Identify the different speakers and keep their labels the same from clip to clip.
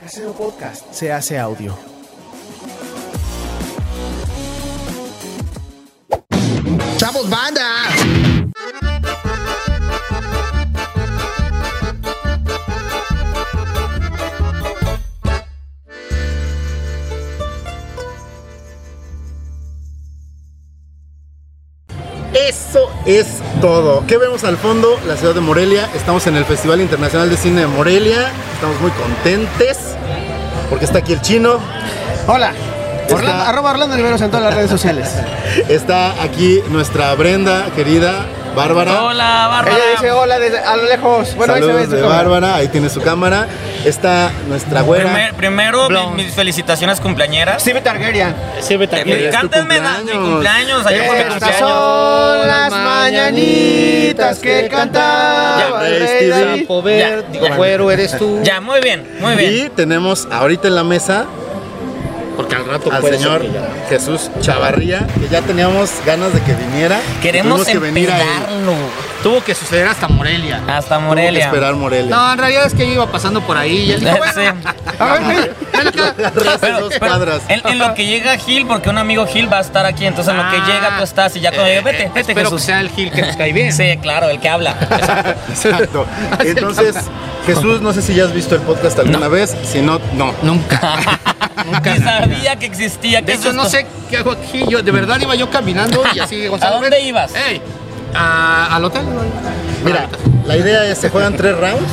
Speaker 1: Casero Podcast, se hace audio.
Speaker 2: ¡Chavos, banda! Eso es todo. ¿Qué vemos al fondo? La ciudad de Morelia. Estamos en el Festival Internacional de Cine de Morelia. Estamos muy contentes porque está aquí el chino.
Speaker 3: Hola.
Speaker 2: Está-
Speaker 3: Orlando, arroba Orlando Oliveros en todas las redes sociales.
Speaker 2: Está aquí nuestra Brenda, querida Bárbara.
Speaker 4: Hola, Bárbara.
Speaker 3: Ella dice hola desde a lo lejos. Bueno, ahí se ve
Speaker 2: Saludos
Speaker 3: su
Speaker 2: de
Speaker 3: cámara.
Speaker 2: Bárbara, ahí tiene su cámara. Está nuestra güera.
Speaker 4: Primer- primero, mi-
Speaker 2: Blonde.
Speaker 4: mis, felicitaciones cumpleañeras.
Speaker 3: Steve Targaryen.
Speaker 4: Eh, me
Speaker 2: es tu
Speaker 4: Cántenme la- mi
Speaker 2: cumpleaños.
Speaker 4: cumpleaños. Ayer fue mi
Speaker 2: Estas
Speaker 4: cumpleaños.
Speaker 3: son las mañanitas que cantaba
Speaker 2: Ya,
Speaker 3: el
Speaker 2: Steve.
Speaker 3: rey David.
Speaker 4: Ya, digo,
Speaker 3: Güero eres tú.
Speaker 4: Ya, muy bien, muy bien.
Speaker 2: Y tenemos ahorita en la mesa
Speaker 5: Porque al rato
Speaker 2: al
Speaker 5: puede
Speaker 2: señor
Speaker 5: ser que ya-
Speaker 2: Jesús Chavarría, que ya teníamos ganas de que viniera.
Speaker 4: Queremos
Speaker 2: Tuvimos que venir a él.
Speaker 4: empedarlo
Speaker 5: Tuvo que suceder hasta Morelia.
Speaker 2: Tuvo
Speaker 4: hasta
Speaker 2: que
Speaker 4: Morelia.
Speaker 2: esperar Morelia.
Speaker 5: No, en realidad es que yo iba pasando por ahí y él dijo, bueno,
Speaker 4: Sí.
Speaker 3: A ver, ven.
Speaker 5: ven acá.
Speaker 2: Hace
Speaker 4: Pero-
Speaker 2: dos
Speaker 4: pero
Speaker 2: cuadras.
Speaker 4: en, en lo que llega Gil, porque un amigo Gil va a estar aquí, entonces en lo que
Speaker 5: Ah,
Speaker 4: llega tú estás y ya cuando
Speaker 5: eh,
Speaker 4: llega, vete,
Speaker 5: eh,
Speaker 4: vete
Speaker 5: Espero
Speaker 4: Jesús.
Speaker 5: que sea el Gil que nos cae bien.
Speaker 4: Sí, claro, el que habla.
Speaker 2: Exacto. Entonces, Jesús, no sé si ya has visto el podcast alguna vez. Si no, no.
Speaker 5: Nunca. Nunca.
Speaker 4: Ni sabía que existía. ¿qué
Speaker 5: De
Speaker 4: es
Speaker 5: hecho, no
Speaker 4: esto?
Speaker 5: sé qué hago aquí. Yo, de verdad, iba yo caminando y así, Gonzalo.
Speaker 4: ¿A dónde
Speaker 5: ven.
Speaker 4: ibas?
Speaker 5: Ey, a- al hotel.
Speaker 2: Mira, la idea es, se juegan tres rounds.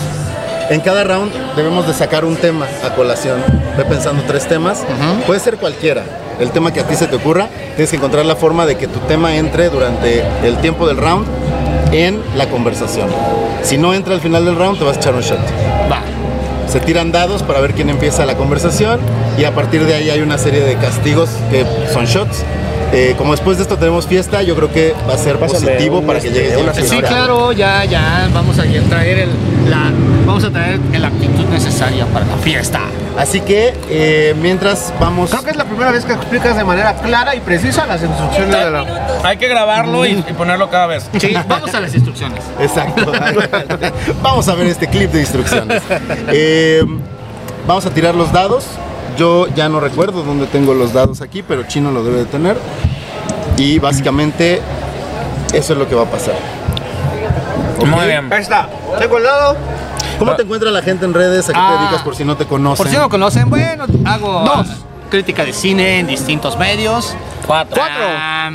Speaker 2: En cada round debemos de sacar un tema a colación. Ve pensando tres temas. Puede ser cualquiera. El tema que a ti se te ocurra. Tienes que encontrar la forma de que tu tema entre durante el tiempo del round en la conversación. Si no entra al final del round, te vas a echar un shot.
Speaker 5: Va.
Speaker 2: Se tiran dados para ver quién empieza la conversación y a partir de ahí hay una serie de castigos que son shots. Eh, como después de esto tenemos fiesta, yo creo que va a ser positivo para que llegues ya al
Speaker 5: Sí,
Speaker 2: final.
Speaker 5: claro, ya, ya. Vamos a traer el, la, vamos a traer la actitud necesaria para la fiesta.
Speaker 2: Así que eh, mientras vamos.
Speaker 3: Creo que es la primera vez que explicas de manera clara y precisa las instrucciones de la.
Speaker 4: Hay que grabarlo y, y ponerlo cada vez.
Speaker 5: Sí, vamos a las instrucciones.
Speaker 2: Exacto. vamos a ver este clip de instrucciones. Eh, vamos a tirar los dados. Yo ya no recuerdo dónde tengo los dados aquí, pero Chino lo debe de tener. Y básicamente eso es lo que va a pasar.
Speaker 4: Muy bien.
Speaker 3: Ahí está. Tengo el lado.
Speaker 2: ¿Cómo te encuentra la gente en redes? ¿A qué
Speaker 5: Ah.
Speaker 2: te dedicas por si no te conocen?
Speaker 3: Ah. Por si no conocen, bueno, hago.
Speaker 5: Dos. Crítica de cine en distintos medios.
Speaker 4: Cuatro.
Speaker 5: Ah,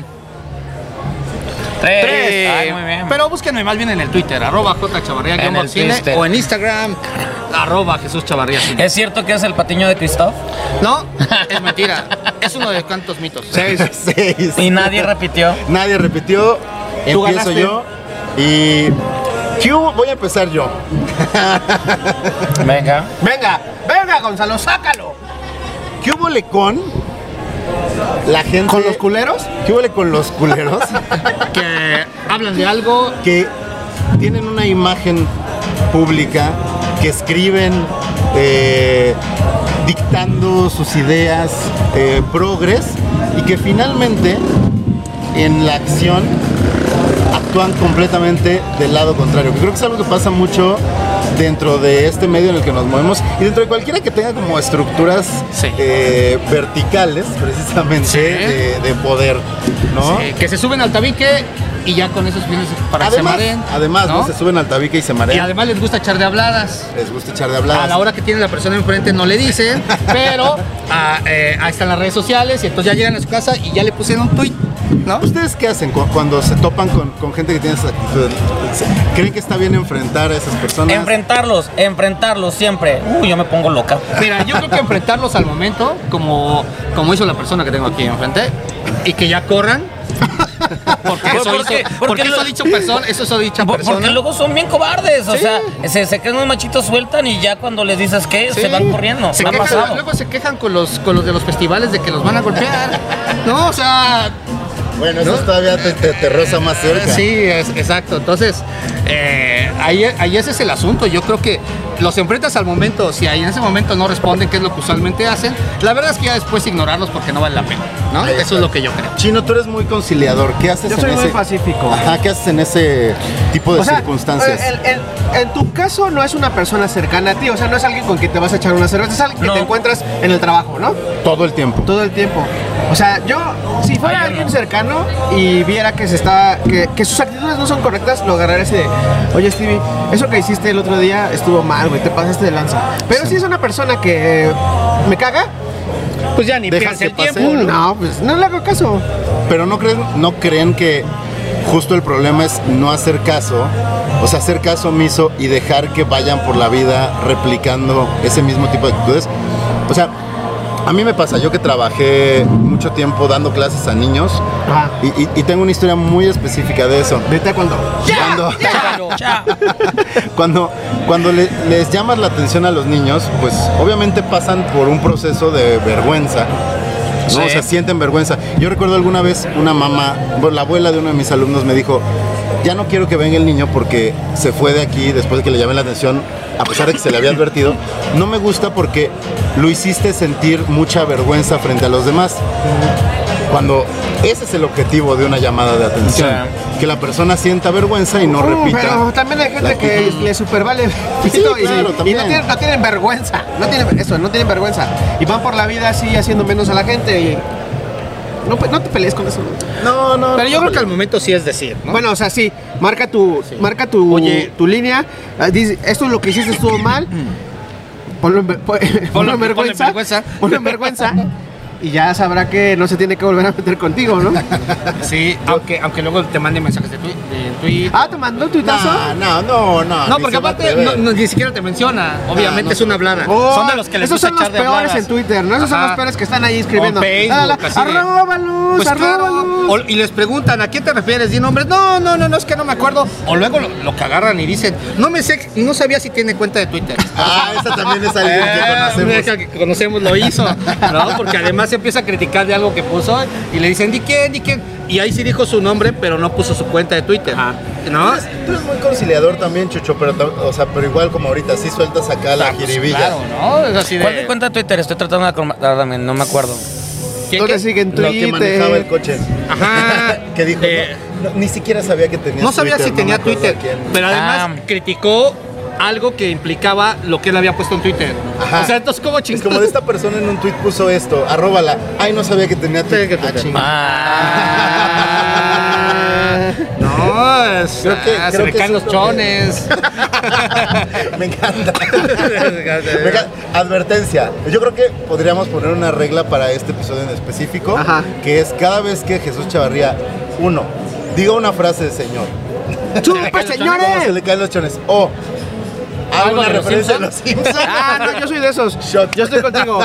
Speaker 4: Tres.
Speaker 5: tres.
Speaker 4: Ay, muy bien.
Speaker 5: Pero búsquenme más bien en el Twitter, arroba jchavarría
Speaker 4: En el
Speaker 5: cine,
Speaker 4: Twister.
Speaker 5: o en Instagram, arroba Jesús Chavarría Cine.
Speaker 4: ¿Es cierto que es el patiño de Christoph?
Speaker 5: No, es mentira. Es uno de tantos mitos.
Speaker 2: Seis. Seis.
Speaker 4: Y nadie repitió.
Speaker 2: Nadie repitió. Empiezo
Speaker 3: ganaste.
Speaker 2: yo. Y. Q, voy a empezar yo.
Speaker 4: Venga.
Speaker 5: Ah,
Speaker 3: Venga, venga, Gonzalo, sácalo.
Speaker 2: ¿Qué hubole con la gente?
Speaker 3: ¿Con los culeros?
Speaker 2: ¿Qué hubole con los culeros?
Speaker 5: Que Eh, hablan de algo.
Speaker 2: que tienen una imagen pública, que escriben eh, dictando sus ideas eh, progres y que finalmente en la acción actúan completamente del lado contrario. Que creo que es algo que pasa mucho dentro de este medio en el que nos movemos y dentro de cualquiera que tenga como estructuras
Speaker 5: Sí.
Speaker 2: eh, verticales precisamente
Speaker 5: Sí.
Speaker 2: de, de poder, ¿no?
Speaker 5: eh, que se suben al tabique y ya con esos fines para que se
Speaker 2: Además,
Speaker 5: mareen.
Speaker 2: además ¿no?
Speaker 5: ¿no?
Speaker 2: se suben al tabique y se
Speaker 5: Y
Speaker 2: marean.
Speaker 5: además les gusta echar de habladas.
Speaker 2: les gusta echar de hablar.
Speaker 5: A la hora que tiene la persona enfrente no le dicen, pero ah, eh, ahí están las redes sociales y entonces ya llegan a su casa y ya le pusieron un tweet, ¿no?
Speaker 2: ¿Ustedes qué hacen cu- cuando se topan con, con gente que tiene esa actitud? ¿Creen que está bien enfrentar a esas personas?
Speaker 4: Enfrentarlos, enfrentarlos siempre. Uy, yo me pongo loca.
Speaker 5: Mira, yo creo que enfrentarlos al momento, como, como hizo la persona que tengo aquí enfrente, y que ya corran. Porque
Speaker 4: ¿Por-
Speaker 5: eso,
Speaker 4: por
Speaker 5: hizo,
Speaker 4: qué? ¿Por
Speaker 5: porque
Speaker 4: qué
Speaker 5: eso
Speaker 4: lo-
Speaker 5: ha dicho persona, eso hizo dicha
Speaker 4: Por-
Speaker 5: persona.
Speaker 4: Porque luego son bien cobardes, o sea, se, se quedan los machitos, sueltan y ya cuando les dices qué,
Speaker 5: Sí.
Speaker 4: se van corriendo.
Speaker 5: Se
Speaker 4: Me ha
Speaker 5: quejan-
Speaker 4: pasado.
Speaker 5: Luego se quejan con los, con los de los festivales de que los van a golpear. No, o sea, eh,
Speaker 2: Bueno, eso todavía te, te, te roza más cerca.
Speaker 5: Sí, es, exacto. Entonces, eh, ahí, ahí ese es el asunto. Yo creo que los enfrentas al momento. Si ahí en ese momento no responden, que es lo que usualmente hacen, la verdad es que ya después ignorarlos porque no vale la pena. ¿no? Eso es lo que yo creo.
Speaker 2: Chino, tú eres muy conciliador. ¿Qué haces
Speaker 3: Yo
Speaker 2: en
Speaker 3: soy
Speaker 2: ese
Speaker 3: muy pacífico.
Speaker 2: Ajá, ¿qué haces en ese tipo de circunstancias?
Speaker 5: eh,
Speaker 3: el- el- en tu caso no es una persona cercana a ti, o sea, no es alguien con quien te vas a echar una cerveza, es alguien
Speaker 4: No.
Speaker 3: que te encuentras en el trabajo, ¿no?
Speaker 2: Todo el tiempo.
Speaker 3: Todo el tiempo. O sea, yo, si fuera alguien cercano y viera que se está, que, que sus actitudes no son correctas, lo agarraría así de, oye Stevie, eso que hiciste el otro día estuvo mal, güey, te pasaste de lanza. Pero si es una persona que eh, me caga,
Speaker 5: Pues ya ni
Speaker 2: Dejas que pase.
Speaker 3: no, pues no le hago caso.
Speaker 2: Pero no creen, no creen que justo el problema es no hacer caso, o sea, hacer caso omiso y dejar que vayan por la vida replicando ese mismo tipo de actitudes. O sea, a mí me pasa, yo que trabajé mucho tiempo dando clases a niños
Speaker 4: Ah.
Speaker 3: Ajá.
Speaker 2: y, y- y tengo una historia muy específica de eso.
Speaker 3: Vete a cuando.
Speaker 2: Cuando-
Speaker 4: Ya.
Speaker 2: cuando, cuando le- les llamas la atención a los niños, pues obviamente pasan por un proceso de vergüenza. ¿no?
Speaker 4: Sí.
Speaker 2: O sea, sienten vergüenza. Yo recuerdo alguna vez una mamá, bueno, la abuela de uno de mis alumnos me dijo, ya no quiero que venga el niño porque se fue de aquí después de que le llamé la atención, a pesar de que se le había advertido. No me gusta porque lo hiciste sentir mucha vergüenza frente a los demás. Cuando ese es el objetivo de una llamada de atención, que la persona sienta vergüenza
Speaker 5: Uh,
Speaker 2: y no repita.
Speaker 3: Oh, Pero también hay gente
Speaker 2: la
Speaker 3: que
Speaker 2: actitud.
Speaker 3: le supervale
Speaker 2: Sí,
Speaker 3: todo y,
Speaker 2: claro,
Speaker 3: y
Speaker 2: también.
Speaker 3: no, tienen, no tienen vergüenza. No tienen eso, no tienen vergüenza. Y van por la vida así haciendo menos a la gente y no, pe- no te pelees con eso.
Speaker 2: No, no.
Speaker 5: Pero yo creo que al momento sí es decir, ¿no?
Speaker 3: Bueno, o sea, sí, marca tu, marca tu,
Speaker 5: Oye.
Speaker 3: tu línea. ah, dice, esto es lo que hiciste estuvo mal. Ponlo en, ver- pon- ponlo en
Speaker 5: ponlo en
Speaker 3: vergüenza.
Speaker 5: vergüenza.
Speaker 3: Ponlo en vergüenza. Y ya sabrá que no se tiene que volver a meter contigo, ¿no?
Speaker 5: sí, aunque, aunque luego te manden mensajes de, twi- de Twitter.
Speaker 3: Ah, te mandó un tuitazo.
Speaker 2: No, no, no, no.
Speaker 5: no,
Speaker 2: ni
Speaker 5: porque
Speaker 2: se va a
Speaker 5: aparte
Speaker 2: atrever.
Speaker 5: no- no, ni siquiera te menciona. Obviamente
Speaker 2: no.
Speaker 5: es una blada.
Speaker 3: Oh,
Speaker 4: Son de los que les
Speaker 3: Esos
Speaker 4: gusta
Speaker 3: son los
Speaker 4: echar de
Speaker 3: peores
Speaker 4: bladas.
Speaker 3: en Twitter, ¿no? Esos son
Speaker 5: Ajá.
Speaker 3: los peores que están ahí escribiendo.
Speaker 5: O Facebook,
Speaker 3: La, la, la,
Speaker 5: así de-
Speaker 3: Arróbalos,
Speaker 5: Pues claro.
Speaker 3: arróbalos.
Speaker 5: O- y les preguntan, ¿a qué te refieres? Di nombres. No, no, no, no, es que no me acuerdo. O luego lo, lo que agarran y dicen, no me sé, no sabía si tiene cuenta de Twitter.
Speaker 2: Ah, esa también es alguien
Speaker 5: Ah,
Speaker 2: que conocemos.
Speaker 5: deja que conocemos lo hizo, ¿no? Porque además se empieza a criticar de algo que puso y le dicen, ¿di quién, di quién? Y ahí sí dijo su nombre, pero no puso su cuenta de Twitter, ¿no?
Speaker 2: Tú eres muy conciliador también, Chucho, pero, tam- o sea, pero igual como ahorita, sí sueltas acá la jiribilla.
Speaker 5: Claro, ¿no? Es así de...
Speaker 4: ¿Cuál de cuenta de Twitter? Estoy tratando
Speaker 5: Ah,
Speaker 4: de acordarme, no me acuerdo.
Speaker 5: ¿Qué-
Speaker 3: Lo
Speaker 5: qué?
Speaker 3: que sigue en
Speaker 2: Lo que manejaba el
Speaker 3: Twitter.
Speaker 2: coche.
Speaker 5: Ajá.
Speaker 2: Que dijo,
Speaker 5: Eh,
Speaker 2: no, no, ni siquiera sabía que tenía
Speaker 5: No sabía si tenía
Speaker 2: me acuerdo
Speaker 5: Twitter,
Speaker 2: a quién.
Speaker 5: pero además
Speaker 4: Ah.
Speaker 5: criticó algo que implicaba lo que él había puesto en Twitter.
Speaker 2: Ajá.
Speaker 5: O sea, entonces como
Speaker 2: Es como
Speaker 5: chingados.
Speaker 2: de esta persona en un tweet puso esto, arróbala. Ay, no sabía que tenía
Speaker 5: Sabía que
Speaker 2: Twitter. Ah,
Speaker 5: tenía.
Speaker 2: chinga.
Speaker 5: Ah. No, es-
Speaker 2: Creo que-
Speaker 5: ah, se
Speaker 2: creo
Speaker 5: me
Speaker 2: que
Speaker 5: caen
Speaker 2: sí
Speaker 5: los
Speaker 2: lo
Speaker 5: chones.
Speaker 2: Me encanta. Me encanta. Advertencia. Yo creo que podríamos poner una regla para este episodio en específico,
Speaker 3: Ajá.
Speaker 2: que es cada vez que Jesús Chavarría, uno, diga una frase de señor.
Speaker 3: ¡Chupa,
Speaker 2: ¿Cómo se
Speaker 3: pues, señores!
Speaker 2: le caen los chones? O haga
Speaker 5: ¿Algo
Speaker 2: una
Speaker 5: de los
Speaker 2: referencia a los
Speaker 5: Simpson?
Speaker 2: Simpsons.
Speaker 3: Ah, no, yo soy de esos.
Speaker 2: Shot.
Speaker 3: Yo estoy contigo.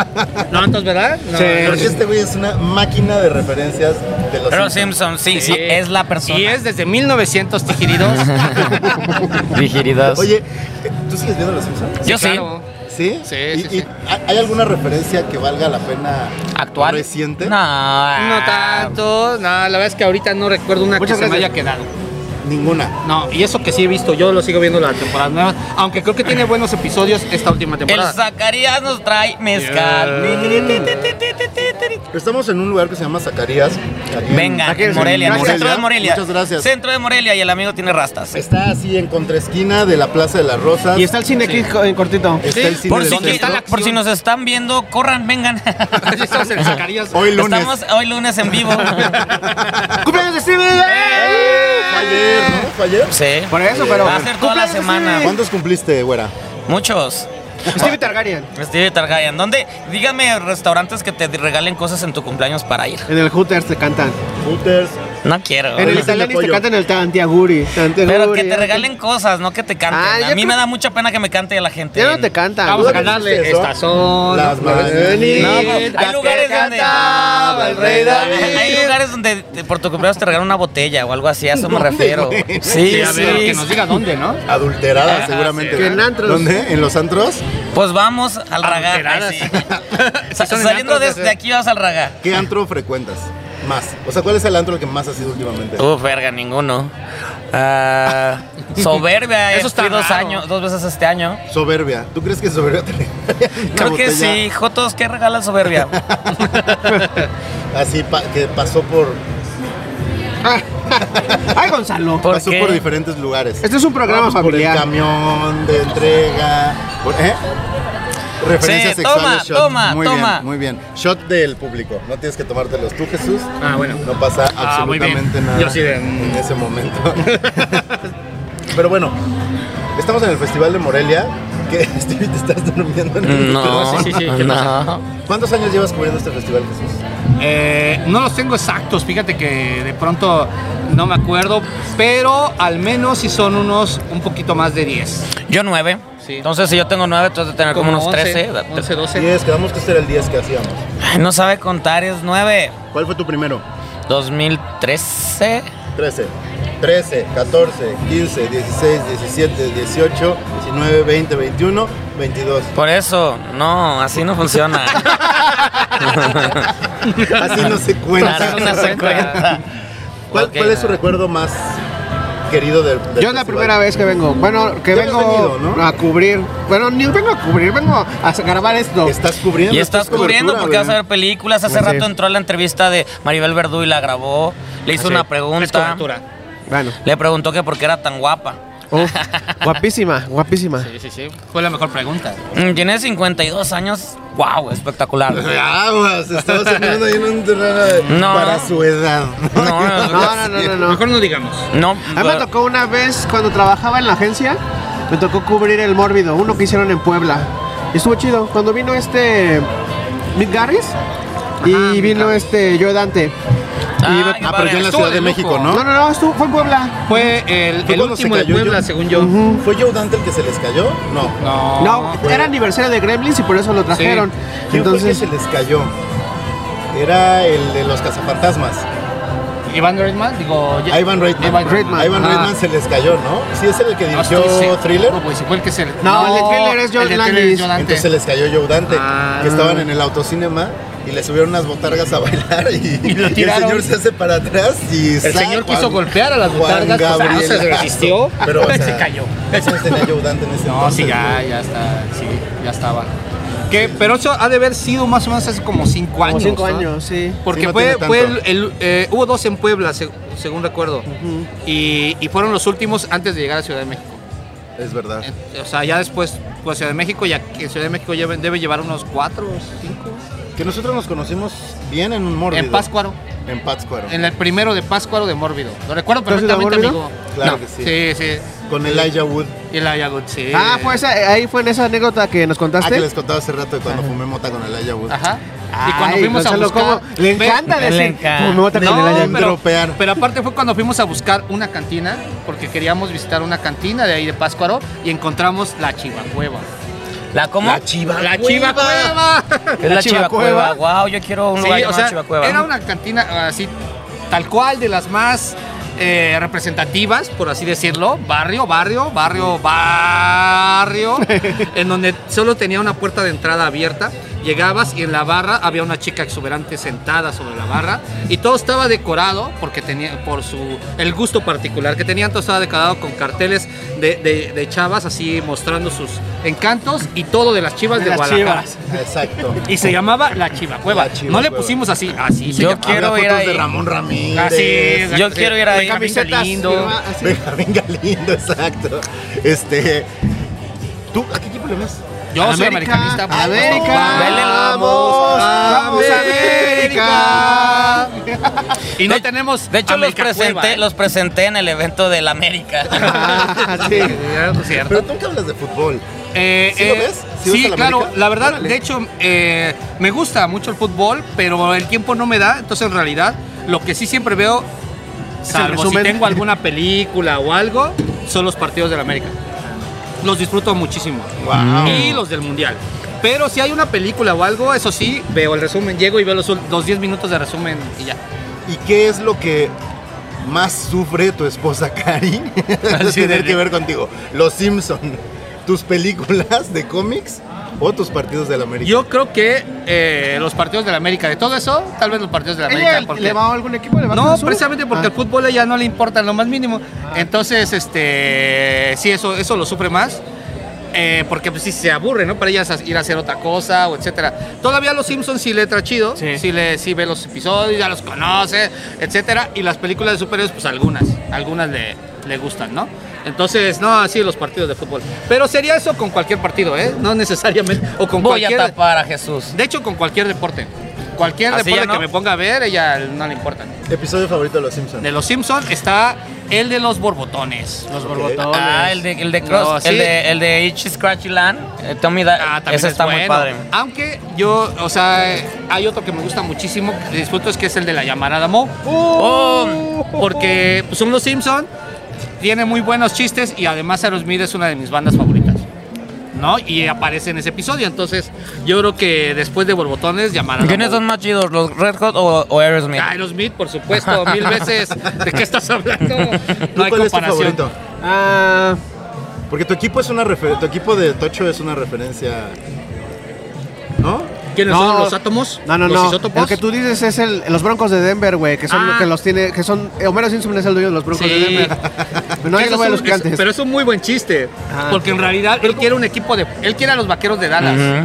Speaker 5: No, entonces, ¿verdad? No,
Speaker 3: Sí.
Speaker 5: no,
Speaker 2: Porque
Speaker 5: no.
Speaker 2: este güey es una máquina de referencias de los
Speaker 4: Pero
Speaker 2: Simpsons.
Speaker 4: Simpson, sí,
Speaker 5: Sí.
Speaker 4: sí, es la persona.
Speaker 5: Y es desde 1900 tijiridos.
Speaker 4: Digeridas.
Speaker 2: Oye, ¿tú sigues viendo los Simpsons?
Speaker 4: Yo sí.
Speaker 5: Claro.
Speaker 2: ¿Sí?
Speaker 5: Sí,
Speaker 2: ¿Y,
Speaker 5: sí,
Speaker 2: y
Speaker 5: sí.
Speaker 2: ha- ¿Hay alguna referencia que valga la pena
Speaker 4: ¿Actual?
Speaker 2: reciente?
Speaker 4: No.
Speaker 5: No tanto, no, la verdad es que ahorita no recuerdo una
Speaker 2: Muchas
Speaker 5: que se me
Speaker 2: gracias.
Speaker 5: haya quedado.
Speaker 2: Ninguna.
Speaker 5: No, y eso que sí he visto, yo lo sigo viendo la temporada nueva, aunque creo que tiene buenos episodios esta última
Speaker 4: El
Speaker 5: temporada.
Speaker 4: Zacarías nos trae mezcal.
Speaker 2: Estamos en un lugar que se llama Zacarías. aquí en-
Speaker 4: Venga,
Speaker 2: aquí en
Speaker 4: Morelia, en el centro de Morelia.
Speaker 2: Muchas gracias.
Speaker 4: Centro de Morelia y el amigo tiene rastas.
Speaker 2: Está así en contraesquina de la Plaza de las Rosas.
Speaker 3: Y está el cine aquí en cortito.
Speaker 2: Está
Speaker 5: Sí,
Speaker 2: el cine
Speaker 4: Por
Speaker 2: del
Speaker 4: si,
Speaker 2: centro.
Speaker 4: que- por si nos están viendo, corran, vengan.
Speaker 5: Así estamos en Zacarías.
Speaker 2: Hoy lunes.
Speaker 4: Estamos hoy lunes en vivo.
Speaker 3: ¡Cumpleaños de Stevie!
Speaker 5: Eh.
Speaker 2: Fue ayer, ¿no? Fue ayer.
Speaker 4: Sí.
Speaker 3: Por eso, pero.
Speaker 4: Va a ser toda la
Speaker 3: ¡Cumpleaños de
Speaker 4: semana.
Speaker 2: ¿Cuántos cumpliste, güera?
Speaker 4: Muchos.
Speaker 3: Stevie! Stevie Targaryen.
Speaker 4: Steve Targaryen. ¿Dónde? Dígame restaurantes que te regalen cosas en tu cumpleaños para ir.
Speaker 3: En el Hooters te cantan.
Speaker 2: Hooters,
Speaker 4: No quiero.
Speaker 3: En el
Speaker 4: güey.
Speaker 3: italiano te
Speaker 2: pollo.
Speaker 3: cantan el tantiaguri. tantiaguri,
Speaker 4: Pero que
Speaker 3: ya
Speaker 4: te
Speaker 3: no
Speaker 4: regalen cosas, no que te canten.
Speaker 3: Ah,
Speaker 4: a
Speaker 3: yo
Speaker 4: mí me
Speaker 3: creo-
Speaker 4: da mucha pena que me cante la gente.
Speaker 3: Ya no te cantan.
Speaker 5: Vamos a
Speaker 3: güey.
Speaker 5: cantarle. Estas son
Speaker 2: Las mañanitas
Speaker 4: hay lugares
Speaker 5: que
Speaker 4: donde-
Speaker 5: cantaba el rey David.
Speaker 4: Hay lugares donde te- por tu cumpleaños te regalan una botella o algo así, a eso me refiero.
Speaker 2: güey.
Speaker 4: Sí,
Speaker 5: Sí,
Speaker 4: sí.
Speaker 5: a ver, que nos diga dónde, ¿no?
Speaker 2: Adulterada,
Speaker 4: Ajá,
Speaker 2: seguramente.
Speaker 3: sí. Que en antros.
Speaker 2: ¿Dónde? ¿En los antros?
Speaker 4: Pues vamos al ragar.
Speaker 5: Adulteradas.
Speaker 4: ay, sí.
Speaker 5: Si
Speaker 4: Sa-
Speaker 5: son en
Speaker 4: Saliendo de,
Speaker 5: antros,
Speaker 4: de aquí vas al ragar.
Speaker 2: ¿Qué antro frecuentas más? O sea, ¿cuál es el antro que más has ido últimamente?
Speaker 4: Uf, verga, ninguno. Ah, soberbia,
Speaker 5: Eso
Speaker 4: eso
Speaker 5: está
Speaker 4: fui dos
Speaker 5: raro.
Speaker 4: años, dos veces este año.
Speaker 2: Soberbia. ¿Tú crees que soberbia te
Speaker 4: Creo que sí, Jotos, ¿qué regala soberbia?
Speaker 2: Así pa- que pasó por,
Speaker 3: Ay, Gonzalo.
Speaker 4: ¿Por
Speaker 2: pasó
Speaker 4: qué?
Speaker 2: por diferentes lugares.
Speaker 3: Este es un programa
Speaker 2: Vamos
Speaker 3: familiar.
Speaker 2: Por el camión de entrega. por- ¿eh? Referencias
Speaker 4: Sí,
Speaker 2: sexuales.
Speaker 4: toma,
Speaker 2: shot.
Speaker 4: toma,
Speaker 2: muy
Speaker 4: toma.
Speaker 2: Bien, muy bien. Shot del público. No tienes que tomártelos tú, Jesús.
Speaker 5: Ah, bueno.
Speaker 2: No pasa
Speaker 5: Ah, muy bien.
Speaker 2: absolutamente nada
Speaker 5: Yo sí de,
Speaker 4: em.
Speaker 2: en ese momento. Pero bueno, estamos en el Festival de Morelia. Que Stevie, te estás durmiendo en el
Speaker 4: Mm, No,
Speaker 5: Sí, sí, sí, ¿qué
Speaker 4: no.
Speaker 2: ¿Cuántos años llevas cubriendo este festival, Jesús?
Speaker 5: Eh, no los tengo exactos, fíjate que de pronto no me acuerdo, pero al menos si son unos un poquito más de 10.
Speaker 4: Yo nueve.
Speaker 5: Sí.
Speaker 4: Entonces, si yo tengo nueve, tú has de tener Ah, como, unos 13.
Speaker 5: 11, 12.
Speaker 2: 10, quedamos que este era el 10 que hacíamos.
Speaker 4: Ay, no sabe contar, es nueve.
Speaker 2: ¿Cuál fue tu primero?
Speaker 4: 2013.
Speaker 2: 13, 13, 14, 15, 16, 17, 18, 19, 20, 21, 22.
Speaker 4: Por eso, no, así no funciona.
Speaker 2: Así no se cuenta.
Speaker 4: Así no se cuenta.
Speaker 2: ¿Cuál,
Speaker 4: Ok.
Speaker 2: cuál es su recuerdo más querido del, del
Speaker 3: Yo es la
Speaker 2: festival?
Speaker 3: primera vez que vengo. Bueno, que
Speaker 2: Ya habías
Speaker 3: vengo
Speaker 2: venido, ¿no?
Speaker 3: a cubrir. Bueno, ni vengo a cubrir, vengo a grabar esto.
Speaker 2: Estás cubriendo.
Speaker 4: Y estás
Speaker 2: esto es
Speaker 4: cubriendo
Speaker 2: cobertura,
Speaker 4: porque vas a ver
Speaker 2: güey.
Speaker 4: películas. Hace
Speaker 3: Sí.
Speaker 4: rato entró a la entrevista de Maribel Verdú y la grabó. Le hizo una pregunta.
Speaker 3: Bueno,
Speaker 4: Le preguntó que por qué era tan guapa.
Speaker 3: uf, guapísima, guapísima.
Speaker 5: Sí, sí, sí. Fue la mejor pregunta.
Speaker 4: Mm, Tiene 52 años. ¡Wow! Espectacular.
Speaker 2: Ah. Aguas, estabas entrando ahí en un terreno
Speaker 4: No.
Speaker 2: para su edad.
Speaker 4: No, no,
Speaker 3: No, no, no, no, no.
Speaker 5: Mejor no digamos.
Speaker 4: No,
Speaker 3: A mí Ah. me tocó una vez cuando trabajaba en la agencia, me tocó cubrir el mórbido, uno que hicieron en Puebla. Y estuvo chido. Cuando vino este Mick Garris y vino este Joe Dante.
Speaker 4: Ay,
Speaker 3: me-
Speaker 4: qué
Speaker 2: Ah, pero
Speaker 4: padre.
Speaker 2: ya en la
Speaker 5: Estuvo
Speaker 2: Ciudad de,
Speaker 5: de lujo.
Speaker 2: México,
Speaker 3: No,
Speaker 2: ¿no?
Speaker 3: no, no, estuvo, fue en Puebla.
Speaker 5: Fue el,
Speaker 2: ¿Fue
Speaker 5: el
Speaker 2: cuando se
Speaker 5: último de
Speaker 2: cayó
Speaker 5: Puebla,
Speaker 2: yo?
Speaker 5: según yo.
Speaker 2: ¿Fue Joe Dante el que se les cayó? No.
Speaker 5: No.
Speaker 3: No,
Speaker 2: fue-
Speaker 3: era aniversario de Gremlins y por eso lo trajeron.
Speaker 2: ¿Quién fue el que
Speaker 3: Entonces,
Speaker 2: se les cayó? Era el de los cazafantasmas.
Speaker 5: Iván Reitman, digo. ya-
Speaker 2: Ivan Reitman.
Speaker 5: Ivan Reitman. Ah,
Speaker 2: Ivan
Speaker 3: Ah.
Speaker 2: Reitman se les cayó, ¿no? Sí, es el que
Speaker 5: No
Speaker 2: dirigió
Speaker 5: estoy seguro,
Speaker 2: Thriller.
Speaker 5: güey, si fue el que se.
Speaker 3: No, el de Thriller es John
Speaker 5: el de Thriller
Speaker 3: Landis.
Speaker 5: John Landis.
Speaker 2: Entonces se les cayó Joe Dante,
Speaker 5: Ah.
Speaker 2: que estaban en el autocinema y le subieron unas botargas a bailar y,
Speaker 5: Y lo
Speaker 2: el
Speaker 5: tiraron.
Speaker 2: señor se hace para atrás y
Speaker 5: El señor quiso golpear a las botargas, pues, ah, no se resistió,
Speaker 2: pero o
Speaker 5: se
Speaker 2: sea,
Speaker 5: cayó.
Speaker 2: Eso no tenía Joe Dante en ese
Speaker 5: No,
Speaker 2: entonces,
Speaker 5: sí, ya,
Speaker 2: güey.
Speaker 5: ya está, sí, ya estaba. Que, pero eso ha de haber sido más o menos hace como cinco
Speaker 3: como
Speaker 5: años.
Speaker 3: cinco
Speaker 5: ¿no?
Speaker 3: años, sí.
Speaker 5: Porque
Speaker 2: Sí, no
Speaker 5: fue,
Speaker 2: tiene
Speaker 5: fue el,
Speaker 2: tanto.
Speaker 5: el, eh, hubo dos en Puebla, seg- según recuerdo, y, y fueron los últimos antes de llegar a Ciudad de México.
Speaker 2: Es verdad.
Speaker 5: Eh, O sea, ya después fue a Ciudad de México, ya que en Ciudad de México lleven- debe llevar unos cuatro, cinco.
Speaker 2: Que nosotros nos conocimos bien en un mórbido.
Speaker 5: En Páscuaro,
Speaker 2: En Pátzcuaro.
Speaker 5: en el primero de Páscuaro de Mórbido. Lo recuerdo
Speaker 3: ¿Tú has ido a
Speaker 5: perfectamente,
Speaker 3: Mórbido?
Speaker 5: amigo.
Speaker 2: Claro
Speaker 5: No,
Speaker 2: que sí.
Speaker 5: Sí,
Speaker 2: Con Elijah Wood.
Speaker 5: Y la Yagut, sí.
Speaker 3: Ah, fue esa, ahí fue en esa anécdota que nos
Speaker 2: Ah, que
Speaker 3: contaste.
Speaker 2: les contaba hace rato de cuando fumé mota con Elijah Wood.
Speaker 5: Ajá. y cuando
Speaker 3: Ay,
Speaker 5: fuimos a
Speaker 3: Gonzalo,
Speaker 5: buscar...
Speaker 3: ¿cómo? Le
Speaker 5: Ve-
Speaker 3: encanta
Speaker 4: Le
Speaker 3: decir.
Speaker 4: encanta.
Speaker 3: "Fumé mota con
Speaker 5: No,
Speaker 3: el Ajax".
Speaker 5: pero-
Speaker 2: Dropear.
Speaker 5: Pero aparte fue cuando fuimos a buscar una cantina, porque queríamos visitar una cantina de ahí de Páscuaro y encontramos la Chivacueva.
Speaker 4: ¿La cómo?
Speaker 5: ¡La Chivacueva!
Speaker 4: Es la Chivacueva. Wow, yo quiero un
Speaker 5: Sí,
Speaker 4: lugar
Speaker 5: o
Speaker 4: llamado
Speaker 5: sea,
Speaker 4: Chivacueva.
Speaker 5: era una cantina así, tal cual, de las más eh, representativas, por así decirlo. Barrio, barrio, barrio, barrio. en donde solo tenía una puerta de entrada abierta. Llegabas y en la barra había una chica exuberante sentada sobre la barra. Y todo estaba decorado porque tenía, por su, el gusto particular que tenían, todo estaba decorado con carteles de, de- de chavas así mostrando sus encantos y todo de las chivas de,
Speaker 3: De las
Speaker 5: Guadalajara.
Speaker 3: chivas.
Speaker 2: Exacto.
Speaker 5: Y se llamaba La Chivacueva.
Speaker 2: La Chivacueva.
Speaker 5: No le pusimos así, así. se
Speaker 4: Yo
Speaker 5: llamaba.
Speaker 4: quiero
Speaker 2: Había
Speaker 4: ir
Speaker 2: fotos
Speaker 4: ahí.
Speaker 2: de Ramón Ramírez.
Speaker 5: Así es,
Speaker 4: Yo
Speaker 5: así.
Speaker 4: quiero ir ahí.
Speaker 5: De camisetas.
Speaker 4: Lindo.
Speaker 5: firma-
Speaker 3: así.
Speaker 2: Benjamín Galindo, exacto. Este. ¿Tú a qué equipo le vas?
Speaker 5: Yo soy
Speaker 3: América,
Speaker 5: americanista. por
Speaker 3: América.
Speaker 5: supuesto.
Speaker 4: Vele, vamos,
Speaker 3: vamos, América.
Speaker 5: Y no
Speaker 4: De-
Speaker 5: tenemos.
Speaker 4: De hecho, los
Speaker 5: América Cueva,
Speaker 4: presenté,
Speaker 5: ¿eh?
Speaker 4: los presenté en el evento del América.
Speaker 3: Ah, sí.
Speaker 5: Es cierto.
Speaker 2: Pero tú nunca hablas de fútbol.
Speaker 5: Eh,
Speaker 2: ¿Sí lo
Speaker 5: eh,
Speaker 2: ves? ¿Sí
Speaker 5: Sí,
Speaker 2: ves a la
Speaker 5: claro.
Speaker 2: América?
Speaker 5: La verdad,
Speaker 2: Órale.
Speaker 5: de hecho, eh, me gusta mucho el fútbol, pero el tiempo no me da. Entonces, en realidad, lo que sí siempre veo Salvo si
Speaker 3: resumen.
Speaker 5: tengo alguna película o algo, son los partidos del América. Los disfruto muchísimo.
Speaker 2: Wow.
Speaker 5: Y los del Mundial. Pero si hay una película o algo, eso sí, veo el resumen. Llego y veo los, los 10 minutos de resumen y ya.
Speaker 2: ¿Y qué es lo que más sufre tu esposa Cari? de
Speaker 5: Así
Speaker 2: tener
Speaker 5: de-
Speaker 2: que ver contigo. Los Simpson, tus películas de cómics o tus partidos del América.
Speaker 5: Yo creo que eh, los partidos del América, de todo eso, tal vez los partidos del América.
Speaker 3: ¿Ella
Speaker 5: porque-
Speaker 3: le va a algún equipo? ¿Le va
Speaker 5: No,
Speaker 3: al Cruz Azul?
Speaker 5: precisamente porque
Speaker 3: Ah.
Speaker 5: el fútbol ya no le importa en lo más mínimo. Entonces, este, sí, eso, eso lo sufre más. Eh, porque pues, sí se aburre, ¿no? Para ellas as- ir a hacer otra cosa o etcétera. Todavía los Simpsons sí le entra chido, sí,
Speaker 3: Sí.
Speaker 5: le, sí ve los episodios, ya los conoce, etcétera. Y las películas de superhéroes, pues algunas, algunas le, le gustan, ¿no? Entonces, no, así los partidos de fútbol. Pero sería eso con cualquier partido, ¿eh? No necesariamente. O con
Speaker 4: Voy a
Speaker 5: cualquier.
Speaker 4: tapar a Jesús.
Speaker 5: de hecho, con cualquier deporte. Cualquier
Speaker 4: Así ya
Speaker 5: deporte
Speaker 4: no.
Speaker 5: que me ponga a ver, ella no le importa.
Speaker 2: Episodio favorito de Los Simpson.
Speaker 5: De los Simpsons está el de los borbotones.
Speaker 3: Los
Speaker 2: Ok.
Speaker 3: borbotones.
Speaker 4: Ah, el de, el de
Speaker 5: No,
Speaker 4: Cross,
Speaker 5: sí.
Speaker 4: el, de, el de Itchy Scratchy Land. eh, Tommy da,
Speaker 5: Ah, también
Speaker 4: ese
Speaker 5: es
Speaker 4: está muy
Speaker 5: bueno.
Speaker 4: padre.
Speaker 5: Aunque yo, o sea, eh, hay otro que me gusta muchísimo, que disfruto, es que es el de la llamarada Mo. Oh, porque pues, son los Simpsons, tiene muy buenos chistes y además Aerosmith es una de mis bandas favoritas. ¿No? Y aparece en ese episodio. Entonces, yo creo que después de Borbotones, llamarada
Speaker 4: ¿Quiénes
Speaker 5: Mo. Ah,
Speaker 4: son más chidos, los Red Hot o, o Aerosmith?
Speaker 5: Aerosmith, por supuesto, mil veces. ¿De qué estás hablando? No hay
Speaker 2: ¿Cuál es tu
Speaker 5: comparación.
Speaker 2: favorito?
Speaker 3: Ah,
Speaker 2: Porque tu equipo es una refer- tu equipo de Tocho es una referencia. ¿No?
Speaker 5: ¿Quiénes
Speaker 3: No.
Speaker 5: son los átomos?
Speaker 3: no, no,
Speaker 5: ¿Los
Speaker 3: no.
Speaker 5: isótopos?
Speaker 3: El que tú dices es el, los Broncos de Denver, güey, que son
Speaker 5: Ah.
Speaker 3: los que los tiene, que son eh, Homero Simpson es el dueño de los Broncos
Speaker 5: Sí.
Speaker 3: de Denver. Pero no
Speaker 5: Que
Speaker 3: es el
Speaker 5: eso
Speaker 3: güey de
Speaker 5: es
Speaker 3: los
Speaker 5: un-
Speaker 3: gigantes. Ah,
Speaker 5: es- pero es un muy buen chiste.
Speaker 3: Ajá.
Speaker 5: Porque en realidad él quiere un equipo de. Él quiere a los vaqueros de Dallas.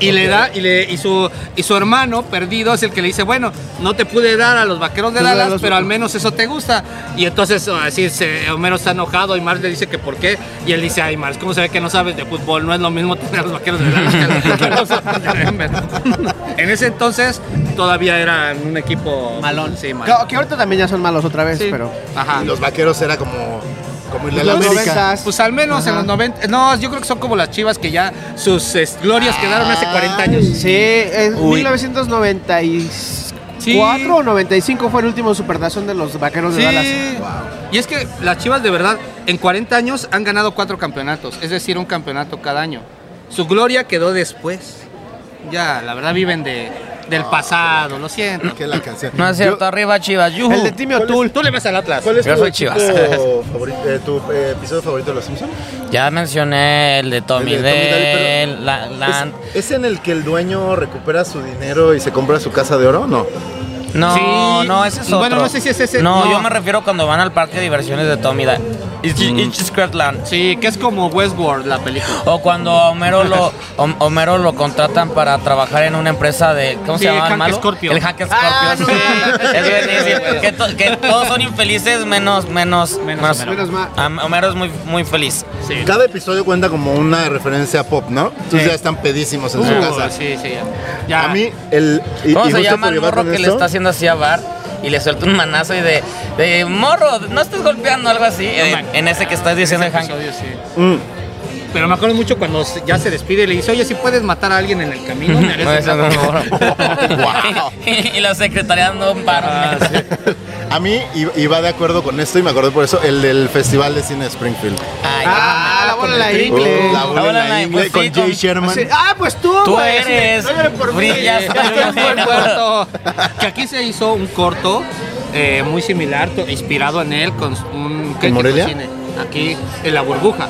Speaker 5: Y le da, y le, y su, y su hermano perdido es el que le dice, bueno, no te pude dar a los vaqueros de
Speaker 3: Tú le das
Speaker 5: Dallas,
Speaker 3: los-
Speaker 5: pero al menos eso te gusta. Y entonces oh, así se, Homero está enojado y Mars le dice que por qué. Y él dice, ay Mars, ¿cómo se ve que no sabes de fútbol? No es lo mismo tener a los vaqueros de Dallas que a los- que a los vaqueros de Denver". En ese entonces todavía eran un equipo
Speaker 3: Malón.
Speaker 5: Sí, malón.
Speaker 3: Que, que ahorita también ya son malos otra vez,
Speaker 5: Sí.
Speaker 3: pero.
Speaker 5: Ajá.
Speaker 4: Ah.
Speaker 2: Y los vaqueros era como, como irle a la
Speaker 3: Los
Speaker 2: América.
Speaker 3: noventas.
Speaker 5: Pues al menos
Speaker 3: Ajá.
Speaker 5: en los 90. No, yo creo que son como las chivas que ya sus es, glorias quedaron hace 40 años.
Speaker 3: Sí, en
Speaker 4: Uy.
Speaker 3: 1994
Speaker 5: Sí.
Speaker 3: o 95 fue el último supertazón de los vaqueros de Dallas.
Speaker 5: Sí. Y es que las chivas de verdad, en 40 años han ganado cuatro campeonatos, es decir, un campeonato cada año. Su gloria quedó después. Ya, la verdad, viven de, del pasado, lo siento. Uh,
Speaker 2: Que es la canción.
Speaker 4: No es cierto, arriba Chivas, yujú.
Speaker 3: El de Timmy O'Toole.
Speaker 5: Tú le vas al Atlas.
Speaker 2: ¿Cuál es
Speaker 4: Yo
Speaker 2: tu,
Speaker 4: soy Chivas.
Speaker 2: equipo favorito- eh, tu, eh, episodio favorito de Los Simpsons?
Speaker 4: Ya mencioné el de Tommy
Speaker 2: El de Tommy Daly,
Speaker 4: Dale,
Speaker 2: pero-
Speaker 4: la- Land.
Speaker 2: ¿Es, es en el que el dueño recupera su dinero y se compra su casa de oro? No.
Speaker 4: No,
Speaker 5: Sí.
Speaker 4: no, ese es otro.
Speaker 5: Bueno, no sé si es ese-
Speaker 4: No,
Speaker 5: no.
Speaker 4: yo me refiero cuando van al parque de diversiones de Tommy Dale. It's, it's Scotland.
Speaker 5: Sí, que es como Westworld la película.
Speaker 4: O cuando a Homero lo, Hom- Homero lo contratan para trabajar en una empresa de. ¿Cómo
Speaker 5: Sí,
Speaker 4: se llama
Speaker 5: Hank
Speaker 4: el malo?
Speaker 5: Scorpio.
Speaker 4: El Hack Scorpio.
Speaker 3: Ah,
Speaker 4: sí.
Speaker 5: no.
Speaker 4: Es buenísimo. que, to- que todos son infelices menos. Menos,
Speaker 5: Menos Homero.
Speaker 3: Menos mal.
Speaker 4: Ah, Homero es muy, muy feliz.
Speaker 5: Sí.
Speaker 2: Cada episodio cuenta como una referencia pop, ¿no? Entonces
Speaker 5: Sí.
Speaker 2: ya están pedísimos en su
Speaker 5: Uh,
Speaker 2: casa.
Speaker 5: sí, sí, ya. Ya.
Speaker 2: A mí, el. y-
Speaker 4: ¿Cómo
Speaker 2: y
Speaker 4: se
Speaker 2: justo por
Speaker 4: llama el
Speaker 2: llevar
Speaker 4: morro
Speaker 2: con
Speaker 4: que le
Speaker 2: esto-
Speaker 4: está haciendo así a Bart? Y le suelta un manazo y de, de morro, no estés golpeando algo así. eh,
Speaker 5: man.
Speaker 4: en ese que estás
Speaker 5: Ese
Speaker 4: diciendo de Hank.
Speaker 5: episodio, sí.
Speaker 2: Mm.
Speaker 5: Pero me acuerdo mucho cuando se- ya se despide y le dice, oye, si puedes matar a alguien en el camino, me
Speaker 4: No,
Speaker 5: harías
Speaker 4: eso
Speaker 5: el
Speaker 4: no,
Speaker 5: favor".
Speaker 4: no. y la secretaria no para.
Speaker 5: Ah, sí.
Speaker 2: A mí i- iba de acuerdo con esto y me acordé por eso el del Festival de Cine de Springfield.
Speaker 4: Ay,
Speaker 3: Ah, la bola
Speaker 5: con
Speaker 3: de la
Speaker 5: el
Speaker 2: Uh,
Speaker 3: Ingle.
Speaker 2: la bola en
Speaker 4: bola
Speaker 2: la
Speaker 4: en la-
Speaker 2: ingle
Speaker 4: pues sí,
Speaker 2: con Jay
Speaker 4: con-
Speaker 2: Sherman.
Speaker 3: Sí. Ah, pues tú,
Speaker 4: Tú
Speaker 3: güey.
Speaker 4: eres.
Speaker 3: No llores por mí.
Speaker 4: Brillas.
Speaker 3: Ya
Speaker 5: Estoy
Speaker 3: estoy
Speaker 5: muy
Speaker 3: muerto.
Speaker 5: muerto. Que aquí se hizo un corto eh, muy similar, to- inspirado en él, con un crítico de
Speaker 2: Morelia?
Speaker 5: cine. Aquí, en La Burbuja.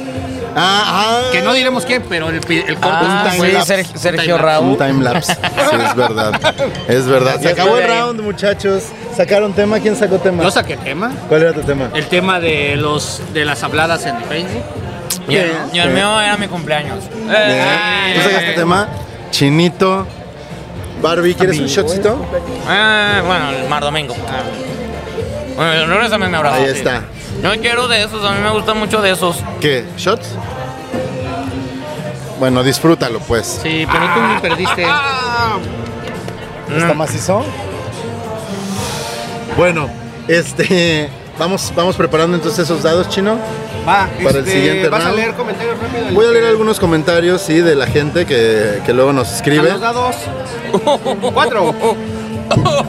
Speaker 2: Ah, ah.
Speaker 5: Que no diremos quién, pero el, pi- el corto
Speaker 4: Ah,
Speaker 5: está
Speaker 4: sí,
Speaker 5: bueno.
Speaker 4: Sergio- Sergio
Speaker 5: Está
Speaker 4: Raúl.
Speaker 2: Un time lapse. Sí, es verdad. Es verdad. Se
Speaker 4: Ya
Speaker 2: acabó el
Speaker 4: estoy ahí.
Speaker 2: round, muchachos. ¿Sacaron tema? ¿Quién sacó tema?
Speaker 5: Yo saqué tema.
Speaker 2: ¿Cuál era tu tema?
Speaker 5: El tema de los de las habladas en Facebook.
Speaker 4: Y el, y el mío era mi cumpleaños. Eh,
Speaker 5: Eh,
Speaker 2: Bien.
Speaker 4: Ay,
Speaker 2: ¿Tú sacaste tema? Chinito. Barbie, ¿quieres un shotcito?
Speaker 4: Ah, bueno, el mar domingo. Ah. Bueno, el lunes también me abrazo.
Speaker 2: Ahí
Speaker 4: Ah, sí.
Speaker 2: está.
Speaker 4: No quiero de esos, a mí me gustan mucho de esos.
Speaker 2: ¿Qué? ¿Shots? Bueno, disfrútalo pues.
Speaker 5: Sí, pero tú me perdiste.
Speaker 2: ¿Está macizo? Mm. Bueno, este. Vamos, vamos preparando entonces esos dados, chino.
Speaker 3: Va,
Speaker 2: Para el
Speaker 3: este,
Speaker 2: siguiente
Speaker 3: Vas a
Speaker 2: round.
Speaker 3: leer comentarios rápido. del-
Speaker 2: Voy a leer algunos comentarios, sí, de la gente que, que luego nos
Speaker 3: A
Speaker 2: escribe.
Speaker 3: los dados. Cuatro.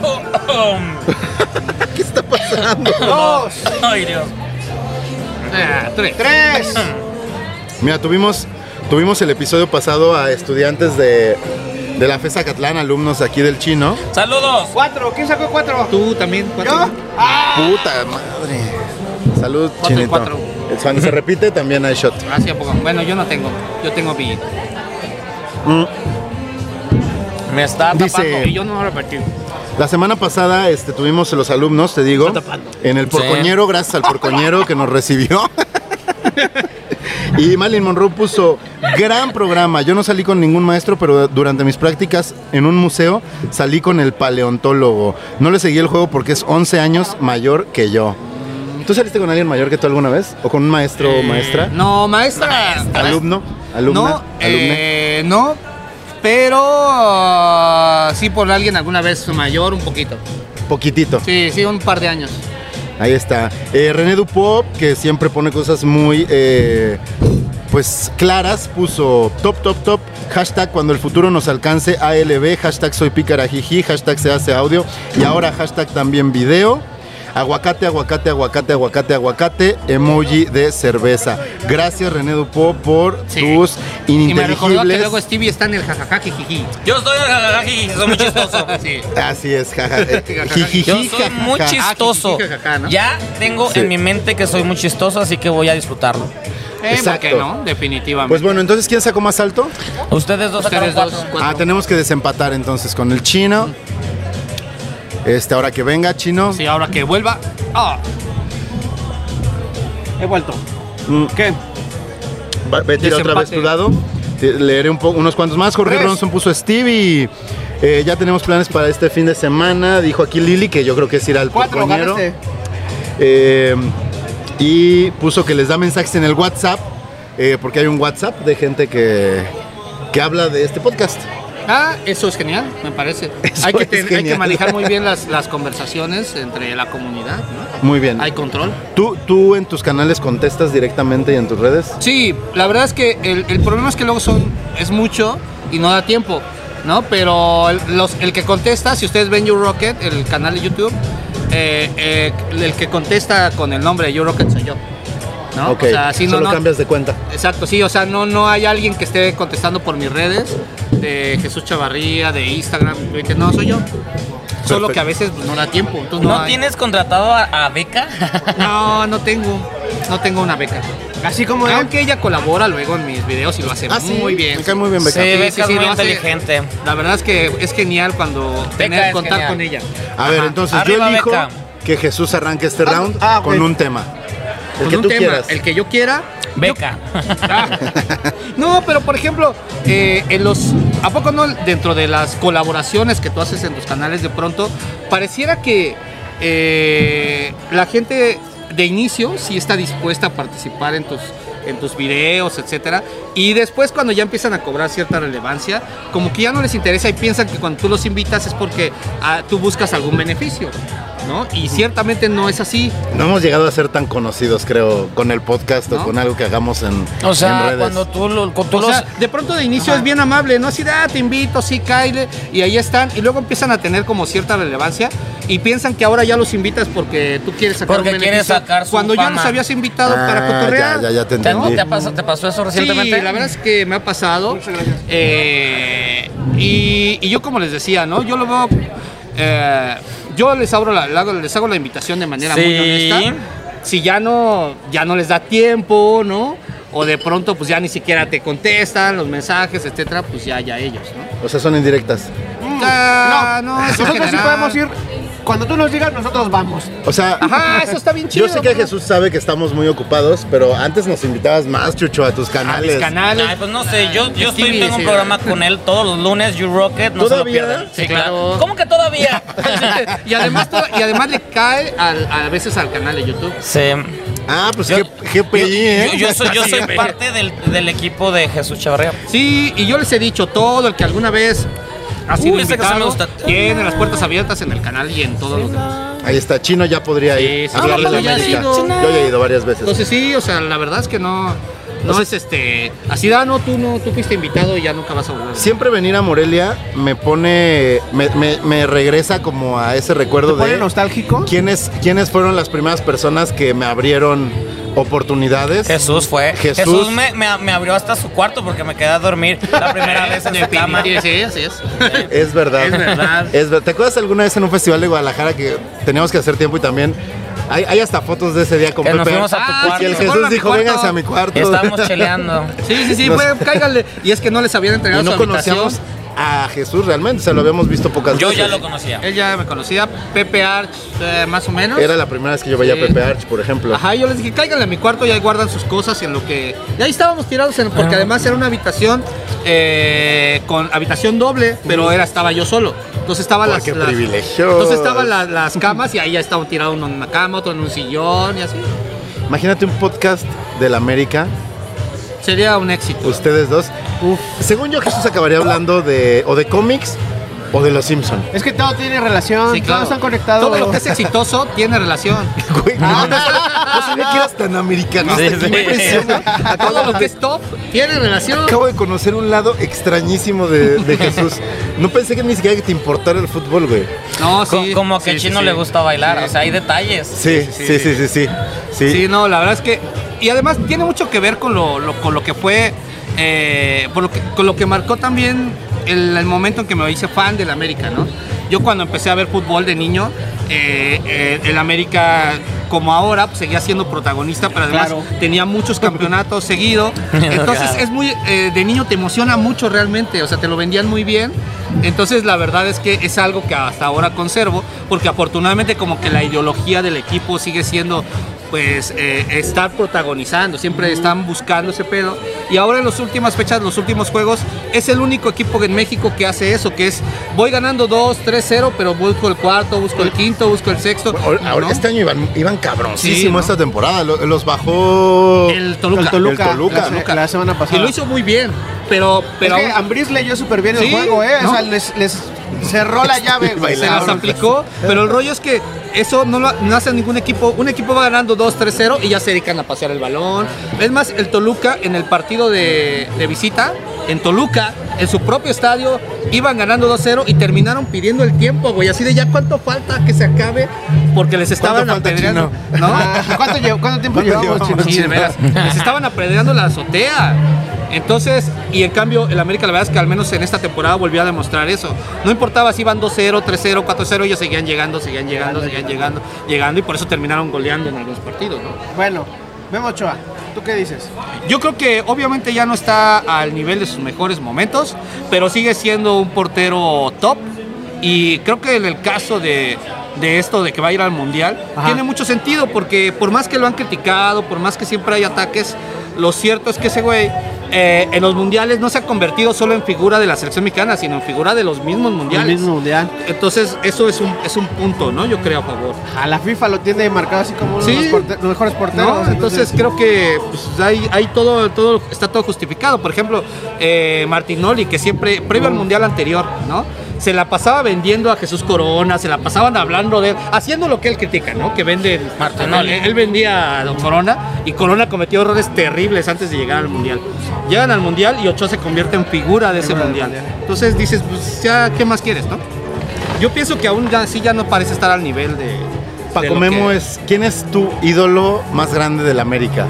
Speaker 2: ¿Qué está pasando?
Speaker 3: Dos,
Speaker 4: Ay, Dios.
Speaker 5: Ah, tres.
Speaker 3: tres.
Speaker 2: Mira, tuvimos, tuvimos el episodio pasado a estudiantes de, de la FESA Catlán, alumnos aquí del chino.
Speaker 4: Saludos.
Speaker 3: Cuatro. ¿Quién sacó cuatro?
Speaker 5: Tú también. cuatro.
Speaker 3: ¿Yo? Ah,
Speaker 2: Puta madre. Salud,
Speaker 5: Cuatro y
Speaker 2: chinito.
Speaker 5: cuatro.
Speaker 2: El Swan se repite, también hay shot.
Speaker 5: Ah, sí, ¿a poco? Bueno, yo no tengo. Yo tengo billete.
Speaker 4: Me está tapando.
Speaker 2: Dice-
Speaker 5: Y yo no voy a repartir.
Speaker 2: La semana pasada este, tuvimos los alumnos, te digo, en el porcoñero, gracias al porcoñero que nos recibió. y Marilyn Monroe puso, gran programa, yo no salí con ningún maestro, pero durante mis prácticas en un museo salí con el paleontólogo. No le seguí el juego porque es 11 años mayor que yo. ¿Tú saliste con alguien mayor que tú alguna vez? ¿O con un maestro o maestra?
Speaker 5: Eh, No, maestra.
Speaker 2: ¿Alumno? ¿Alumna?
Speaker 5: no,
Speaker 2: ¿Alumna?
Speaker 5: eh, no, pero ah, sí por alguien alguna vez mayor, un poquito.
Speaker 2: Poquitito.
Speaker 5: Sí, sí, un par de años.
Speaker 2: Ahí está. Eh, René Dupop, que siempre pone cosas muy, eh, pues, claras, puso top, top, top, hashtag cuando el futuro nos alcance, ALB, hashtag soy pícara jiji, hashtag se hace audio y ahora hashtag también video. Aguacate, aguacate, aguacate, aguacate, aguacate, emoji de cerveza. Gracias René Dupop por
Speaker 5: Sí.
Speaker 2: tus
Speaker 5: Y me recordó que
Speaker 2: ininteligibles.
Speaker 5: luego Stevie está en el jajaja jijiji.
Speaker 4: Yo estoy en el jajajajiji, soy muy chistoso.
Speaker 5: Sí. Eh,
Speaker 2: Así es, jaja. eh, jijiji,
Speaker 4: Yo soy muy
Speaker 2: jajaja.
Speaker 4: chistoso.
Speaker 5: jijiji, jajaja, ¿no?
Speaker 4: Ya tengo
Speaker 2: Sí.
Speaker 4: en mi mente que soy muy chistoso, así que voy a disfrutarlo.
Speaker 5: Eh, ¿Por
Speaker 2: Exacto.
Speaker 5: qué no? Definitivamente.
Speaker 2: Pues bueno, entonces, ¿quién sacó más alto?
Speaker 4: Ustedes dos sacaron
Speaker 5: Ustedes dos,
Speaker 4: cuatro.
Speaker 2: Ah, tenemos que desempatar entonces con el chino. Este, ahora que venga, chino.
Speaker 5: Sí, ahora que vuelva. Ah,
Speaker 3: He vuelto.
Speaker 2: Mm,
Speaker 3: ¿Qué?
Speaker 2: va- ve, tira otra vez
Speaker 5: Desempate.
Speaker 2: tu dado. Te- Leeré un po- unos cuantos más. Jorge
Speaker 3: Tres.
Speaker 2: Bronson puso Stevie. Eh, ya tenemos planes para este fin de semana. Dijo aquí Lili, que yo creo que es ir al
Speaker 3: Cuatro,
Speaker 2: Porcoñero.
Speaker 3: ganaste.
Speaker 2: Eh, y puso que les da mensajes en el WhatsApp. eh, porque hay un WhatsApp de gente que, que habla de este podcast.
Speaker 5: ah, eso es genial, me parece.
Speaker 2: Eso
Speaker 5: Hay que,
Speaker 2: es
Speaker 5: ten- hay que
Speaker 2: genial.
Speaker 5: manejar muy bien las, las conversaciones entre la comunidad. ¿no?
Speaker 2: Muy bien.
Speaker 5: Hay control.
Speaker 2: ¿Tú, ¿Tú en tus canales contestas directamente y en tus redes?
Speaker 5: Sí, la verdad es que el, el problema es que luego son es mucho y no da tiempo, ¿no? Pero el, los- el que contesta, si ustedes ven You Rocket, el canal de YouTube, eh, eh, el que contesta con el nombre de You Rocket soy yo, ¿no?
Speaker 2: ok,
Speaker 5: O sea, así no,
Speaker 2: solo
Speaker 5: no-
Speaker 2: cambias de cuenta.
Speaker 5: Exacto, sí, o sea, no, no hay alguien que esté contestando por mis redes de Jesús Chavarría, de Instagram, Twitter, no, soy yo. Solo
Speaker 2: Perfecto.
Speaker 5: que a veces pues, no da tiempo. entonces
Speaker 4: ¿No
Speaker 5: hay-
Speaker 4: tienes contratado a, a Beca?
Speaker 5: No, no tengo. No tengo una beca.
Speaker 3: Así como él.
Speaker 5: Aunque ella colabora luego en mis videos y lo hace
Speaker 2: Ah, sí,
Speaker 5: muy bien.
Speaker 2: Me cae muy bien,
Speaker 4: Sí,
Speaker 2: Beca.
Speaker 4: Beca es muy
Speaker 5: lo hace-
Speaker 4: inteligente.
Speaker 5: La verdad es que es genial cuando tener
Speaker 4: es
Speaker 5: contar
Speaker 4: genial.
Speaker 5: con ella.
Speaker 2: A ver,
Speaker 5: Ajá.
Speaker 2: entonces
Speaker 4: Arriba,
Speaker 2: yo elijo
Speaker 4: Beca.
Speaker 2: que Jesús arranque este round
Speaker 3: ah, ok.
Speaker 2: con un tema. El
Speaker 5: Con
Speaker 2: que
Speaker 5: Pues, un
Speaker 2: tú
Speaker 5: tema,
Speaker 2: quieras.
Speaker 5: El que yo quiera.
Speaker 4: Beca.
Speaker 5: Ah. No, pero por ejemplo, eh, en los, ¿a poco no dentro de las colaboraciones que tú haces en tus canales de pronto, pareciera que eh, la gente de inicio sí está dispuesta a participar en tus, en tus videos, etcétera, y después cuando ya empiezan a cobrar cierta relevancia, como que ya no les interesa y piensan que cuando tú los invitas es porque ah, tú buscas algún beneficio, ¿no? Y ciertamente no es así.
Speaker 2: No hemos llegado a ser tan conocidos, creo, con el podcast o
Speaker 5: ¿No?
Speaker 2: con algo que hagamos en,
Speaker 4: O
Speaker 2: en
Speaker 4: sea,
Speaker 2: redes.
Speaker 4: cuando tú, lo, cuando tú
Speaker 5: O
Speaker 4: los...
Speaker 5: sea, de pronto de inicio es bien amable, ¿no? Así, de, ah, te invito, sí, Kyle, y ahí están, y luego empiezan a tener como cierta relevancia y piensan que ahora ya los invitas porque tú quieres sacar
Speaker 4: Porque
Speaker 5: un
Speaker 4: quieres
Speaker 5: beneficio,
Speaker 4: sacar su
Speaker 5: Cuando ya
Speaker 4: fama.
Speaker 5: los habías invitado para
Speaker 2: Ah,
Speaker 5: cotorrear.
Speaker 2: Ya, ya, ya te
Speaker 4: ¿Te,
Speaker 2: entendí.
Speaker 4: te ha pasado- te pasó eso
Speaker 5: Sí,
Speaker 4: recientemente?
Speaker 5: la verdad es que me ha pasado. Eh, y, y yo como les decía, ¿no? Yo lo veo... eh, yo les, abro la, la- les hago la invitación de manera muy
Speaker 4: Sí.
Speaker 5: honesta. Si ya no, ya no les da tiempo, ¿no? O de pronto pues ya ni siquiera te contestan los mensajes, etcétera, pues ya, ya ellos, ¿no?
Speaker 2: O sea, son indirectas.
Speaker 5: Ah, no, eso
Speaker 3: Nosotros sí
Speaker 5: general.
Speaker 3: podemos ir. Cuando tú nos digas, nosotros vamos.
Speaker 2: O sea,
Speaker 5: Ajá, eso está bien chido.
Speaker 2: yo sé que Jesús sabe que estamos muy ocupados, pero antes nos invitabas más, Chucho, a tus
Speaker 5: A
Speaker 2: canales.
Speaker 5: mis canales.
Speaker 4: Ay, pues no sé, yo, yo estoy,
Speaker 5: Stevie,
Speaker 4: tengo un
Speaker 5: sí.
Speaker 4: programa con él todos los lunes, You Rocket, no se lo
Speaker 2: ¿Todavía?
Speaker 4: pierdan.
Speaker 5: Sí, claro.
Speaker 4: ¿Cómo que todavía?
Speaker 5: y además to- y además le cae al- a veces al canal de YouTube.
Speaker 4: sí.
Speaker 2: Ah, pues
Speaker 4: Yo-
Speaker 2: G- GPI, ¿eh?
Speaker 4: Yo, yo soy, yo soy parte del, del equipo de Jesús Chavarría.
Speaker 5: Sí, y yo les he dicho todo el que alguna vez ha sido
Speaker 4: Uy, esa canción me
Speaker 5: invitado
Speaker 4: gusta.
Speaker 5: tiene las puertas abiertas en el canal y en todos los demás.
Speaker 2: Ahí está, Chino ya podría ir.
Speaker 5: Sí, sí,
Speaker 2: a hablar
Speaker 5: sí,
Speaker 2: de la
Speaker 5: ya he
Speaker 2: América.
Speaker 5: ido. Pues
Speaker 2: Yo ya he ido varias veces.
Speaker 5: Entonces sí, o sea, la verdad es que no No es este. Así, da, no, tú no, tú fuiste invitado y ya nunca vas a volver.
Speaker 2: Siempre venir a Morelia me pone, me, me- me regresa como a ese recuerdo
Speaker 3: pone
Speaker 2: de
Speaker 3: nostálgico?
Speaker 2: quiénes, quiénes fueron las primeras personas que me abrieron oportunidades.
Speaker 4: Jesús fue.
Speaker 2: Jesús.
Speaker 4: Jesús, me, me- me abrió hasta su cuarto porque me quedé a dormir la primera vez en
Speaker 5: De
Speaker 4: su
Speaker 5: pin-
Speaker 4: cama.
Speaker 5: Sí, sí, así es.
Speaker 2: Es verdad.
Speaker 5: Es verdad.
Speaker 2: Es ver- ¿Te acuerdas alguna vez en un festival de Guadalajara que teníamos que hacer tiempo y también hay, hay hasta fotos de ese día con
Speaker 4: Que nos
Speaker 2: Pepe?
Speaker 4: fuimos a tu
Speaker 2: Ah,
Speaker 4: cuarto.
Speaker 2: Y el
Speaker 4: Se fueron
Speaker 2: Jesús
Speaker 5: a mi
Speaker 2: dijo,
Speaker 5: cuarto.
Speaker 2: vénganse a mi cuarto.
Speaker 4: Estábamos cheleando.
Speaker 5: Sí, sí, sí, fue, cáigale. Y es que no les habían entregado
Speaker 2: Y no
Speaker 5: su habitación.
Speaker 2: conocíamos a Jesús realmente, se lo habíamos visto pocas
Speaker 4: Yo
Speaker 2: veces.
Speaker 4: ya lo conocía.
Speaker 5: Él ya me conocía, Pepe Arch, eh, más o menos.
Speaker 2: Era la primera vez que yo veía
Speaker 5: Sí.
Speaker 2: a Pepe Arch, por ejemplo.
Speaker 5: Ajá, yo les dije, cáiganle a mi cuarto y ahí guardan sus cosas y en lo que... Y ahí estábamos tirados, en- porque además era una habitación eh, con habitación doble, pero era, estaba yo solo. Entonces estaban las,
Speaker 2: Porque
Speaker 5: las-
Speaker 2: privilegios.
Speaker 5: Entonces estaban la- las camas y ahí ya estaba tirado uno en una cama, otro en un sillón y así.
Speaker 2: Imagínate un podcast del América,
Speaker 5: Sería un éxito.
Speaker 2: ustedes dos. Según yo, Jesús acabaría hablando de o de cómics o de Los Simpson.
Speaker 3: Es que todo tiene relación,
Speaker 5: Sí, claro.
Speaker 3: todos están conectados.
Speaker 5: Todo lo que es exitoso tiene relación.
Speaker 2: Güey, no, no, no sabía que eras tan americano.
Speaker 4: Sí, sí.
Speaker 5: Todo lo que es top tiene relación.
Speaker 2: Acabo de conocer un lado extrañísimo de, de Jesús. No pensé que ni siquiera que te importara el fútbol, güey.
Speaker 5: No,
Speaker 4: Co-
Speaker 5: sí.
Speaker 4: como que
Speaker 5: sí,
Speaker 4: al
Speaker 5: sí,
Speaker 4: chino
Speaker 5: sí.
Speaker 4: le gusta bailar,
Speaker 5: Sí.
Speaker 4: o sea, hay detalles.
Speaker 2: Sí, sí, sí, sí, sí. sí,
Speaker 5: Sí, no, la verdad es que. Y además tiene mucho que ver con lo, lo- con lo que fue. eh, por lo que- con lo que marcó también el, el momento en que me hice fan del América, ¿no? Yo cuando empecé a ver fútbol de niño, eh, eh, el América, como ahora, pues, seguía siendo protagonista, pero además
Speaker 3: Claro.
Speaker 5: tenía muchos campeonatos seguido. Entonces
Speaker 4: Claro.
Speaker 5: es muy. eh, de niño te emociona mucho realmente, o sea, te lo vendían muy bien. Entonces la verdad es que es algo que hasta ahora conservo, porque afortunadamente como que la ideología del equipo sigue siendo pues eh, estar protagonizando, siempre están buscando ese pedo. Y ahora en las últimas fechas, los últimos juegos, es el único equipo en México que hace eso, que es voy ganando 2, 3, 0, pero busco el cuarto, busco el quinto, busco el sexto.
Speaker 2: Ahora- ahora
Speaker 5: ¿no?
Speaker 2: Este año iban, iban cabroncísimo
Speaker 5: Sí, ¿no?
Speaker 2: esta temporada. Lo- Los bajó.
Speaker 5: El Toluca.
Speaker 2: El Toluca.
Speaker 3: El Toluca.
Speaker 2: La
Speaker 3: se- la semana pasada.
Speaker 5: Y lo hizo muy bien, pero... pero
Speaker 3: Pero es que
Speaker 5: aún-
Speaker 3: Ambriz leyó súper bien
Speaker 5: Sí,
Speaker 3: el juego, ¿eh?
Speaker 5: ¿no?
Speaker 3: O sea, les, les cerró la llave, güey.
Speaker 5: se las aplicó, pero el rollo es que eso no lo no hace ningún equipo. Un equipo va ganando 2-3-0 y ya se dedican a pasear el balón. Es más, el Toluca en el partido de, de visita, en Toluca, en su propio estadio, iban ganando 2-0 y terminaron pidiendo el tiempo, güey. Así de ya cuánto falta que se acabe porque les estaban
Speaker 2: falta,
Speaker 5: apedreando.
Speaker 2: Chino?
Speaker 5: ¿no?
Speaker 3: Ah, ¿Cuánto, llevo- cuánto tiempo
Speaker 2: ¿Cuánto
Speaker 3: llevamos,
Speaker 2: llevamos,
Speaker 3: chino?
Speaker 5: Sí, de veras. Les estaban apedreando la azotea. Entonces, y en cambio, el América, la verdad es que al menos en esta temporada volvió a demostrar eso. No importaba si iban 2-0, 3-0, 4-0, ellos seguían llegando, seguían llegando, seguían llegando, llegando, y por eso terminaron goleando en algunos partidos, ¿no?
Speaker 3: Bueno, Memo Ochoa, ¿tú qué dices?
Speaker 5: Yo creo que obviamente ya no está al nivel de sus mejores momentos, pero sigue siendo un portero top. Y creo que en el caso de, de esto de que va a ir al Mundial,
Speaker 3: Ajá.
Speaker 5: tiene mucho sentido, porque por más que lo han criticado, por más que siempre hay ataques, lo cierto es que ese güey eh, en los Mundiales no se ha convertido solo en figura de la selección mexicana, sino en figura de los mismos Mundiales.
Speaker 3: mundial.
Speaker 5: Entonces eso es un, es un punto, ¿no? Yo creo a favor.
Speaker 3: A la FIFA lo tiene marcado así como uno
Speaker 5: Sí.
Speaker 3: de los, porte- los mejores porteros.
Speaker 5: ¿no? Entonces creo que pues, hay, hay todo, todo, está todo justificado. Por ejemplo, eh, Martinoli, que siempre, previo al mundial anterior, ¿no? Se la pasaba vendiendo a Jesús Corona, se la pasaban hablando de él, haciendo lo que él critica, ¿no? Que vende
Speaker 4: Martinoli.
Speaker 5: Él, él vendía a Don Corona y Corona cometió errores terribles antes de llegar al mundial. Llegan al mundial y Ochoa se convierte en figura de ese
Speaker 3: Figura del
Speaker 5: mundial.
Speaker 3: mundial.
Speaker 5: Entonces dices, pues ya, ¿qué más quieres, no? Yo pienso que aún ya- sí ya no parece estar al nivel de.
Speaker 2: Paco Memo es. ¿Quién es tu ídolo más grande del América?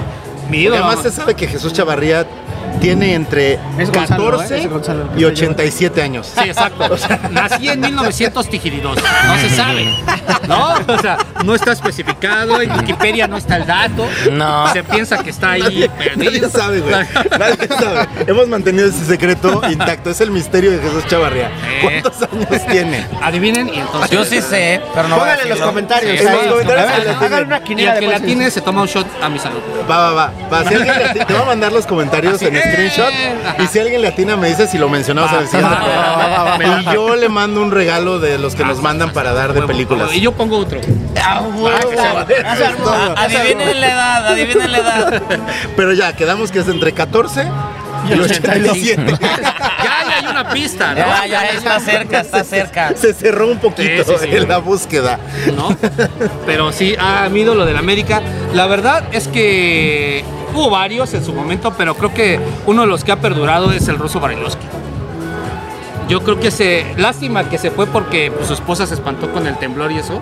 Speaker 5: mi
Speaker 2: Y
Speaker 5: ídolo.
Speaker 2: además se sabe que Jesús Chavarría tiene entre
Speaker 3: Es Gonzalo,
Speaker 2: 14
Speaker 3: ¿eh? Es Gonzalo, el que
Speaker 2: y
Speaker 3: se
Speaker 2: 87 años.
Speaker 5: Sí, exacto. Nací en 1922. No se sabe. ¿No? O sea, no está especificado. En Wikipedia no está el dato.
Speaker 4: No.
Speaker 5: Se piensa que está ahí
Speaker 2: Nadie,
Speaker 5: perdido.
Speaker 2: nadie sabe, güey. Nadie sabe. Hemos mantenido ese secreto intacto. Es el misterio de Jesús Chavarría. ¿Cuántos años tiene?
Speaker 5: Adivinen y entonces.
Speaker 4: Yo sí sé, pero no voy a
Speaker 3: Pónganle en los
Speaker 4: decirlo.
Speaker 3: comentarios.
Speaker 2: Sí,
Speaker 3: ahí,
Speaker 2: en los comentarios
Speaker 3: hagan-
Speaker 2: que la
Speaker 3: Hagan
Speaker 2: tienen.
Speaker 3: una
Speaker 5: Y el
Speaker 3: quiniela
Speaker 5: que la
Speaker 3: de
Speaker 5: tiene se toma un shot a mi salud.
Speaker 2: Va, va, va. va. Si alguien le ati- te va a mandar los comentarios en
Speaker 5: Así.
Speaker 2: screenshot.
Speaker 5: Ajá.
Speaker 2: Y si alguien le atina, me dice si lo mencionamos
Speaker 5: Va,
Speaker 2: en el siguiente
Speaker 5: va, va,
Speaker 2: programa.
Speaker 5: va, va, va, va.
Speaker 2: Y yo le mando un regalo de los que nos mandan para dar de
Speaker 5: Huevo,
Speaker 2: películas. Ah,
Speaker 5: huevo. Y yo pongo otro.
Speaker 4: Ah, Adivinen la edad, adivinen la edad.
Speaker 2: Pero ya, quedamos que es entre 14 y 87.
Speaker 5: Ya, ya hay una pista, ¿no?
Speaker 4: Ya, ya está cerca, está cerca.
Speaker 2: Se cerró un poquito
Speaker 5: Sí, sí, sí.
Speaker 2: en la búsqueda.
Speaker 5: ¿no? Pero sí, a mi ídolo del América. La verdad es que Hubo varios en su momento, pero creo que uno de los que ha perdurado es el ruso Barilovsky. Yo creo que se. Lástima que se fue porque pues, su esposa se espantó con el temblor y eso.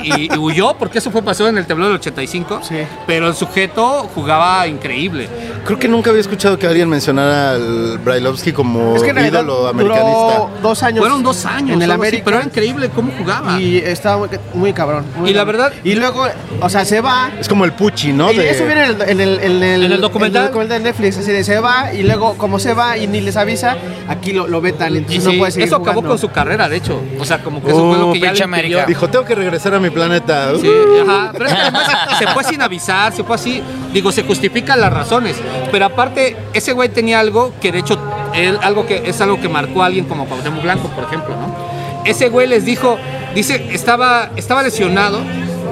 Speaker 5: Y, y huyó, porque eso fue pasó en el temblor del 85.
Speaker 3: Sí.
Speaker 5: Pero el sujeto jugaba increíble.
Speaker 2: Creo que nunca había escuchado que alguien mencionara al Brailovsky como
Speaker 3: Es que en realidad
Speaker 2: ídolo
Speaker 3: duró
Speaker 2: americanista.
Speaker 3: dos años.
Speaker 5: Fueron dos años.
Speaker 3: en el
Speaker 5: algo así,
Speaker 3: América.
Speaker 5: Pero era increíble cómo jugaba.
Speaker 3: Y estaba muy, muy cabrón. muy
Speaker 5: Y la
Speaker 3: cabrón.
Speaker 5: verdad-
Speaker 3: Y luego, o sea, se va.
Speaker 2: Es como el Pucci, ¿no?
Speaker 3: y
Speaker 2: De-
Speaker 3: eso viene en el, en el- en el-
Speaker 5: En el documental.
Speaker 3: en el de Netflix. Así de se va y luego, como se va y ni les avisa, aquí lo, lo vetan.
Speaker 5: Y
Speaker 3: Entonces
Speaker 5: sí,
Speaker 3: no puede seguir
Speaker 5: eso acabó
Speaker 3: jugando.
Speaker 5: con su carrera, de hecho. O sea, como que
Speaker 2: Oh,
Speaker 5: eso fue lo que ya
Speaker 4: Uh, pinche
Speaker 5: le impidió-
Speaker 4: América.
Speaker 2: Dijo, tengo que regresar a mi planeta.
Speaker 5: Sí, ajá. Pero es que además se fue sin avisar, se fue así. Digo, se justifican las razones. Pero aparte, ese güey tenía algo que de hecho él- algo que, es algo que marcó a alguien como Cuauhtémoc Blanco, por ejemplo, ¿no? Ese güey les dijo, dice, estaba, estaba lesionado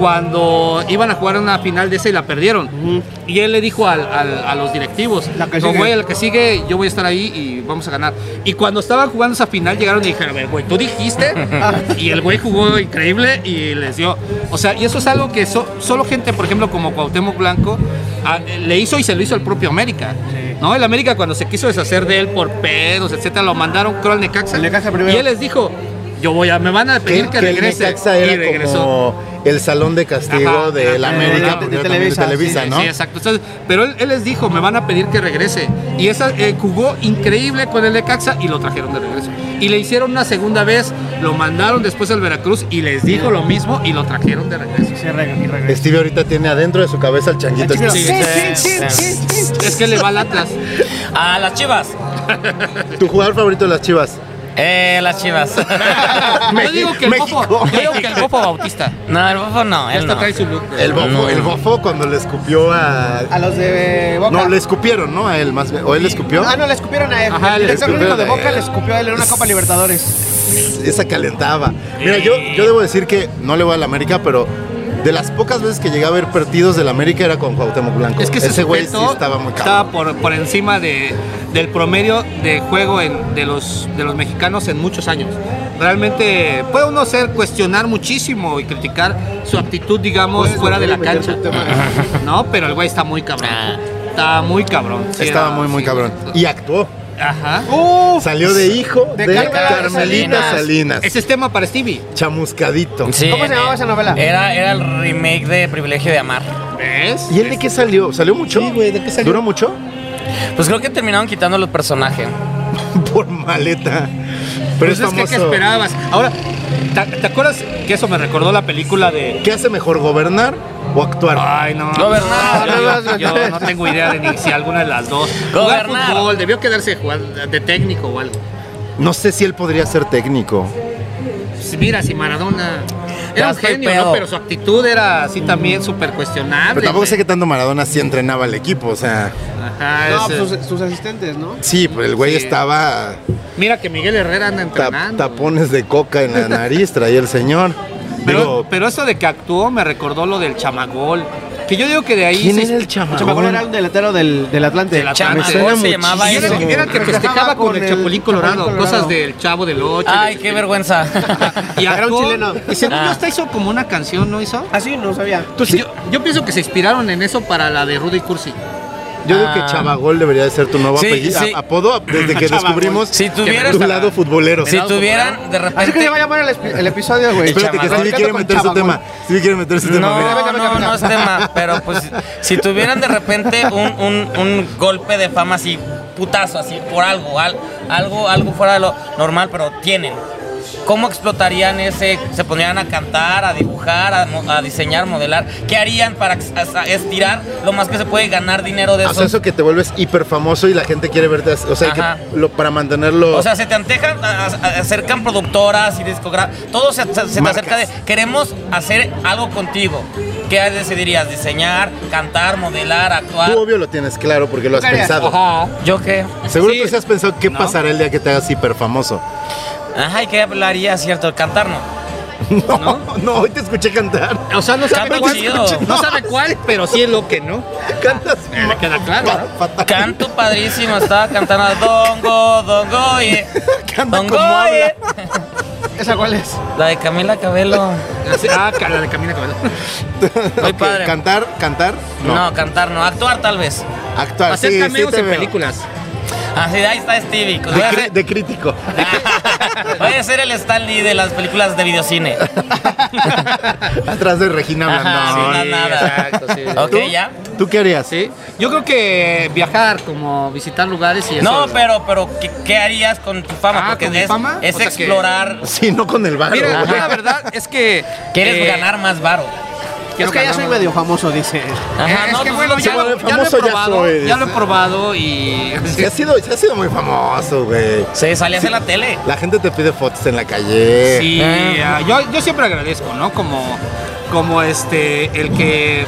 Speaker 5: cuando iban a jugar una final de esa y la perdieron. Y él le dijo al- al- a los directivos,
Speaker 3: La que
Speaker 5: "No,
Speaker 3: sigue".
Speaker 5: güey, el que sigue, yo voy a estar ahí y vamos a ganar. Y cuando estaban jugando esa final, llegaron y dijeron, a ver, güey, tú dijiste. y el güey jugó increíble y les dio. O sea, y eso es algo que so- solo gente, por ejemplo, como Cuauhtémoc Blanco, a- le hizo y se lo hizo el propio América. ¿No? El América, cuando se quiso deshacer de él por pedos, etcétera, lo mandaron, creo, al Necaxa.
Speaker 3: Al Necaxa primero.
Speaker 5: Y él les dijo, yo voy a, me van a pedir
Speaker 2: Que,
Speaker 5: que,
Speaker 2: que el
Speaker 5: regrese.
Speaker 2: Necaxa
Speaker 5: y
Speaker 2: era
Speaker 5: regresó.
Speaker 2: como el salón de
Speaker 5: Ajá,
Speaker 2: castigo del
Speaker 5: de-
Speaker 2: América,
Speaker 3: de-
Speaker 2: porque
Speaker 3: de
Speaker 2: era también
Speaker 3: Televisa,
Speaker 2: Televisa,
Speaker 3: sí,
Speaker 2: ¿no?
Speaker 5: Eh, Sí, exacto. Entonces, pero él, él les dijo, me van a pedir que regrese. Y esa eh, jugó increíble con el Necaxa y lo trajeron de regreso. Y le hicieron una segunda vez, lo mandaron después al Veracruz y les dijo lo mismo y lo trajeron de regreso.
Speaker 3: Se reg- y regresa.
Speaker 2: Steve ahorita tiene adentro de su cabeza el changuito.
Speaker 3: Sí,
Speaker 2: este.
Speaker 3: sí, sí, sí, sí.
Speaker 5: Es que le va al Atlas.
Speaker 4: A las chivas.
Speaker 2: ¿Tu jugador favorito de las Chivas?
Speaker 4: Eh, las chivas.
Speaker 5: Yo digo que el
Speaker 2: México,
Speaker 5: Bofo, yo digo que el Bofo Bautista.
Speaker 4: no, el bofo no, él
Speaker 5: Hasta
Speaker 4: no.
Speaker 5: trae su look.
Speaker 2: El bofo,
Speaker 4: No.
Speaker 2: el bofo cuando le escupió a...
Speaker 3: A los de Boca.
Speaker 2: No, le escupieron, ¿no? A él más bien. ¿O él le escupió?
Speaker 3: Ah, no, le escupieron a él.
Speaker 5: Ajá, le
Speaker 3: el director técnico
Speaker 2: escupieron
Speaker 3: de
Speaker 2: a
Speaker 3: Boca
Speaker 2: él.
Speaker 3: le escupió a él en una Copa Libertadores.
Speaker 2: Esa calentaba. Mira, yo, yo debo decir que no le voy al América, pero de las pocas veces que llegué a ver partidos del América era con Cuauhtémoc Blanco.
Speaker 5: Es que ese,
Speaker 2: güey sí
Speaker 5: sujeto
Speaker 2: estaba muy
Speaker 5: estaba
Speaker 2: cabrón.
Speaker 5: por, por encima de, del promedio de juego en- de, los, de los mexicanos en muchos años. Realmente puede uno ser cuestionar muchísimo y criticar su actitud,
Speaker 2: Pues
Speaker 5: digamos, fuera de la cancha. No, pero el güey está muy cabrón.
Speaker 4: Ah.
Speaker 5: Está muy cabrón. Sí,
Speaker 2: Estaba
Speaker 5: era-
Speaker 2: muy, muy
Speaker 5: sí.
Speaker 2: cabrón. Y actuó.
Speaker 5: Ajá.
Speaker 2: Salió de hijo
Speaker 3: De
Speaker 2: de,
Speaker 3: Carmelita
Speaker 2: Carmelita Salinas.
Speaker 5: Ese es tema para Stevie.
Speaker 2: Chamuscadito.
Speaker 4: Sí,
Speaker 3: ¿Cómo se llamaba
Speaker 4: eh,
Speaker 3: esa novela?
Speaker 4: Era, era el remake de Privilegio de Amar.
Speaker 5: ¿Ves?
Speaker 2: ¿Y él de qué salió? ¿Salió mucho?
Speaker 5: Sí, güey, ¿de qué salió?
Speaker 2: ¿Duró mucho?
Speaker 4: Pues creo que terminaron quitando los personajes.
Speaker 2: Por maleta. Pero
Speaker 5: Pues
Speaker 2: es
Speaker 5: es que,
Speaker 2: famoso.
Speaker 5: ¿qué esperabas? Ahora, ¿te, te acuerdas que eso me recordó la película de...
Speaker 2: ¿Qué hace mejor, gobernar o actuar?
Speaker 5: Ay, no.
Speaker 4: Gobernar.
Speaker 5: Yo, yo- yo no tengo idea de ni si alguna de las dos.
Speaker 4: Gobernar.
Speaker 5: Jugar fútbol, debió quedarse jugar de técnico o algo.
Speaker 2: No sé si él podría ser técnico.
Speaker 5: Pues Mira, si Maradona
Speaker 4: Ya
Speaker 5: era un
Speaker 4: estoy
Speaker 5: genio,
Speaker 4: pedo.
Speaker 5: ¿no? pero su actitud era así también súper cuestionable.
Speaker 2: Pero tampoco sé que tanto Maradona sí entrenaba al equipo, o sea.
Speaker 5: Ajá, eh,
Speaker 3: No,
Speaker 5: ese-
Speaker 3: pues, sus, sus asistentes, ¿no?
Speaker 2: Sí, pero el
Speaker 5: Sí.
Speaker 2: güey estaba
Speaker 5: Mira que Miguel Herrera anda
Speaker 2: tap-
Speaker 5: entrenando.
Speaker 2: tapones de coca en la nariz, traía el señor.
Speaker 5: Pero,
Speaker 2: Digo,
Speaker 5: pero eso de que actuó me recordó lo del chamagol. Que yo digo que de ahí.
Speaker 2: ¿quién
Speaker 5: se-
Speaker 2: era el
Speaker 3: El chamacón era
Speaker 2: chamagol?
Speaker 3: un delantero del, del Atlante.
Speaker 5: Ah, Del Atlante.
Speaker 4: Chama,
Speaker 2: suena
Speaker 4: ¿cómo se
Speaker 2: muchísimo.
Speaker 4: llamaba
Speaker 5: Y
Speaker 4: eso?
Speaker 5: Era, el que- era el que festejaba con, el Chapulín Colorado,
Speaker 3: Chapulín
Speaker 5: cosas
Speaker 3: Colorado.
Speaker 5: del Chavo del Ocho.
Speaker 4: Ay,
Speaker 5: del-
Speaker 4: qué vergüenza.
Speaker 5: Y
Speaker 3: Era un
Speaker 5: actuó,
Speaker 3: chileno.
Speaker 5: Y según
Speaker 4: Ah. Pues
Speaker 5: yo, hasta hizo como una canción, ¿no hizo?
Speaker 3: Ah, sí, no sabía.
Speaker 5: yo, yo pienso que se inspiraron en eso para la de Rudy Cursi.
Speaker 2: Yo digo que
Speaker 4: Ah.
Speaker 2: Chamagol debería de ser tu nuevo
Speaker 4: Sí,
Speaker 2: apellido-
Speaker 4: sí.
Speaker 2: a- apodo desde que descubrimos
Speaker 4: Si tuvieras-
Speaker 2: tu lado futbolero.
Speaker 4: si tuvieran de
Speaker 5: Ah,
Speaker 4: repente.
Speaker 3: Así que se va a llamar el, espi- el episodio, güey.
Speaker 2: Espérate que
Speaker 4: Chamagol.
Speaker 2: Stevie quiere
Speaker 3: Con
Speaker 2: meter su
Speaker 3: Chamagol.
Speaker 2: tema. Stevie quiere meter
Speaker 5: este
Speaker 2: su tema. mira.
Speaker 4: No, no, no es tema, pero pues si tuvieran de repente un, un- un golpe de fama así, putazo, así, por algo, al- algo, algo fuera de lo normal, pero tienen. ¿Cómo explotarían ese? ¿Se pondrían a cantar, a dibujar, a, mo- a diseñar, modelar? ¿Qué harían para ex- a- a- estirar lo más que se puede y ganar dinero de
Speaker 2: O sea,
Speaker 4: eso?
Speaker 2: eso que te vuelves hiper famoso y la gente quiere verte, as- o sea, que
Speaker 4: Ajá.
Speaker 2: lo- para mantenerlo
Speaker 4: O sea, se te antejan, a- a- acercan productoras y discográficas, todo se, se- se te
Speaker 2: Marcas.
Speaker 4: acerca de, queremos hacer algo contigo. ¿Qué decidirías? ¿Diseñar, cantar, modelar, actuar?
Speaker 2: Tú obvio lo tienes claro porque lo has
Speaker 3: Pero,
Speaker 2: pensado.
Speaker 4: Ajá. ¿Yo qué?
Speaker 2: Seguro
Speaker 5: Sí.
Speaker 2: tú sí has pensado qué
Speaker 5: ¿No?
Speaker 2: pasará el día que te hagas hiper famoso.
Speaker 4: Ajá, ¿y qué hablaría, cierto? Cantar no.
Speaker 2: No, no, hoy te escuché cantar.
Speaker 5: O sea, no sabe
Speaker 4: Canta
Speaker 5: cuál,
Speaker 4: chido.
Speaker 5: no sabe cuál, pero sí es lo que no.
Speaker 2: Cantas.
Speaker 5: Me Eh, queda claro,
Speaker 2: fa-
Speaker 5: ¿no?
Speaker 2: fatal.
Speaker 4: Canto padrísimo, estaba cantando a Dongo, Dongo, oye.
Speaker 2: Canta
Speaker 4: Dongo,
Speaker 2: como
Speaker 4: oye.
Speaker 3: ¿Esa cuál es?
Speaker 4: La de Camila Cabello.
Speaker 5: Ah, cara de Camila Cabello.
Speaker 4: Muy
Speaker 2: Ok,
Speaker 4: padre.
Speaker 2: Cantar, cantar,
Speaker 4: No. cantar no. Actuar tal vez.
Speaker 2: Actuar,
Speaker 5: Hacer
Speaker 2: sí, sí
Speaker 5: cameos
Speaker 2: te
Speaker 5: en
Speaker 2: veo.
Speaker 5: películas.
Speaker 4: Así, ahí está
Speaker 2: De,
Speaker 4: Stevie. Voy a
Speaker 2: cri-
Speaker 4: hacer-
Speaker 2: de crítico.
Speaker 4: Voy a ser el Stanley de las películas de videocine.
Speaker 2: Atrás de Regina
Speaker 4: Ajá,
Speaker 2: Blandón.
Speaker 4: sí, nada.
Speaker 5: exacto, sí.
Speaker 4: Ok,
Speaker 2: ¿Tú?
Speaker 4: ya.
Speaker 2: ¿Tú qué harías?
Speaker 5: Sí. Yo creo que viajar, como visitar lugares y eso.
Speaker 4: No, pero, pero ¿qué, qué harías con tu fama?
Speaker 5: Ah,
Speaker 4: Porque
Speaker 5: ¿con mi
Speaker 4: es,
Speaker 5: fama?
Speaker 4: es
Speaker 5: O sea que-
Speaker 4: explorar.
Speaker 2: Sí, no con el barro.
Speaker 5: Mira,
Speaker 2: güey.
Speaker 5: yo la verdad es que.
Speaker 4: Quieres
Speaker 5: eh,
Speaker 4: ganar más varo.
Speaker 5: quiero
Speaker 3: es que ya
Speaker 5: ganar
Speaker 3: soy
Speaker 5: más.
Speaker 3: medio famoso, dice.
Speaker 4: Ajá,
Speaker 5: es
Speaker 4: no,
Speaker 5: que
Speaker 4: pues,
Speaker 5: bueno,
Speaker 4: no,
Speaker 5: ya,
Speaker 4: sí,
Speaker 5: lo, ya lo he
Speaker 2: famoso ya
Speaker 5: probado.
Speaker 2: soy,
Speaker 5: Ya, lo he
Speaker 2: dice.
Speaker 5: probado y.
Speaker 2: Sí, ha sido, sí ha sido muy famoso, güey.
Speaker 4: Se salías en la tele.
Speaker 2: La gente te pide fotos en la calle.
Speaker 5: Sí, ah, yo, yo siempre agradezco, ¿no? Como, como este, el que,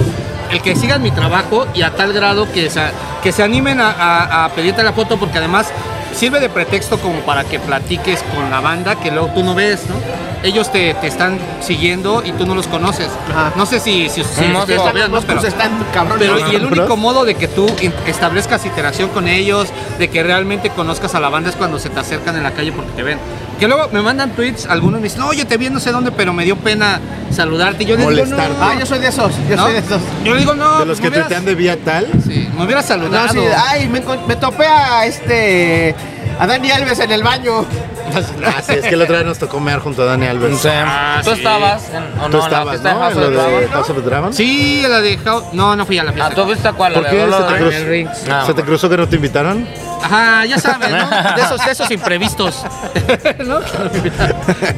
Speaker 5: el que sigan mi trabajo y a tal grado que se, que se animen a, a- a pedirte la foto porque además sirve de pretexto como para que platiques con la banda que luego tú no ves, ¿no? Ellos te, te están siguiendo y tú no los conoces.
Speaker 3: Ajá.
Speaker 5: No sé si, si, si
Speaker 4: No,
Speaker 5: ustedes
Speaker 4: no,
Speaker 5: sabían, ¿no?
Speaker 3: Los
Speaker 5: Pero-
Speaker 3: pues están cabrones.
Speaker 5: pero
Speaker 3: ¿no?
Speaker 5: y el
Speaker 2: ¿Compras?
Speaker 5: único modo de que tú in- establezcas interacción con ellos, de que realmente conozcas a la banda es cuando se te acercan en la calle porque te ven. Que luego me mandan tweets, algunos me dicen, no, yo te vi no sé dónde, pero me dio pena saludarte. Y yo les
Speaker 2: Molestarte.
Speaker 5: digo,
Speaker 3: Ah,
Speaker 5: no,
Speaker 3: yo soy de esos, yo
Speaker 5: ¿no?
Speaker 3: soy de esos.
Speaker 5: Yo le digo, no, pues
Speaker 2: De los que
Speaker 5: me hubieras,
Speaker 2: tuitean de vía tal.
Speaker 5: sí, me hubieras saludado.
Speaker 3: No, sí, ah, ay, me, encon- me topé a este. a Dani Alves en el baño.
Speaker 2: Ah, sí, es que la otra vez nos tocó mear junto a Dani Alves.
Speaker 5: Ah,
Speaker 4: Tú
Speaker 5: sí.
Speaker 4: estabas en, o
Speaker 2: Tú
Speaker 4: Oh, no, en la
Speaker 2: estabas,
Speaker 4: fiesta
Speaker 2: ¿no?
Speaker 4: de House
Speaker 2: En
Speaker 4: of
Speaker 2: lo de
Speaker 4: Dragon.
Speaker 2: House of the Dragon.
Speaker 5: Sí, la de How- No, no fui a la
Speaker 4: Ah, ¿A tu
Speaker 5: fiesta.
Speaker 4: vista cuál?
Speaker 2: ¿Por
Speaker 4: ¿La
Speaker 2: qué
Speaker 4: de
Speaker 2: se
Speaker 4: Dolor
Speaker 2: te,
Speaker 4: Ring?
Speaker 2: cruzó,
Speaker 5: el ring.
Speaker 4: Ah,
Speaker 2: se te cruzó que no te invitaron?
Speaker 5: Ajá, ya sabes, ¿no? De esos, de esos imprevistos. ¿No?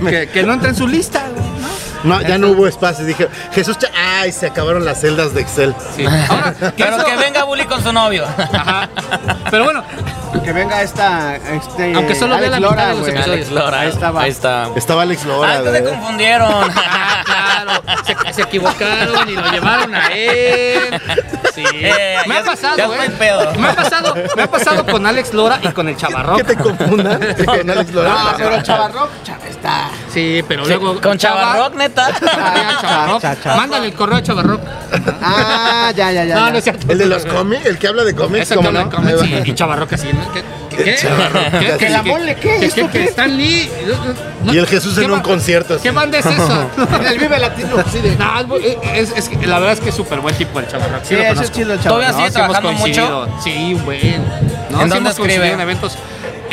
Speaker 5: que, que no entra en su lista, güey, ¿no?
Speaker 2: No, ya no hubo espacio. Dije, Jesús, ya- ay, se acabaron las celdas de Excel.
Speaker 5: Sí. Ahora,
Speaker 4: Pero
Speaker 5: eso-
Speaker 4: que venga Bully con su novio.
Speaker 5: Ajá. Pero bueno,
Speaker 3: Que venga esta. Este,
Speaker 5: Aunque solo vea
Speaker 3: Alex
Speaker 5: la mitad
Speaker 3: Lora,
Speaker 5: de los
Speaker 3: güey.
Speaker 5: episodios.
Speaker 4: Alex Lora.
Speaker 3: Ahí estaba.
Speaker 4: Ahí está.
Speaker 2: Estaba Alex Lora.
Speaker 4: Ah, entonces se
Speaker 2: güey.
Speaker 4: confundieron.
Speaker 5: Ah, claro, se, se equivocaron y lo llevaron a él. Sí.
Speaker 4: Eh,
Speaker 5: me ha
Speaker 4: ya es- ya
Speaker 5: pasado,
Speaker 4: estoy
Speaker 5: eh.
Speaker 4: pedo.
Speaker 5: Me ha pasado, me ha pasado con Alex Lora y con el
Speaker 2: Que
Speaker 5: Chavarroc.
Speaker 2: te confundan con Alex Lora.
Speaker 3: Ah, pero Chavarro, chava, está.
Speaker 5: Sí, pero
Speaker 4: Sí,
Speaker 5: luego
Speaker 4: Con
Speaker 5: Chava-
Speaker 4: Chavarrock, neta.
Speaker 5: Ah, Chavarroc.
Speaker 3: Cha- cha-
Speaker 5: Mándale el correo a Chavarroc.
Speaker 3: Ah, ya, ya, ya.
Speaker 5: No,
Speaker 3: ya.
Speaker 5: no es cierto.
Speaker 2: El de los cómics, el que habla de cómics,
Speaker 5: Ese
Speaker 2: ¿cómo
Speaker 5: que habla
Speaker 2: no?
Speaker 5: de cómics y- y Chavarroc así. ¿no? ¿Qué? ¿Qué? ¿Qué?
Speaker 2: Chavarroc,
Speaker 5: ¿Qué?
Speaker 2: ya
Speaker 5: ¿Qué?
Speaker 2: sé.
Speaker 3: la mole, ¿qué?
Speaker 5: ¿Qué?
Speaker 3: ¿Esto
Speaker 5: ¿Qué?
Speaker 3: qué?
Speaker 5: Stan Lee. no-
Speaker 2: Y el Jesús
Speaker 5: ¿Qué
Speaker 2: en un
Speaker 5: ba-
Speaker 2: concierto. así.
Speaker 5: ¿Qué banda es esa?
Speaker 3: En el Vive Latino, sí, de.
Speaker 5: No, es bu- eh, es- es que la verdad es que es súper buen tipo el chavarroc.
Speaker 3: Sí,
Speaker 5: lo
Speaker 3: ese es
Speaker 5: conozco.
Speaker 3: chido el Chavarro.
Speaker 4: Todavía
Speaker 5: No,
Speaker 4: sigue
Speaker 5: sí hemos
Speaker 4: trabajando mucho.
Speaker 5: coincidido. Sí, un buen. No,
Speaker 4: ¿En
Speaker 5: sí
Speaker 4: dónde
Speaker 5: hemos coincidido
Speaker 4: escribe?
Speaker 5: En eventos.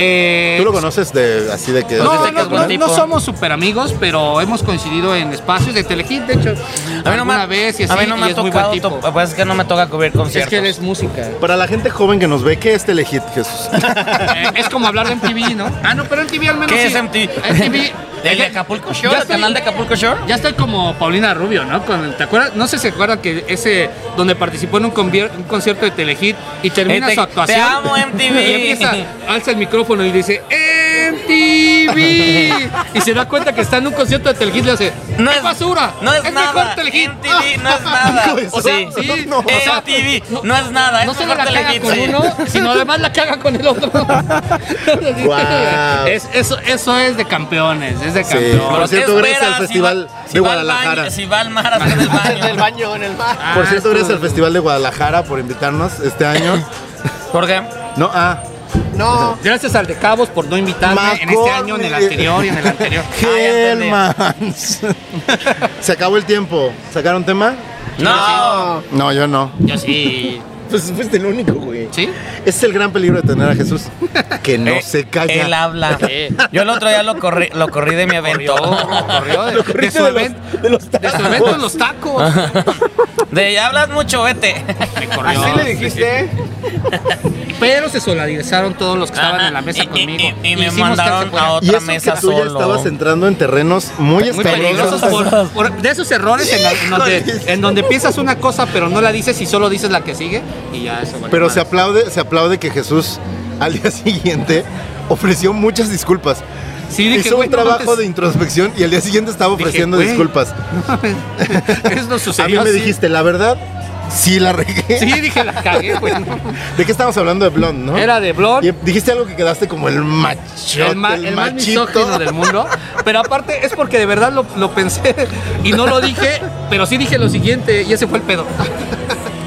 Speaker 5: Eh,
Speaker 2: ¿Tú lo conoces de así de que.?
Speaker 5: No,
Speaker 4: Dice
Speaker 5: no,
Speaker 4: que es buen
Speaker 5: no,
Speaker 4: tipo.
Speaker 5: no somos súper amigos, pero hemos coincidido en espacios de Telehit, de hecho.
Speaker 4: A mí no me,
Speaker 5: alguna vez y así,
Speaker 4: a mí no me
Speaker 5: y
Speaker 4: ha
Speaker 5: es muy buen
Speaker 4: tocado.
Speaker 5: tipo.
Speaker 4: to- Pues es que no me toca cubrir
Speaker 5: Es
Speaker 4: conciertos.
Speaker 5: que él es música.
Speaker 2: Para la gente joven que nos ve, ¿qué es Telehit, Jesús?
Speaker 5: Eh, es como hablar de MTV, ¿no? Ah, no, pero MTV al menos
Speaker 4: ¿Qué
Speaker 5: sí.
Speaker 4: es MTV?
Speaker 5: MTV.
Speaker 4: ¿El de
Speaker 5: Ya-
Speaker 4: Acapulco
Speaker 5: ya
Speaker 4: Shore? ¿El
Speaker 5: estoy-
Speaker 4: canal de Acapulco Shore?
Speaker 5: Ya estoy como Paulina Rubio, ¿no? Con- ¿Te acuerdas? No sé si se acuerdan que ese donde participó en un, convier- un concierto de Telehit y termina
Speaker 4: Eh, te-
Speaker 5: su actuación.
Speaker 4: te amo, MTV.
Speaker 5: Y empieza, alza el micrófono y dice MTV. y se da cuenta que está en un concierto de Telehit y le hace
Speaker 4: No
Speaker 5: "¡Qué basura.
Speaker 4: No es, nada.
Speaker 5: mejor Telehit.
Speaker 4: MTV no es nada.
Speaker 2: No,
Speaker 4: sí.
Speaker 2: no,
Speaker 5: Sí,
Speaker 2: no.
Speaker 5: o sea,
Speaker 4: MTV no, es nada.
Speaker 5: No
Speaker 4: es
Speaker 5: solo
Speaker 4: mejor
Speaker 5: la caga
Speaker 4: Telehit,
Speaker 5: con
Speaker 4: sí.
Speaker 5: uno, sino además la caga con el otro.
Speaker 2: Guau.
Speaker 5: Es- eso, eso es de campeones, es de
Speaker 2: Sí.
Speaker 5: campeones.
Speaker 2: Por
Speaker 4: ¿qué
Speaker 2: cierto, gracias
Speaker 4: esperas
Speaker 2: al
Speaker 4: si
Speaker 2: Festival
Speaker 4: va-
Speaker 2: de
Speaker 4: si va al
Speaker 2: Guadalajara.
Speaker 4: baño- Si va al mar a hacer el
Speaker 3: En el
Speaker 4: baño.
Speaker 3: baño, en el mar.
Speaker 5: Ah,
Speaker 2: Por cierto,
Speaker 5: esto-
Speaker 2: gracias al Festival de Guadalajara por invitarnos este año.
Speaker 4: ¿Por qué?
Speaker 2: No, ah.
Speaker 3: No.
Speaker 5: Gracias al de Cabos por no invitarme en este año, en el
Speaker 2: McCormick.
Speaker 5: anterior y en el anterior.
Speaker 2: Hellmans. Se acabó el tiempo. ¿Sacaron tema?
Speaker 4: No.
Speaker 2: No, yo no.
Speaker 5: Yo sí.
Speaker 2: Pues fuiste el único, güey.
Speaker 5: ¿Sí?
Speaker 2: Ese es el gran peligro de tener a Jesús. Que no
Speaker 4: Eh,
Speaker 2: se calla.
Speaker 4: Él habla.
Speaker 5: Sí.
Speaker 4: Yo el otro día lo corrí, lo corrí de mi evento.
Speaker 5: Corrió, corrió de, de su evento.
Speaker 2: de los
Speaker 5: De su evento en los tacos.
Speaker 4: De ya hablas mucho, vete.
Speaker 5: Me corrió.
Speaker 3: Así le dijiste.
Speaker 5: Pero se solidarizaron todos los que estaban en la mesa
Speaker 4: Y- y-
Speaker 5: conmigo.
Speaker 4: y- y me
Speaker 5: Hicimos
Speaker 4: mandaron
Speaker 5: que se fuera.
Speaker 4: a
Speaker 2: Y
Speaker 4: Otra
Speaker 2: eso
Speaker 4: mesa
Speaker 2: que tú ya
Speaker 4: solo.
Speaker 2: estabas entrando en terrenos muy,
Speaker 5: Muy peligrosos por, por- de esos errores en, la- en donde, en donde piensas una cosa pero no la dices y solo dices la que sigue y ya eso vale
Speaker 2: Pero
Speaker 5: madre.
Speaker 2: se aplaude, se aplaude que Jesús al día siguiente ofreció muchas disculpas.
Speaker 5: Sí, dije,
Speaker 2: Hizo
Speaker 5: "Güey,
Speaker 2: un
Speaker 5: no
Speaker 2: trabajo
Speaker 5: mames".
Speaker 2: de introspección y al día siguiente estaba
Speaker 5: Dije,
Speaker 2: ofreciendo
Speaker 5: "Güey".
Speaker 2: disculpas.
Speaker 5: Eso no
Speaker 2: A mí
Speaker 5: sucedió
Speaker 2: me
Speaker 5: así.
Speaker 2: dijiste, la verdad, sí la regué.
Speaker 5: Sí, dije, la cagué, güey.
Speaker 2: ¿De qué estábamos hablando de Blond, no?
Speaker 5: Era de Blond.
Speaker 2: Y dijiste algo que quedaste como el macho.
Speaker 5: el, ma- el más misógino del mundo. Pero aparte es porque de verdad lo, lo pensé y no lo dije, pero sí dije lo siguiente y ese fue el pedo.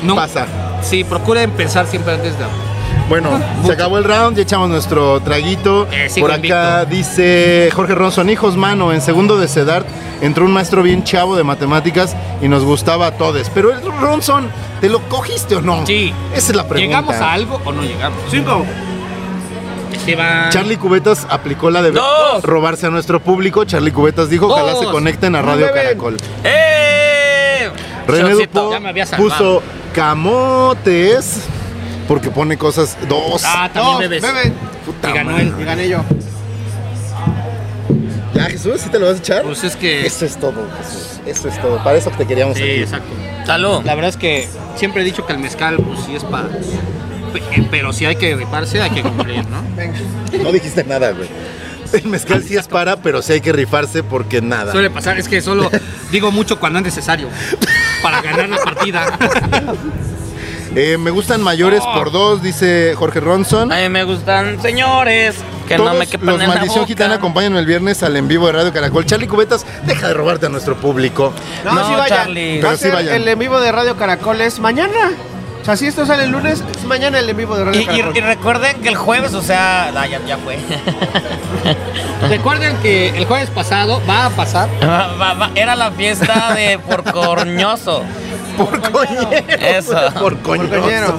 Speaker 5: No,
Speaker 2: Pasa.
Speaker 5: Sí, procuren pensar siempre antes de hablar.
Speaker 2: Bueno, se acabó el round, ya echamos nuestro traguito.
Speaker 5: Eh, sigo
Speaker 2: Por acá dice Jorge Ronson, hijos mano, en segundo de Sedart entró un maestro bien chavo de matemáticas y nos gustaba a todos. Pero el Ronson, ¿te lo cogiste o no?
Speaker 5: Sí.
Speaker 2: Esa es la pregunta.
Speaker 5: ¿Llegamos a algo o no llegamos?
Speaker 3: Cinco.
Speaker 5: Se va.
Speaker 2: Charlie Cubetas aplicó la de
Speaker 4: Dos.
Speaker 2: robarse a nuestro público. Charlie Cubetas dijo, ojalá
Speaker 5: Dos.
Speaker 2: se conecten a Radio
Speaker 3: Nueve.
Speaker 2: Caracol.
Speaker 4: ¡Eh!
Speaker 2: René
Speaker 4: Shotcito.
Speaker 2: Dupo
Speaker 5: ya me había salvado.
Speaker 2: puso camotes porque pone cosas dos.
Speaker 5: Ah,
Speaker 3: Dos.
Speaker 5: también bebes.
Speaker 3: Bebe.
Speaker 2: Puta
Speaker 5: y ganó
Speaker 2: madre.
Speaker 5: él.
Speaker 3: Y gané yo.
Speaker 2: Ya, Jesús, ¿sí te lo vas a echar?
Speaker 5: Pues es que.
Speaker 2: Eso es todo, Jesús. Eso es todo. Para eso te queríamos
Speaker 5: Sí,
Speaker 2: aquí.
Speaker 5: exacto.
Speaker 4: Salud.
Speaker 5: La verdad es que siempre he dicho que el mezcal, pues sí es para. Pero si hay que rifarse, hay que cumplir, ¿no?
Speaker 3: Venga.
Speaker 2: No dijiste nada, güey. El mezcal sí es para, pero sí hay que rifarse porque nada.
Speaker 5: Suele pasar, es que solo digo mucho cuando es necesario para ganar la partida.
Speaker 2: Eh, me gustan mayores
Speaker 5: Oh.
Speaker 2: por dos, dice Jorge Ronson.
Speaker 4: A mí me gustan señores que
Speaker 2: Todos
Speaker 4: no me quepan
Speaker 2: los
Speaker 4: en la
Speaker 2: Maldición
Speaker 4: boca.
Speaker 2: Gitana acompañan el viernes al en vivo de Radio Caracol. Charlie Cubetas, deja de robarte a nuestro público.
Speaker 3: No,
Speaker 4: No,
Speaker 3: sí vayan.
Speaker 4: Charlie.
Speaker 3: Va
Speaker 2: Pero
Speaker 3: a
Speaker 2: sí
Speaker 3: ser
Speaker 2: vayan.
Speaker 3: El en vivo de Radio Caracol es mañana. O sea, si esto sale el lunes, es mañana el en vivo de
Speaker 4: Y,
Speaker 3: Radio Caracol.
Speaker 4: y- y recuerden que el jueves, o sea, ah, ya, ya fue.
Speaker 5: Recuerden que el jueves pasado va a pasar.
Speaker 4: Va- Ah, va- va- Era la fiesta de Porcorñoso.
Speaker 2: Por coñero.
Speaker 4: Eso.
Speaker 2: Por coñoso.
Speaker 3: Compañero.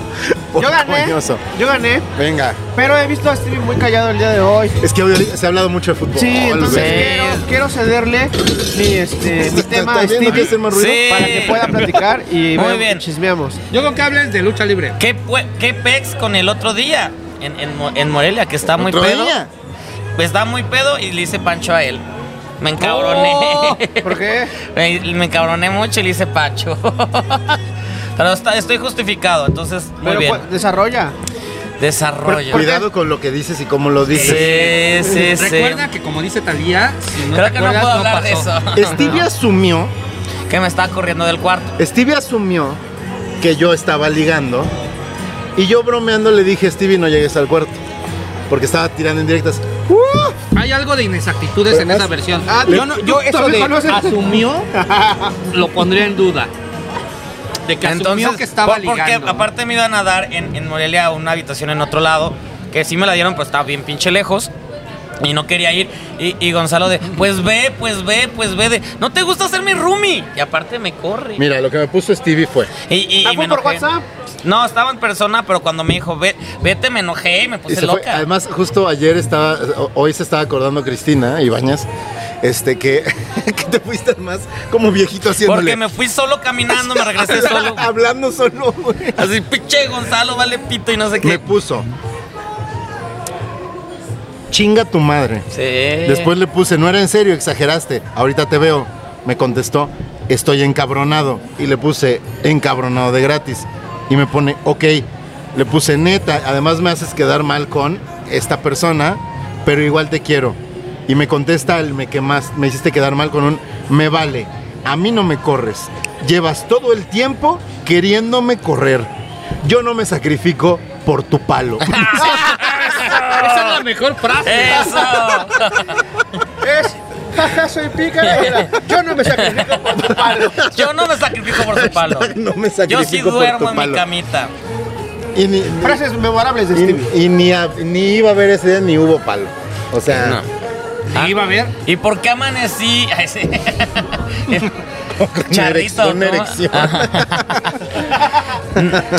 Speaker 2: Por
Speaker 3: Yo gané.
Speaker 2: coñoso.
Speaker 3: Yo gané.
Speaker 2: Venga.
Speaker 3: Pero he visto a Stevie muy callado el día de hoy.
Speaker 2: Es que hoy se ha hablado mucho de fútbol.
Speaker 3: Sí, entonces
Speaker 2: güey.
Speaker 3: quiero, quiero cederle mi, este, mi
Speaker 2: ¿Está-
Speaker 3: tema
Speaker 2: está
Speaker 3: a
Speaker 2: bien? ¿No quieres hacer
Speaker 3: Stevie
Speaker 2: más ruido?
Speaker 4: Sí.
Speaker 3: para que pueda platicar y
Speaker 4: Muy
Speaker 3: veamos
Speaker 4: bien.
Speaker 3: y chismeamos.
Speaker 5: Yo creo que hablen de lucha libre.
Speaker 4: ¿Qué, pue- qué pex con el otro día en, en Mo- en Morelia? Que está muy
Speaker 2: ¿Otro
Speaker 4: pedo.
Speaker 2: día?
Speaker 4: Pues está muy pedo y le hice pancho a él. Me encabroné.
Speaker 5: Oh.
Speaker 3: ¿Por qué?
Speaker 4: Me, me encabroné mucho y le hice pacho. Pero está- estoy justificado, entonces muy
Speaker 3: Pero
Speaker 4: bien.
Speaker 3: pues, desarrolla.
Speaker 4: Desarrollo.
Speaker 2: Cuidado con lo que dices y cómo lo dices.
Speaker 4: Sí, sí, sí.
Speaker 5: Recuerda que como dice Talía, si no
Speaker 4: Creo
Speaker 5: te
Speaker 4: que no
Speaker 5: acuerdas,
Speaker 4: puedo hablar de
Speaker 5: pasó.
Speaker 4: eso.
Speaker 2: Stevie asumió,
Speaker 4: Que me estaba corriendo del cuarto.
Speaker 2: Stevie asumió que yo estaba ligando y yo bromeando le dije, Stevie, no llegues al cuarto. Porque estaba tirando en directas.
Speaker 5: Hay algo de inexactitudes en esa versión.
Speaker 3: Ah,
Speaker 5: yo no- yo
Speaker 3: tú
Speaker 5: eso
Speaker 3: también
Speaker 5: de
Speaker 3: conoces.
Speaker 5: asumió lo pondría en duda. De que asumió que estaba
Speaker 4: por- porque
Speaker 5: ligando.
Speaker 4: aparte me iban a dar en, en Morelia una habitación en otro lado, que sí me la dieron, pero estaba bien pinche lejos. Y no quería ir. Y, y Gonzalo de, pues ve, pues ve, pues ve. De, no te gusta ser mi roomie. Y aparte me corre.
Speaker 2: Mira, lo que me puso Stevie fue.
Speaker 4: Y, y-
Speaker 3: Ah,
Speaker 4: y
Speaker 3: ¿fue
Speaker 4: me
Speaker 3: por
Speaker 4: enojé.
Speaker 3: WhatsApp?
Speaker 4: No, estaba en persona, pero cuando me dijo, "Ve- vete, me enojé y me
Speaker 2: Y
Speaker 4: puse
Speaker 2: se fue.
Speaker 4: loca.
Speaker 2: Además, justo ayer estaba, o- hoy se estaba acordando Cristina Ibañez, este, que, que te fuiste más como viejito haciéndole.
Speaker 4: porque me fui solo caminando, me regresé solo.
Speaker 2: Hablando solo, güey.
Speaker 4: Así, pinche Gonzalo, vale pito y no
Speaker 2: Me
Speaker 4: sé qué.
Speaker 2: puso. Chinga tu madre.
Speaker 4: Sí.
Speaker 2: Después le puse, no era en serio, exageraste. Ahorita te veo. Me contestó, estoy encabronado. Y le puse, encabronado de gratis. Y me pone, ok. Le puse, neta, además me haces quedar mal con esta persona, pero igual te quiero. Y me contesta el me quemas, me hiciste quedar mal con un me vale. A mí no me corres. Llevas todo el tiempo queriéndome correr. Yo no me sacrifico por tu palo.
Speaker 5: Esa
Speaker 4: Ah.
Speaker 5: es la mejor frase.
Speaker 4: Eso.
Speaker 3: Es, jaja, soy pícara. Yo no me sacrifico pues, por tu palo.
Speaker 4: Yo no me sacrifico por su palo.
Speaker 2: no me
Speaker 4: Yo sí
Speaker 2: sacrifico por
Speaker 4: duermo
Speaker 2: tu
Speaker 4: en mi
Speaker 2: palo.
Speaker 4: camita.
Speaker 2: Y ni- ni-
Speaker 3: Frases memorables de Stevie.
Speaker 2: Y, y ni, a- ni iba a haber ese día ni hubo palo. O sea,
Speaker 5: Y iba a ver.
Speaker 4: ¿Y por qué amanecí? Ay, sí.
Speaker 2: con una
Speaker 4: Charrito,
Speaker 2: erección, una
Speaker 4: ¿no?
Speaker 2: erección.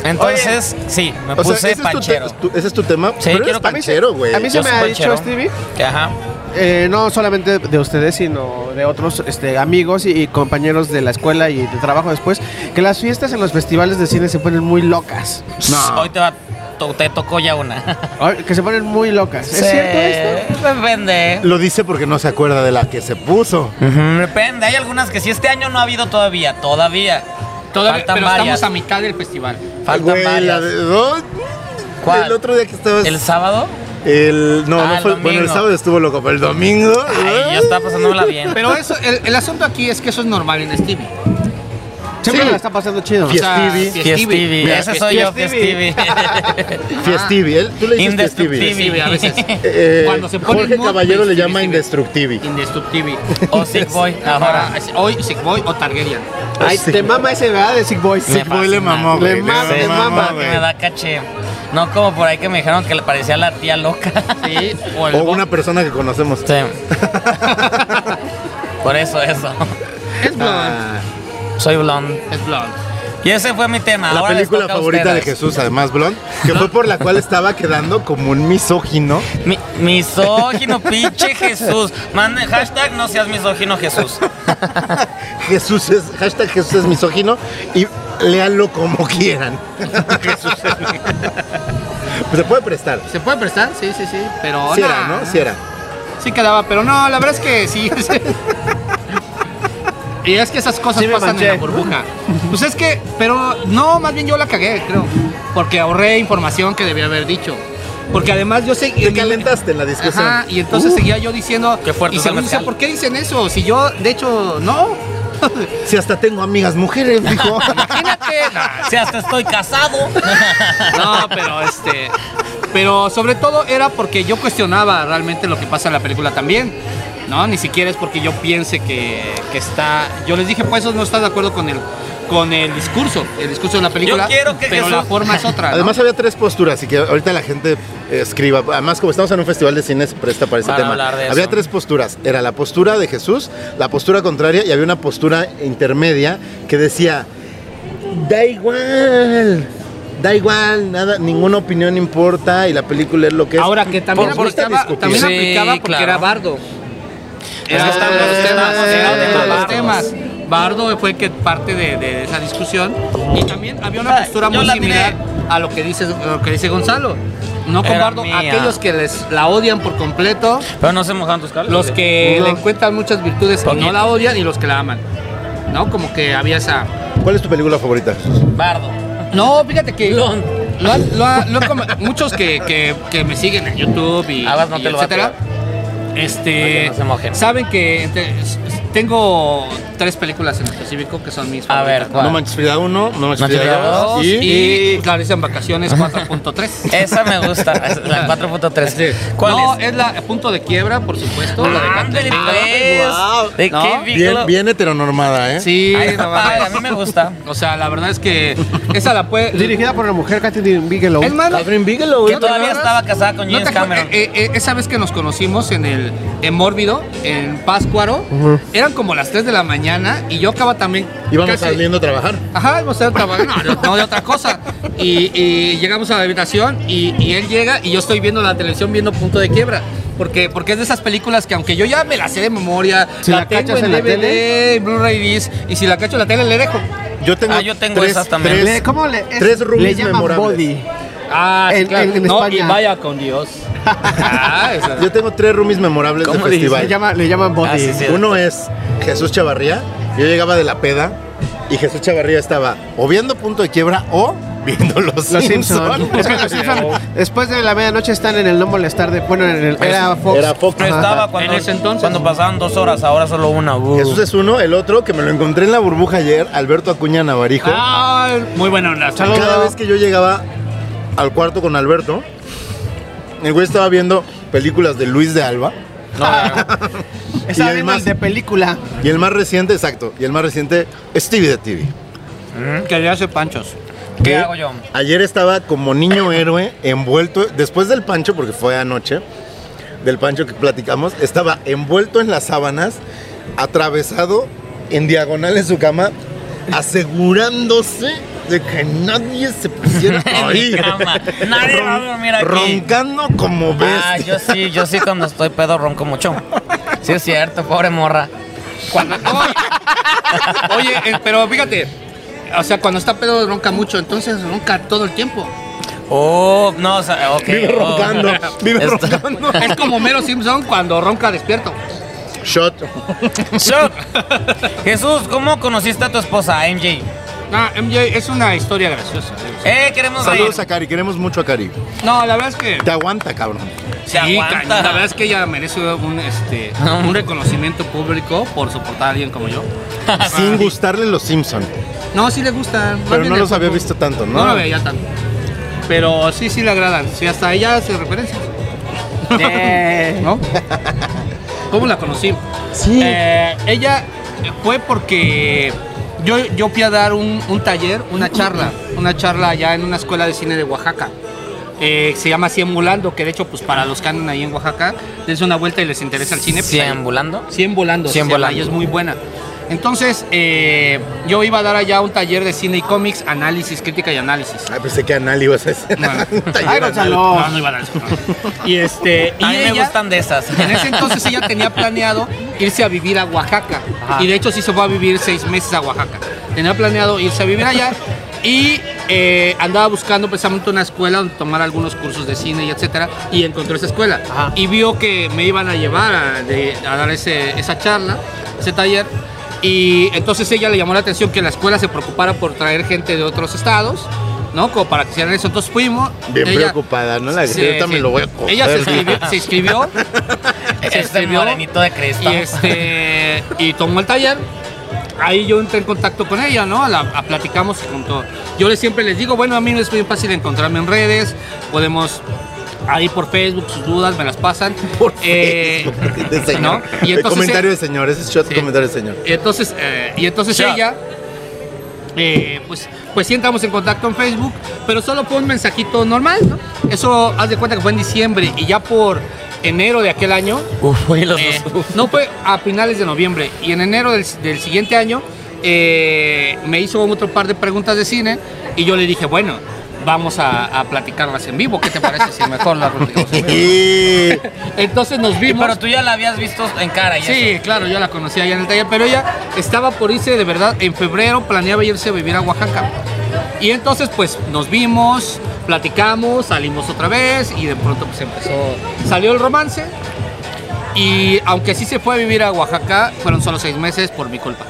Speaker 4: Entonces, sí, me
Speaker 2: O sea,
Speaker 4: puse
Speaker 2: ese es tu te-
Speaker 4: panchero.
Speaker 2: tu- ese es tu tema.
Speaker 4: Sí,
Speaker 2: Pero eres
Speaker 4: quiero-
Speaker 2: panchero, güey.
Speaker 3: A mí se
Speaker 4: Yo
Speaker 3: me
Speaker 4: soy
Speaker 3: ha dicho,
Speaker 4: panchero.
Speaker 3: Stevie,
Speaker 4: Que, Ajá.
Speaker 3: eh, no solamente de ustedes, sino de otros este, amigos y, y compañeros de la escuela y de trabajo después, que las fiestas en los festivales de cine se ponen muy locas.
Speaker 4: No. Hoy te, va, to- te tocó ya una.
Speaker 3: Ay, Que se ponen muy locas. ¿Es cierto esto?
Speaker 4: esto? Depende.
Speaker 2: Lo dice porque no se acuerda de la que se puso.
Speaker 4: Ujú, Depende. Hay algunas que sí este año no ha habido todavía. Todavía.
Speaker 5: Todavía,
Speaker 4: Faltan
Speaker 5: pero
Speaker 4: varias.
Speaker 5: estamos a mitad del festival.
Speaker 4: Faltan
Speaker 2: Güey, la
Speaker 4: varias.
Speaker 2: de- pues, no,
Speaker 4: ¿Cuál?
Speaker 2: El otro día que estabas.
Speaker 4: ¿El sábado?
Speaker 2: el- no,
Speaker 4: Ah,
Speaker 2: no
Speaker 4: el
Speaker 2: fue. bueno, el
Speaker 4: domingo.
Speaker 2: sábado estuvo loco, pero el domingo.
Speaker 4: Ay, yo estaba pasándomela bien.
Speaker 5: Pero eso, el, el asunto aquí es que eso es normal en Stevie.
Speaker 3: Siempre
Speaker 2: Sí.
Speaker 3: la está pasando chido.
Speaker 2: Fiesta. Stevie.
Speaker 4: Fiestivi.
Speaker 2: Mira,
Speaker 4: Ese soy yo,
Speaker 3: Fiestivi.
Speaker 4: Fiestivi.
Speaker 2: Fiestivi, él- ¿eh? Tú le dices Fiestivi.
Speaker 4: Indestructible.
Speaker 5: a veces.
Speaker 2: Eh,
Speaker 5: Cuando se pone
Speaker 2: Jorge
Speaker 5: en mood,
Speaker 2: Caballero le
Speaker 5: Fiestivi,
Speaker 2: llama
Speaker 5: sí.
Speaker 2: Indestructible.
Speaker 5: Indestructible.
Speaker 4: O Sick Boy, ahora.
Speaker 5: Ajá, es- Hoy Sick Boy o Targaryen.
Speaker 3: Ay,
Speaker 2: Sí.
Speaker 3: te mama ese, ¿verdad? De Sick Boy.
Speaker 4: Me
Speaker 2: Boy le
Speaker 4: fascina.
Speaker 2: mamó, güey,
Speaker 3: Le mama,
Speaker 4: Sí,
Speaker 3: le mama,
Speaker 4: que
Speaker 2: güey.
Speaker 4: me da caché. No como por ahí que me dijeron que le parecía la tía loca.
Speaker 5: Sí, o el
Speaker 2: O
Speaker 5: bo-
Speaker 2: una persona que conocemos.
Speaker 4: Sí. Por eso, eso.
Speaker 5: Es blonde.
Speaker 2: Ah,
Speaker 4: Soy blond.
Speaker 5: Es blonde.
Speaker 4: Y ese fue mi tema.
Speaker 2: la
Speaker 4: Ahora les
Speaker 2: película
Speaker 4: toca a
Speaker 2: favorita de
Speaker 4: ustedes.
Speaker 2: Jesús, además Blond, que fue por la cual estaba quedando como un misógino.
Speaker 4: Mi- misógino, pinche Jesús. Manden hashtag no seas misógino Jesús.
Speaker 2: Jesús es, hashtag Jesús es misógino y léanlo como quieran. Jesús es Se puede prestar.
Speaker 5: ¿Se puede prestar? Sí, sí, sí. Pero
Speaker 2: Si era,
Speaker 5: nah.
Speaker 2: ¿no? Si era.
Speaker 5: Sí quedaba, pero no, la verdad es que sí. sí. y es que esas cosas
Speaker 3: Sí me
Speaker 5: pasan
Speaker 3: manché.
Speaker 5: en la burbuja. Pues es que, pero no, más bien yo la cagué, creo. Porque ahorré información que debía haber dicho. Porque además yo sé...
Speaker 2: Te calentaste en la discusión.
Speaker 5: Ajá, y entonces
Speaker 2: Uh,
Speaker 5: seguía yo diciendo...
Speaker 4: Qué fuerte
Speaker 5: y
Speaker 4: está el
Speaker 5: según dice,
Speaker 4: mezcal.
Speaker 5: ¿por qué dicen eso? Si yo, de hecho, no.
Speaker 2: Si hasta tengo amigas mujeres, dijo.
Speaker 5: Imagínate. nah.
Speaker 4: Si hasta estoy casado.
Speaker 5: No, pero este. Pero sobre todo era porque yo cuestionaba realmente lo que pasa en la película también. No, ni siquiera es porque yo piense que, que está. Yo les dije, pues eso no está de acuerdo con el, con el discurso, el discurso de la película.
Speaker 4: quiero que
Speaker 5: pero
Speaker 4: Jesús-
Speaker 5: la forma es otra. ¿no?
Speaker 2: Además había tres posturas y que ahorita la gente eh, escriba. Además, como estamos en un festival de cine, se presta para ese
Speaker 4: Para
Speaker 2: tema.
Speaker 4: hablar de
Speaker 2: había
Speaker 4: eso.
Speaker 2: tres posturas. Era la postura de Jesús, la postura contraria y había una postura intermedia que decía, da igual. Da igual, nada, ninguna opinión importa y la película es lo que es.
Speaker 5: Ahora que también
Speaker 2: Por- por esta
Speaker 5: aplicaba,
Speaker 2: discutir.
Speaker 5: también
Speaker 4: Sí,
Speaker 5: aplicaba porque
Speaker 4: claro.
Speaker 5: era bardo.
Speaker 4: Es que están
Speaker 5: Ah,
Speaker 4: los temas,
Speaker 5: era de
Speaker 4: eran
Speaker 5: los
Speaker 4: de
Speaker 5: temas. Bardo fue que parte de, de esa discusión y también había una
Speaker 4: Ah,
Speaker 5: postura
Speaker 4: yo
Speaker 5: muy
Speaker 4: la
Speaker 5: similar a lo que dice a lo que dice Gonzalo. No con
Speaker 4: Era
Speaker 5: Bardo,
Speaker 4: mía.
Speaker 5: aquellos que les la odian por completo,
Speaker 4: Pero no se mojaron tus cables.
Speaker 5: los que
Speaker 2: No.
Speaker 5: le encuentran muchas virtudes y
Speaker 4: Poquito.
Speaker 5: no la odian y los que la aman. ¿No? Como que había esa
Speaker 2: ¿Cuál es tu película favorita, Jesús?
Speaker 4: Bardo.
Speaker 5: No, fíjate que
Speaker 4: Lo-
Speaker 5: lo han- lo ha- lo han com- muchos que, que- que me siguen en YouTube y,
Speaker 4: Abbas no
Speaker 5: y
Speaker 4: te lo va a
Speaker 5: etcétera,
Speaker 4: Oye,
Speaker 5: este,
Speaker 4: no se mojen.
Speaker 5: saben que te- s- tengo tres películas en específico que son mis
Speaker 4: A ver,
Speaker 5: favoritas.
Speaker 4: ¿cuál?
Speaker 2: No manches Frida 1, No manches
Speaker 4: Manches
Speaker 2: Frida
Speaker 4: Frida
Speaker 5: Dos
Speaker 2: 2
Speaker 5: y,
Speaker 2: y...
Speaker 5: Clarice en vacaciones 4.3.
Speaker 4: Esa me gusta, es la 4.3. ¿Cuál
Speaker 5: no,
Speaker 4: es?
Speaker 5: es? la Punto de Quiebra, por supuesto. la de
Speaker 4: Ándale,
Speaker 5: Catalina.
Speaker 4: pues. ¿De
Speaker 5: ¿No?
Speaker 4: qué
Speaker 2: Bien,
Speaker 4: vínculo?
Speaker 2: Ah, bien heteronormada, ¿eh?
Speaker 5: Sí,
Speaker 4: Ay, está
Speaker 5: no mames.
Speaker 4: padre, a mí me gusta.
Speaker 5: O sea, la verdad es que esa la puede...
Speaker 3: Dirigida por la mujer Catherine Bigelow.
Speaker 5: Es más,
Speaker 2: Catherine Bigelow.
Speaker 4: Que
Speaker 2: ¿no?
Speaker 4: todavía
Speaker 5: acuerdas?
Speaker 4: estaba casada con
Speaker 5: ¿No te
Speaker 4: James
Speaker 5: acuer-
Speaker 4: Cameron.
Speaker 5: eh, eh, esa vez que nos conocimos en el en Mórbido, en Páscuaro, eran como las 3 de la mañana y yo acaba también.
Speaker 2: Íbamos
Speaker 5: casi-
Speaker 2: saliendo a trabajar.
Speaker 5: Ajá, íbamos a trabajar, no, no, no, de otra cosa. Y, y llegamos a la habitación y, y él llega y yo estoy viendo la televisión viendo Punto de Quiebra. Porque, porque es de esas películas que aunque yo ya me la sé de memoria,
Speaker 3: Si la
Speaker 5: tengo
Speaker 3: cachas en la
Speaker 5: DVD, en Blu-ray Disc, y si la cacho en la tele le dejo.
Speaker 2: Yo tengo,
Speaker 4: Ah, yo tengo
Speaker 2: tres,
Speaker 4: esas también.
Speaker 2: tres-
Speaker 3: Le- Eh, ¿Cómo le, es-
Speaker 2: tres roomies
Speaker 3: le llaman
Speaker 2: memorables.
Speaker 3: body?
Speaker 5: Ah,
Speaker 3: sí, En- claro. en- en
Speaker 5: no,
Speaker 3: España.
Speaker 5: y vaya con Dios. Ah, esa-
Speaker 2: Yo tengo tres roomies memorables del
Speaker 4: ¿Cómo le
Speaker 3: Le,
Speaker 2: festival.
Speaker 3: llama, le llaman body.
Speaker 4: Ah, sí, sí.
Speaker 2: Uno es Jesús Chavarría. Yo llegaba de la peda y Jesús Chavarría estaba o viendo Punto de Quiebra o viendo Los,
Speaker 3: Los
Speaker 2: Simpson.
Speaker 3: Simpsons. Es que los Simpson, después de la medianoche están en el No Molestar de. Bueno, en el, era Fox.
Speaker 2: Pues, Era Fox.
Speaker 4: No estaba cuando,
Speaker 5: En ese entonces.
Speaker 4: cuando pasaban dos horas, ahora solo una. Uh.
Speaker 2: Jesús es uno. El otro que me lo encontré en la burbuja ayer, Alberto Acuña Navarijo.
Speaker 5: Ah, muy buena onda.
Speaker 2: Cada vez que yo llegaba al cuarto con Alberto, el güey estaba viendo películas de Luis de Alba.
Speaker 4: No, ya.
Speaker 2: y
Speaker 3: Estaba
Speaker 2: el
Speaker 3: viendo
Speaker 2: más-
Speaker 3: el de película.
Speaker 2: Y el más reciente, exacto. Y el más reciente, Stevie de TV.
Speaker 5: Mm, Que le hace panchos.
Speaker 4: ¿Qué
Speaker 2: que
Speaker 4: hago yo?
Speaker 2: Ayer estaba como niño héroe envuelto, después del pancho, porque fue anoche, del pancho que platicamos, estaba envuelto en las sábanas, atravesado en diagonal en su cama, asegurándose de que nadie se pusiera
Speaker 4: En mi
Speaker 2: ahí.
Speaker 4: cama. Nadie va a dormir aquí.
Speaker 2: Roncando como
Speaker 4: Ah,
Speaker 2: bestia.
Speaker 4: yo sí, yo sí cuando estoy pedo ronco mucho. Sí es cierto, pobre morra.
Speaker 5: Cuando- Oye, eh, pero fíjate. O sea, cuando está pedo ronca mucho, entonces ronca todo el tiempo.
Speaker 4: Oh, no, o sea, ok.
Speaker 2: Vive
Speaker 4: oh.
Speaker 2: roncando, vive
Speaker 4: Esto-
Speaker 2: roncando.
Speaker 5: Es como Mero Simpson cuando ronca despierto.
Speaker 2: Shot.
Speaker 4: Shock. Jesús, ¿cómo conociste a tu esposa, MJ?
Speaker 5: No, MJ, es una historia graciosa.
Speaker 4: Eh, queremos
Speaker 2: Saludos
Speaker 4: reír.
Speaker 2: a Cari, queremos mucho a Cari.
Speaker 5: Eh, No, la verdad es que.
Speaker 2: Te aguanta, cabrón.
Speaker 4: Se
Speaker 5: Sí,
Speaker 4: aguanta.
Speaker 5: cañón, la verdad es que ella merece un, este, un reconocimiento público por soportar a alguien como yo.
Speaker 2: Sin gustarle los Simpson.
Speaker 5: No, sí le gustan. más
Speaker 2: Pero
Speaker 5: bien
Speaker 2: no
Speaker 5: le-
Speaker 2: los había visto tanto, ¿no?
Speaker 5: No la veía tanto. Pero sí, sí le agradan. Sí, hasta ella hace referencia. ¿No? Eh. ¿Cómo la conocí?
Speaker 3: Sí.
Speaker 5: Eh, ella fue porque yo, yo fui a dar un, un taller, una charla, una charla allá en una escuela de cine de Oaxaca. eh, se llama Ciembulando, que de hecho, pues para los que andan ahí en Oaxaca, dense una vuelta y les interesa el cine. pues, ahí-
Speaker 4: ¿Ciembulando?
Speaker 5: 100 volando.
Speaker 4: Cien
Speaker 5: se llama,
Speaker 4: volando.
Speaker 5: Y es muy buena. Entonces, eh, yo iba a dar allá un taller de cine y cómics, análisis, crítica y análisis.
Speaker 2: Ah, pensé que anal ibas a hacer.
Speaker 5: No, no.
Speaker 3: Ay, Gonzalo.
Speaker 5: No, no iba a dar eso. no. Y este. y
Speaker 4: A mí me
Speaker 5: ella-
Speaker 4: gustan de esas.
Speaker 5: En ese entonces ella tenía planeado irse a vivir a Oaxaca.
Speaker 4: Ajá.
Speaker 5: Y de hecho sí se fue a vivir seis meses a Oaxaca. Tenía planeado irse a vivir allá. Y eh, andaba buscando precisamente una escuela donde tomar algunos cursos de cine y etcétera. Y encontró esa escuela.
Speaker 4: Ajá.
Speaker 5: Y vio que me iban a llevar a, de- a dar ese- esa charla, ese taller. Y entonces ella le llamó la atención que la escuela se preocupara por traer gente de otros estados, ¿no? Como para que hicieran eso. Entonces fuimos.
Speaker 2: Bien
Speaker 5: ella-
Speaker 2: preocupada, ¿no? La
Speaker 5: Sí,
Speaker 2: grieta
Speaker 5: sí.
Speaker 2: me lo voy a comer.
Speaker 5: Ella se inscribió, se inscribió se
Speaker 4: Este
Speaker 5: escribió
Speaker 4: morenito de
Speaker 5: y
Speaker 4: Cristo.
Speaker 5: este y tomó el taller ahí yo entré en contacto con ella no la a- platicamos junto yo les siempre les digo bueno a mí es muy fácil encontrarme en redes podemos ahí por Facebook sus dudas me las pasan
Speaker 2: Por
Speaker 5: Eh,
Speaker 2: Facebook, de señor.
Speaker 5: ¿no? Y
Speaker 2: De
Speaker 5: entonces,
Speaker 2: comentario
Speaker 5: eh,
Speaker 2: de señor, ese es shot
Speaker 5: sí.
Speaker 2: comentario de señor.
Speaker 5: y entonces, eh, y entonces
Speaker 4: Ya.
Speaker 5: ella, eh, pues, pues sí entramos en contacto en Facebook, pero solo fue un mensajito normal, ¿no? Eso, haz de cuenta que fue en diciembre y ya por enero de aquel año, eh, no fue a finales de noviembre y en enero del, del siguiente año eh, me hizo otro par de preguntas de cine y yo le dije, bueno, vamos a, a platicarlas en vivo, ¿qué te parece si mejor las platicamos en vivo?
Speaker 2: Y
Speaker 5: Entonces nos
Speaker 4: Y
Speaker 5: vimos.
Speaker 4: pero tú ya la habías visto en cara y
Speaker 5: Sí, claro, yo la conocía allá en el taller, pero ella estaba por irse de verdad en febrero, planeaba irse a vivir a Oaxaca. Y entonces pues nos vimos, platicamos, salimos otra vez y de pronto pues empezó, salió el romance y aunque sí se fue a vivir a Oaxaca, fueron solo seis meses por mi culpa.
Speaker 4: eso.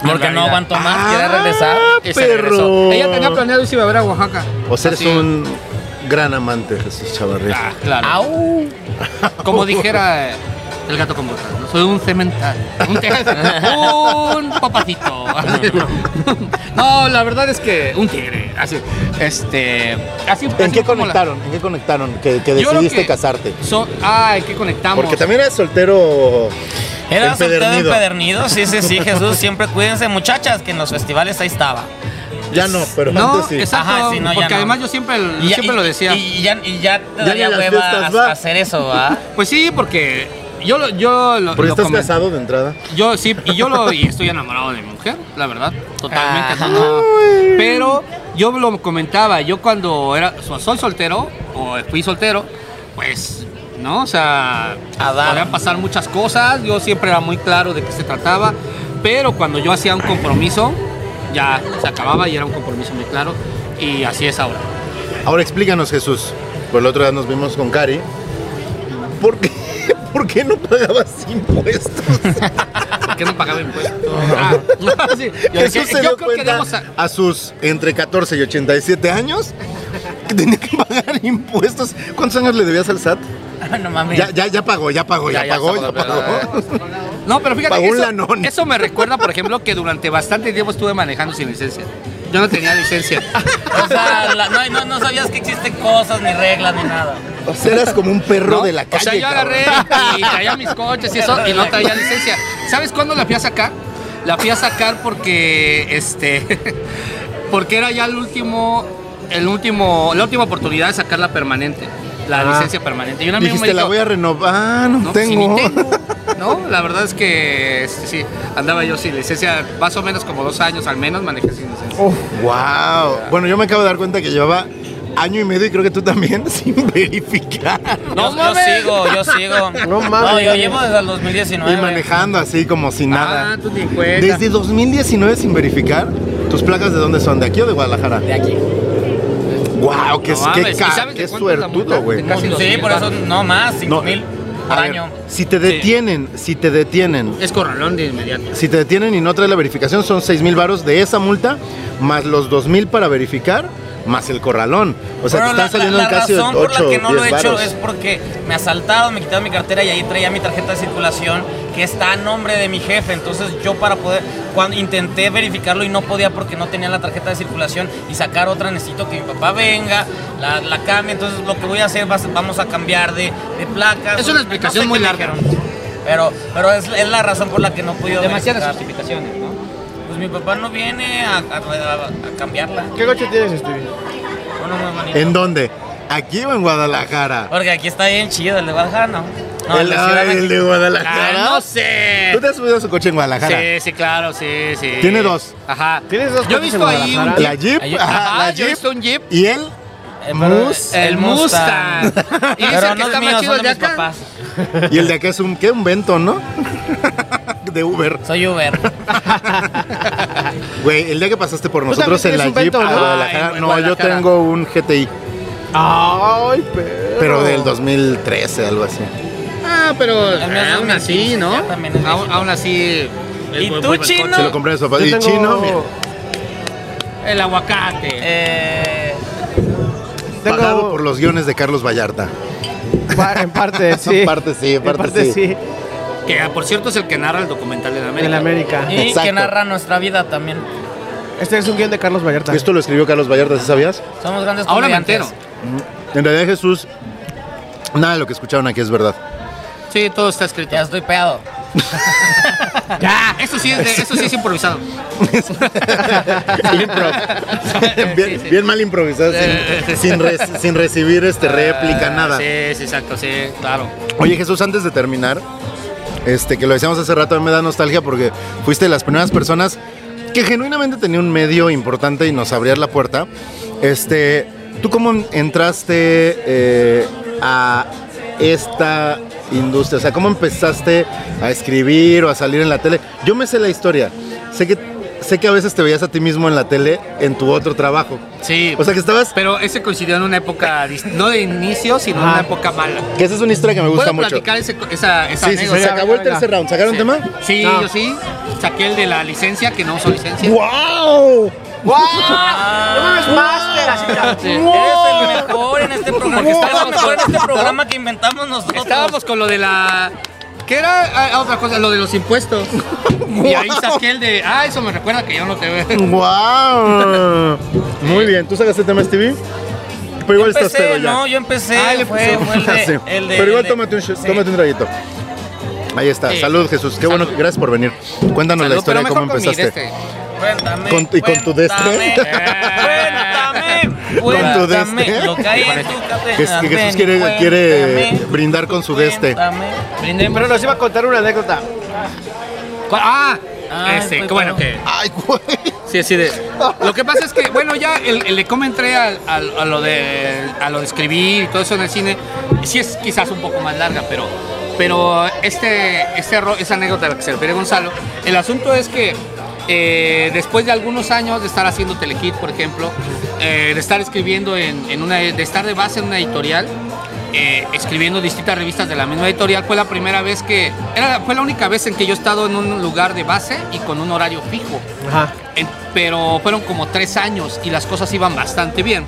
Speaker 4: Porque
Speaker 5: En
Speaker 4: no
Speaker 5: realidad.
Speaker 4: aguantó más,
Speaker 2: Ah,
Speaker 4: quiere regresar.
Speaker 5: Y se regresó.
Speaker 2: perro.
Speaker 5: Ella tenía planeado irse a ver a Oaxaca.
Speaker 2: O sea, eres
Speaker 5: Así.
Speaker 2: un gran amante, Jesús Chavarría.
Speaker 5: Ah, claro.
Speaker 4: Au.
Speaker 5: Como dijera eh, el gato con botas, ¿no? soy un cemental, un, te- un papacito. No, la verdad es que un tigre, así. Este, así
Speaker 2: ¿En
Speaker 5: así
Speaker 2: qué
Speaker 5: como la-
Speaker 2: conectaron? ¿En qué conectaron? Que, que
Speaker 5: Yo creo
Speaker 2: decidiste
Speaker 5: que
Speaker 2: casarte.
Speaker 5: so- ah, ¿en qué conectamos?
Speaker 2: Porque también eres soltero.
Speaker 4: Era soltero
Speaker 2: empedernido.
Speaker 4: empedernido, sí, sí, sí, Jesús. Siempre cuídense, muchachas, que en los festivales ahí estaba.
Speaker 2: Ya no, pero
Speaker 5: No,
Speaker 2: antes sí.
Speaker 5: exacto,
Speaker 4: Ajá, sí, no, ya
Speaker 5: porque
Speaker 4: no.
Speaker 5: además yo siempre, yo
Speaker 4: ya-
Speaker 5: siempre lo decía.
Speaker 4: Y, y ya, y ya te
Speaker 2: Ya
Speaker 4: daría
Speaker 2: ni las
Speaker 4: hueva
Speaker 2: fiestas,
Speaker 4: a-
Speaker 2: va.
Speaker 4: a hacer eso, ¿va?
Speaker 5: pues sí, porque yo lo, yo lo,
Speaker 2: Porque
Speaker 5: lo
Speaker 2: estás
Speaker 5: comen-
Speaker 2: casado de entrada.
Speaker 5: Yo sí, y yo lo y estoy enamorado de mi mujer, la verdad, totalmente.
Speaker 4: Ajá.
Speaker 5: no. Pero yo lo comentaba, yo cuando era so- soy soltero o fui soltero, pues no, o sea,
Speaker 4: A dar.
Speaker 5: podían pasar muchas cosas, yo siempre era muy claro de qué se trataba, pero cuando yo hacía un compromiso, ya se acababa y era un compromiso muy claro y así es ahora.
Speaker 2: Ahora explícanos, Jesús. Pues Por el otro día nos vimos con Cari. ¿Por qué, por qué no pagabas impuestos?
Speaker 5: ¿Por qué no pagaba impuestos? Ah, sí, yo dije,
Speaker 2: Jesús se
Speaker 5: yo creo
Speaker 2: dio
Speaker 5: que
Speaker 2: cuenta
Speaker 5: debemos a-
Speaker 2: a sus entre 14 y 87 años que tenía que pagar impuestos. ¿Cuántos años le debías al SAT?
Speaker 4: no mames.
Speaker 2: Ya, ya, ya pagó, ya pagó, ya,
Speaker 5: Ya, ya
Speaker 2: pagó,
Speaker 5: se
Speaker 2: ya
Speaker 5: pagó,
Speaker 2: pagó.
Speaker 5: No, pero
Speaker 2: Pagó
Speaker 5: fíjate,
Speaker 2: un
Speaker 5: eso,
Speaker 2: lanón.
Speaker 5: eso me recuerda, por ejemplo, que durante bastante tiempo estuve manejando sin licencia. Yo no tenía licencia.
Speaker 4: O sea, la- no, no, no sabías que existen cosas, ni reglas, ni nada.
Speaker 2: O sea, eras como un perro
Speaker 5: ¿no?
Speaker 2: de la
Speaker 5: o
Speaker 2: calle.
Speaker 5: sea, yo agarré
Speaker 2: cabrón.
Speaker 5: y traía mis coches y eso, y no traía licencia. ¿Sabes cuándo la fui a sacar? La fui a sacar porque, este, porque era ya el último, el último, la última oportunidad de sacar la permanente, la
Speaker 2: Ah.
Speaker 5: licencia permanente. Y un amigo me
Speaker 2: Dijiste, la
Speaker 5: dijo,
Speaker 2: voy a renovar. No,
Speaker 5: No, pues, sí,
Speaker 2: tengo.
Speaker 5: ni tengo. No, la verdad es que este, sí, andaba yo sin licencia, más o menos como dos años al menos manejé sin licencia.
Speaker 2: Oh. Wow. Bueno, yo me acabo de dar cuenta que llevaba año y medio y creo que tú también sin verificar.
Speaker 4: Yo, yo sigo, yo sigo.
Speaker 2: No mames.
Speaker 4: yo llevo desde el 2019.
Speaker 2: Y manejando así como sin nada.
Speaker 5: eh. Ah, tú te cuenta.
Speaker 2: Desde 2019 sin verificar. ¿Tus placas de dónde son? ¿De aquí o de Guadalajara?
Speaker 4: De aquí.
Speaker 2: Wow, qué,
Speaker 5: No
Speaker 2: qué
Speaker 5: mames, ¿y
Speaker 2: ca-
Speaker 5: sabes de
Speaker 2: qué
Speaker 5: cuánto es la multa?
Speaker 2: suertudo, güey.
Speaker 5: De casi
Speaker 4: Sí,
Speaker 5: 2,000
Speaker 4: por eso
Speaker 5: barras.
Speaker 4: no más, 5
Speaker 2: No, eh,
Speaker 4: mil
Speaker 2: a
Speaker 4: al
Speaker 2: ver,
Speaker 4: año.
Speaker 2: Si te detienen, si te detienen,
Speaker 5: Es corralón de inmediato.
Speaker 2: si te detienen y no traes la verificación, son 6 mil varos de esa multa, más los 2 mil para verificar, más el corralón. O sea,
Speaker 4: Pero
Speaker 2: te están saliendo
Speaker 4: la
Speaker 2: en casi
Speaker 4: razón por la
Speaker 2: 8
Speaker 4: que no lo he
Speaker 2: 10
Speaker 4: hecho
Speaker 2: varos.
Speaker 4: es porque me asaltaron, me quitaron mi cartera y ahí traía mi tarjeta de circulación que está a nombre de mi jefe. Entonces yo para poder, cuando intenté verificarlo y no podía porque no tenía la tarjeta de circulación y sacar otra necesito que mi papá venga, la, la cambie. Entonces lo que voy a hacer va a ser- vamos a cambiar de, de placas.
Speaker 5: Es una explicación muy
Speaker 4: qué me
Speaker 5: larga.
Speaker 4: dijeron. Pero, pero es, es la razón por la que no he podido
Speaker 5: Demasiadas
Speaker 4: verificar.
Speaker 5: justificaciones, ¿no?
Speaker 4: Pues mi papá no viene a, a- a- a cambiarla.
Speaker 3: ¿Qué coche tienes, Stevie?
Speaker 4: Bueno, muy bonito.
Speaker 2: ¿En dónde? Aquí o en Guadalajara.
Speaker 4: Porque aquí está bien chido, el de Guadalajara no. No,
Speaker 2: el,
Speaker 4: de Ciudad eh,
Speaker 2: ay,
Speaker 4: de-
Speaker 2: el de
Speaker 5: Ah,
Speaker 2: Guadalajara.
Speaker 5: no sé.
Speaker 2: ¿Tú te has subido a su coche en Guadalajara?
Speaker 5: Sí, sí, claro, sí, sí.
Speaker 2: Tiene dos.
Speaker 5: Ajá.
Speaker 3: ¿Tienes dos
Speaker 5: Yo he
Speaker 3: coches en
Speaker 5: visto ahí un
Speaker 3: Guadalajara?
Speaker 2: La Jeep.
Speaker 4: Ay,
Speaker 2: ajá,
Speaker 5: Ajá, yo
Speaker 2: la
Speaker 5: he
Speaker 2: Jeep.
Speaker 5: visto un Jeep.
Speaker 2: Y él.
Speaker 4: Eh, pero
Speaker 2: Mus-
Speaker 5: El Mustang. Y dicen
Speaker 4: Pero
Speaker 5: que
Speaker 4: no
Speaker 5: está
Speaker 4: es
Speaker 5: más
Speaker 4: mío,
Speaker 5: chido
Speaker 4: son de
Speaker 5: de
Speaker 4: mis
Speaker 5: acá.
Speaker 4: papás.
Speaker 2: Y el de acá es un. ¿Qué? Un Vento, ¿no? de Uber.
Speaker 4: Soy Uber.
Speaker 2: Güey, el día que pasaste por nosotros en
Speaker 3: también
Speaker 2: la Jeep
Speaker 3: tienes un Vento,
Speaker 2: a
Speaker 3: ¿no?
Speaker 2: Guadalajara.
Speaker 5: Ay, en
Speaker 2: no, yo
Speaker 5: Guadalajara.
Speaker 2: tengo un GTI.
Speaker 3: Ay, pero.
Speaker 2: Pero del 2013, algo así.
Speaker 5: Ah, pero
Speaker 4: El mío es
Speaker 5: aún
Speaker 4: 2015,
Speaker 5: así, ¿no?
Speaker 4: ya también es
Speaker 5: Aún,
Speaker 4: viejito.
Speaker 5: aún así. el
Speaker 4: ¿Y
Speaker 5: buen-
Speaker 4: tú,
Speaker 5: buen- buen
Speaker 4: chino?
Speaker 5: coche.
Speaker 2: Se lo compré a su papá.
Speaker 3: Yo
Speaker 2: Y
Speaker 3: tengo-
Speaker 2: chino, mira.
Speaker 5: El aguacate.
Speaker 4: Eh,
Speaker 3: Tengo-
Speaker 2: Pagado por los guiones de Carlos Vallarta.
Speaker 3: Pa- en parte, sí.
Speaker 2: En parte sí, en parte sí.
Speaker 5: Que ah, por cierto es el que narra el documental en América.
Speaker 3: En América.
Speaker 4: y
Speaker 2: Exacto.
Speaker 4: que narra nuestra vida también.
Speaker 3: Este es un guión de Carlos Vallarta.
Speaker 2: Esto lo escribió Carlos Vallarta, ¿sí sabías?
Speaker 4: Somos grandes
Speaker 5: Ahora me
Speaker 4: comediantes.
Speaker 5: entero.
Speaker 2: En realidad, Jesús. Nada de lo que escucharon aquí es verdad.
Speaker 5: Sí, todo está escrito.
Speaker 4: Ya estoy peado.
Speaker 5: Ya, eso sí es, de- eso sí es improvisado.
Speaker 2: Improv. bien,
Speaker 5: Sí, sí.
Speaker 2: bien mal improvisado,
Speaker 5: Eh,
Speaker 2: sin, sin re- sin recibir este réplica, nada.
Speaker 5: Ah, Sí, sí, exacto, sí, claro.
Speaker 2: Oye Jesús, antes de terminar, este que lo decíamos hace rato, a mí me da nostalgia porque fuiste de las primeras personas que genuinamente tenía un medio importante y nos abrías la puerta. Este, ¿tú cómo entraste eh, a esta industria? O sea, ¿cómo empezaste a escribir o a salir en la tele? Yo me sé la historia. Sé que sé que a veces te veías a ti mismo en la tele en tu otro trabajo.
Speaker 5: Sí.
Speaker 2: O sea, que estabas
Speaker 5: pero ese coincidió en una época, dis- no de inicio, sino en una época mala.
Speaker 2: que esa es una historia que me gusta
Speaker 5: ¿Puedo
Speaker 2: mucho.
Speaker 5: platicar ese, esa, esa
Speaker 2: Sí, sí, sí,
Speaker 5: anécdota?
Speaker 2: se acabó el tercer round. ¿Sacaron
Speaker 5: Sí.
Speaker 2: tema?
Speaker 5: Sí,
Speaker 3: No.
Speaker 5: yo sí. Saqué el de la licencia, que no uso licencia.
Speaker 2: ¡Wow!
Speaker 3: ¡Wow! ¡No mames, máster! Así ya.
Speaker 5: Sí.
Speaker 4: Eres el mejor en este programa.
Speaker 5: Porque
Speaker 4: Eres el
Speaker 5: estábamos-
Speaker 4: mejor en este programa que inventamos nosotros.
Speaker 5: Estábamos con lo de la. ¿Qué era? Ah, ah, otra cosa, lo de los impuestos. Y ahí saqué el de. Ah, eso me recuerda que yo no te veo.
Speaker 2: ¡Wow! Muy bien, ¿tú sacaste tema, Stevie? Pero igual estás pedo
Speaker 4: empecé,
Speaker 2: ya.
Speaker 4: no, yo empecé.
Speaker 5: este Ah, le
Speaker 4: fue,
Speaker 5: puso-
Speaker 4: fue el de,
Speaker 2: Sí.
Speaker 4: el de-
Speaker 2: Pero igual
Speaker 4: el de-
Speaker 2: tómate un, shot,
Speaker 4: sí.
Speaker 2: tómate un traguito. Ahí está,
Speaker 5: Sí.
Speaker 2: salud Jesús, qué bueno,
Speaker 5: Salud.
Speaker 2: gracias por venir. Cuéntanos la
Speaker 5: Salud,
Speaker 2: historia,
Speaker 5: pero
Speaker 2: cómo
Speaker 5: mejor con mi
Speaker 2: empezaste.
Speaker 5: de este.
Speaker 4: Cuéntame.
Speaker 2: Con- y con tu destre.
Speaker 4: cuéntame,
Speaker 5: Con
Speaker 4: Cuéntame.
Speaker 2: tu
Speaker 4: cuéntame
Speaker 2: destre.
Speaker 4: Lo que hay en tu
Speaker 5: este.
Speaker 2: Que-
Speaker 4: cabeza.
Speaker 2: que Jesús
Speaker 4: Ven,
Speaker 2: quiere-
Speaker 4: cuéntame,
Speaker 2: quiere brindar con su este. destre.
Speaker 4: cuéntame.
Speaker 3: Pero nos iba a contar una anécdota.
Speaker 5: ¿Cuál? Ah,
Speaker 4: Ah,
Speaker 5: este,
Speaker 2: pues,
Speaker 4: fue
Speaker 5: qué bueno
Speaker 4: todo.
Speaker 5: que.
Speaker 2: Ay, güey.
Speaker 5: Sí, así de. Lo que pasa es que, bueno, ya el, el de cómo entré al- al- a, lo de, a lo de escribir y todo eso en el cine, sí es quizás un poco más larga, pero, pero este, este error, esa anécdota a la que se refiere Gonzalo, el asunto es que eh, después de algunos años de estar haciendo Telehit, por ejemplo, eh, de estar escribiendo en, en una, de estar de base en una editorial, eh, escribiendo distintas revistas de la misma editorial, fue la primera vez que, era, fue la única vez en que yo he estado en un lugar de base y con un horario fijo.
Speaker 3: Ajá.
Speaker 5: En- Eh, pero fueron como tres años y las cosas iban bastante bien.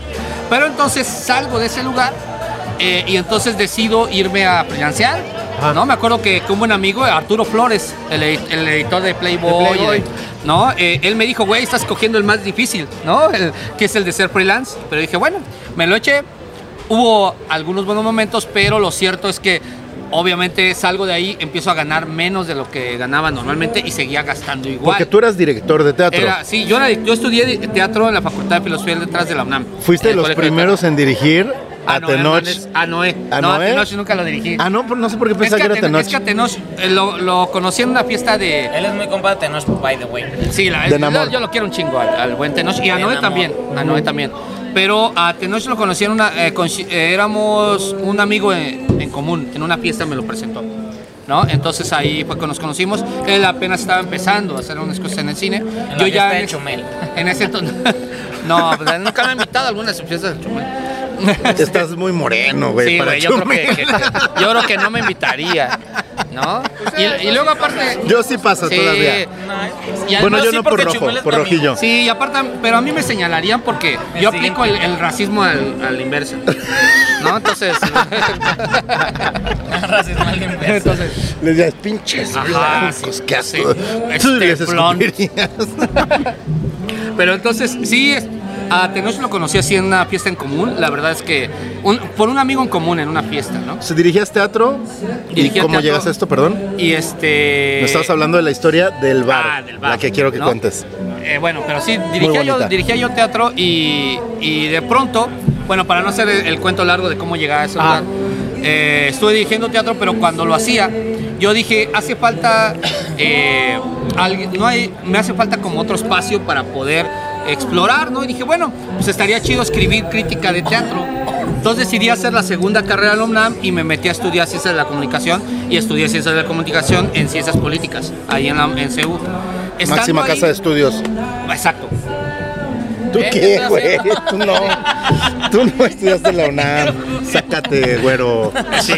Speaker 5: Pero entonces salgo de ese lugar eh, y entonces decido irme a freelancear.
Speaker 3: Ajá.
Speaker 5: ¿no? Me acuerdo que, que un buen amigo, Arturo Flores, el, edi- el editor de Playboy,
Speaker 3: De Playboy.
Speaker 5: eh, ¿no? Eh, él me dijo, güey, estás cogiendo el más difícil, ¿no? El- que es el de ser freelance. Pero dije, bueno, me lo eché. Hubo algunos buenos momentos, pero lo cierto es que obviamente salgo de ahí, empiezo a ganar menos de lo que ganaba normalmente y seguía gastando igual.
Speaker 2: Porque tú eras director de teatro.
Speaker 5: Era- sí, yo, era- yo estudié di- teatro en la Facultad de Filosofía detrás de la UNAM. En Eh,
Speaker 2: Fuiste de
Speaker 5: el
Speaker 2: los
Speaker 5: Colegio de
Speaker 2: primeros en dirigir
Speaker 5: Teatro.
Speaker 2: a
Speaker 5: Ah, no,
Speaker 2: Tenoch.
Speaker 5: Hernández- Ah, Noé.
Speaker 2: ¿A
Speaker 5: no,
Speaker 2: Noé?
Speaker 5: a Tenoch nunca lo dirigí.
Speaker 2: Ah, no, pues no sé por qué
Speaker 5: es,
Speaker 2: pensaba
Speaker 5: que
Speaker 2: que
Speaker 5: a
Speaker 2: era
Speaker 5: Tenoch,
Speaker 2: Tenoch.
Speaker 5: es que a Tenoch, eh, lo, lo conocí en una fiesta de...
Speaker 4: Él es muy compa de Tenoch, by the way.
Speaker 5: Sí, la,
Speaker 2: De
Speaker 5: yo-
Speaker 2: Namor.
Speaker 5: yo lo quiero un chingo al, al buen Tenoch y a
Speaker 4: De
Speaker 5: Noé
Speaker 4: Namor.
Speaker 5: también. A Noé también. Pero a Tenoch lo conocí en una... eh, conci- eh, éramos un amigo en, en común, en una fiesta me lo presentó. ¿No? Entonces ahí fue que nos conocimos. Él apenas estaba empezando a hacer unas cosas en el cine.
Speaker 4: En la
Speaker 5: yo ya en
Speaker 4: fiesta de
Speaker 5: ese-
Speaker 4: Chumel.
Speaker 5: En ese entonces. No, pues, nunca me han invitado a algunas fiestas de Chumel.
Speaker 2: Estás muy moreno, güey.
Speaker 5: sí,
Speaker 2: para
Speaker 5: güey, yo creo que,
Speaker 2: Chumel.
Speaker 5: que- yo creo que no me invitaría. ¿No? Y, y luego aparte.
Speaker 2: Yo sí pasa
Speaker 5: Sí.
Speaker 2: todavía.
Speaker 5: Y
Speaker 2: Bueno,
Speaker 5: además-
Speaker 2: yo
Speaker 4: sí,
Speaker 2: no por
Speaker 4: porque
Speaker 2: rojo,
Speaker 4: Chumel es
Speaker 2: por
Speaker 4: tu amigo.
Speaker 2: rojillo.
Speaker 5: Sí, y aparte, pero a mí me señalarían porque
Speaker 4: Me
Speaker 5: yo
Speaker 4: siguen.
Speaker 5: aplico el, el racismo al, al inverso. ¿No? Entonces.
Speaker 4: Racismo al inverso.
Speaker 5: entonces.
Speaker 2: Les decías, pinches
Speaker 5: Ajá,
Speaker 2: blancos,
Speaker 5: sí,
Speaker 2: qué
Speaker 5: sí.
Speaker 2: asco. Este, Tú les
Speaker 5: Esteplón.
Speaker 2: escupirías.
Speaker 5: Pero entonces, sí, es- a Tenoch lo conocí así en una fiesta en común. La verdad es que. un- por un amigo en común en una fiesta, ¿no?
Speaker 2: Se dirigías teatro. ¿Y
Speaker 5: Dirigía
Speaker 2: cómo
Speaker 5: teatro.
Speaker 2: llegas a esto, perdón?
Speaker 5: Y este.
Speaker 2: Me estabas hablando de la historia del bar,
Speaker 5: Ah, del bar,
Speaker 2: la que quiero que
Speaker 5: ¿no?
Speaker 2: cuentes.
Speaker 5: Eh, bueno, pero sí, dirigía yo,
Speaker 2: bonita.
Speaker 5: dirigía yo teatro y, y de pronto Bueno, para no hacer el, el cuento largo de cómo llegaba a ese lugar,
Speaker 3: Ah.
Speaker 5: eh, estuve dirigiendo teatro, pero cuando lo hacía, yo dije, hace falta, eh, alguien- no hay, me hace falta como otro espacio para poder explorar, ¿no? Y dije, bueno, pues estaría chido escribir crítica de teatro. Entonces decidí hacer la segunda carrera en la UNAM y me metí a estudiar Ciencias de la Comunicación y estudié Ciencias de la Comunicación en Ciencias Políticas, ahí en, la, en CU. Estando
Speaker 2: Máxima
Speaker 5: ahí-
Speaker 2: casa de estudios.
Speaker 5: Exacto.
Speaker 2: ¿Tú
Speaker 5: ¿Eh?
Speaker 2: qué,
Speaker 5: Entonces-
Speaker 2: güey? Tú no. Tú no estudiaste en la UNAM. Sácate, güero.
Speaker 5: Sí.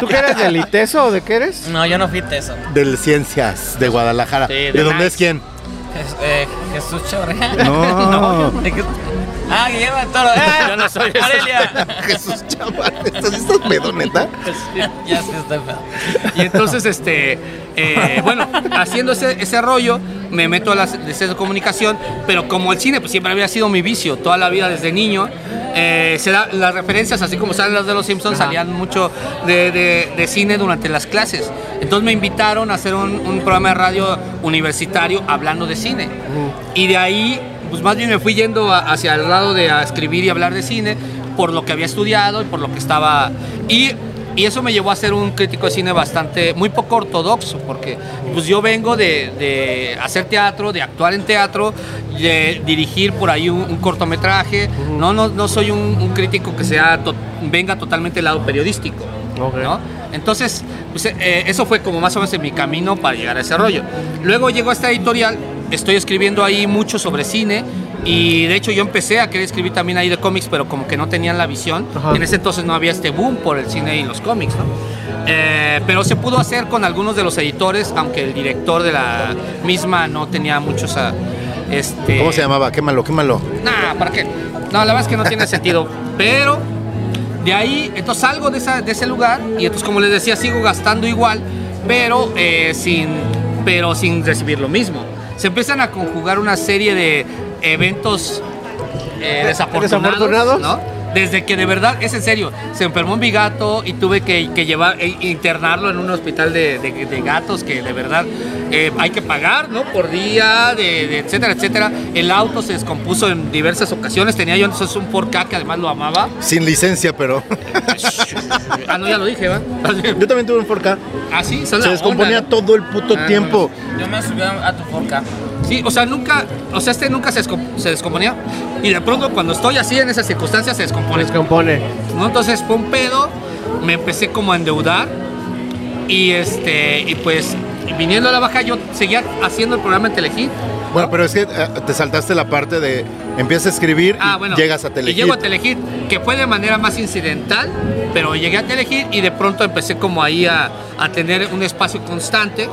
Speaker 3: ¿Tú qué eres del ITESO o de qué eres?
Speaker 4: No, yo no fui teso.
Speaker 2: Del Ciencias de Guadalajara.
Speaker 5: Sí,
Speaker 2: ¿De,
Speaker 5: de
Speaker 2: dónde
Speaker 5: Nice.
Speaker 2: es quién?
Speaker 4: Es- eh, Jesús Chorrea.
Speaker 2: No.
Speaker 4: ¿de qué- Ah, Guillermo del Toro. ¡Ah!
Speaker 5: Yo no soy Jesús.
Speaker 4: Aurelia.
Speaker 2: Jesús chaval, ¿estás, estás pedo, neta?
Speaker 4: ya sí estoy feo.
Speaker 5: Y entonces, este, eh, bueno, haciendo ese, ese rollo, me meto a las de Ciencias de comunicación, pero como el cine pues, siempre había sido mi vicio, toda la vida desde niño, eh, se da- las referencias, así como salen las de los Simpsons, salían mucho de, de- de cine durante las clases. Entonces me invitaron a hacer un, un programa de radio universitario hablando de cine. Y de ahí, pues más bien me fui yendo a- hacia el lado de a escribir y hablar de cine, por lo que había estudiado y por lo que estaba... Y y eso me llevó a ser un crítico de cine bastante, muy poco ortodoxo, porque pues yo vengo de, de hacer teatro, de actuar en teatro, de dirigir por ahí un, un cortometraje. No, no, no soy un, un crítico que sea to- venga totalmente del lado periodístico. ¿no? Entonces, pues, eh, eso fue como más o menos en mi camino para llegar a ese rollo. Luego llegó a esta editorial, estoy escribiendo ahí mucho sobre cine y de hecho yo empecé a querer escribir también ahí de cómics, pero como que no tenían la visión.
Speaker 3: Ajá.
Speaker 5: En ese entonces no había este boom por el cine y los cómics, ¿no? Eh, pero se pudo hacer con algunos de los editores, aunque el director de la misma no tenía muchos... a- este,
Speaker 2: ¿Cómo se llamaba? Quémalo, quémalo.
Speaker 5: Nah, ¿para qué? No, la verdad es que no tiene sentido. Pero de ahí, entonces salgo de, esa- de ese lugar y entonces, como les decía, sigo gastando igual, pero, eh, sin, pero sin recibir lo mismo. Se empiezan a conjugar una serie de eventos eh, desafortunados,
Speaker 3: Desafortunados.
Speaker 5: ¿no? Desde que de verdad, es en serio, se enfermó mi gato y tuve que, que llevar, e internarlo en un hospital de, de- de gatos que de verdad eh, hay que pagar, ¿no? Por día, de, de etcétera, etcétera. El auto se descompuso en diversas ocasiones. Tenía yo entonces un K que además lo amaba.
Speaker 2: Sin licencia, pero.
Speaker 5: Ah, no, ya lo dije, ¿va?
Speaker 2: Yo también tuve un 4K.
Speaker 5: Ah, sí, son
Speaker 2: Se
Speaker 5: la
Speaker 2: descomponía
Speaker 5: onda.
Speaker 2: todo el puto
Speaker 5: Ah,
Speaker 2: tiempo.
Speaker 4: Yo me subí a, a tu forca.
Speaker 5: Sí, o sea, nunca, o sea, este nunca se, descom- se descomponía. Y de pronto, cuando estoy así en esas circunstancias, se descompone.
Speaker 3: Descompone.
Speaker 5: ¿no? Entonces fue un pedo, me empecé como a endeudar y este y pues viniendo a la baja yo seguía haciendo el programa en Telehit.
Speaker 2: Bueno, pero es que eh, te saltaste la parte de empiezas a escribir
Speaker 5: Ah,
Speaker 2: y
Speaker 5: bueno.
Speaker 2: llegas a
Speaker 5: Y llego a
Speaker 2: Telehit.
Speaker 5: Telehit, que fue de manera más incidental, pero llegué a Telehit y de pronto empecé como ahí a, a tener un espacio constante,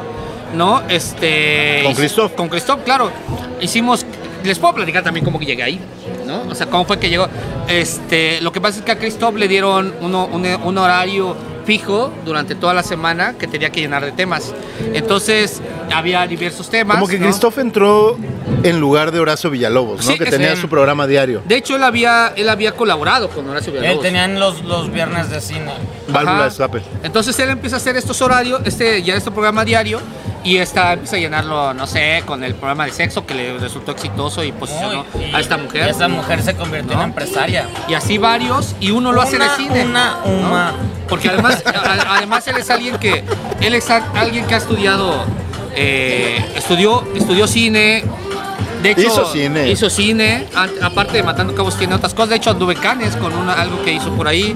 Speaker 5: ¿no? Este
Speaker 2: Con
Speaker 5: hic-
Speaker 2: Christoph.
Speaker 5: Con Christoph, claro. Hicimos les puedo platicar también cómo que llegué ahí, ¿no? O sea, cómo fue que llegó. Este, lo que pasa es que a Christoph le dieron uno- un, un horario fijo durante toda la semana que tenía que llenar de temas. Entonces, había diversos temas.
Speaker 2: Como que
Speaker 5: ¿no?
Speaker 2: Christoph entró en lugar de Horacio Villalobos, ¿no?
Speaker 5: Sí,
Speaker 2: que
Speaker 5: es-
Speaker 2: tenía
Speaker 5: sí.
Speaker 2: su programa diario.
Speaker 5: De hecho, él había, él había colaborado con Horacio Villalobos.
Speaker 4: Él tenían los, los viernes de cine.
Speaker 2: Válvula
Speaker 5: Ajá.
Speaker 2: de escape.
Speaker 5: Entonces él empieza a hacer estos horarios, este, ya este programa diario, y esta empieza a llenarlo, no sé, con el programa de sexo que le resultó exitoso y posicionó
Speaker 4: Uy, y-
Speaker 5: a esta
Speaker 4: y
Speaker 5: mujer.
Speaker 4: esa mujer se convirtió
Speaker 5: ¿No?
Speaker 4: en empresaria.
Speaker 5: Y así varios, y uno lo hace de
Speaker 4: Una,
Speaker 5: cine.
Speaker 4: una,
Speaker 5: ¿no?
Speaker 4: una.
Speaker 5: Porque además, a- además él es alguien que, él es a- alguien que ha estudiado, eh, estudió, estudió cine. De hecho,
Speaker 2: Hizo cine.
Speaker 5: Hizo cine. A- aparte de Matando Cabos tiene otras cosas. De hecho, anduve en Cannes con una- algo que hizo por ahí.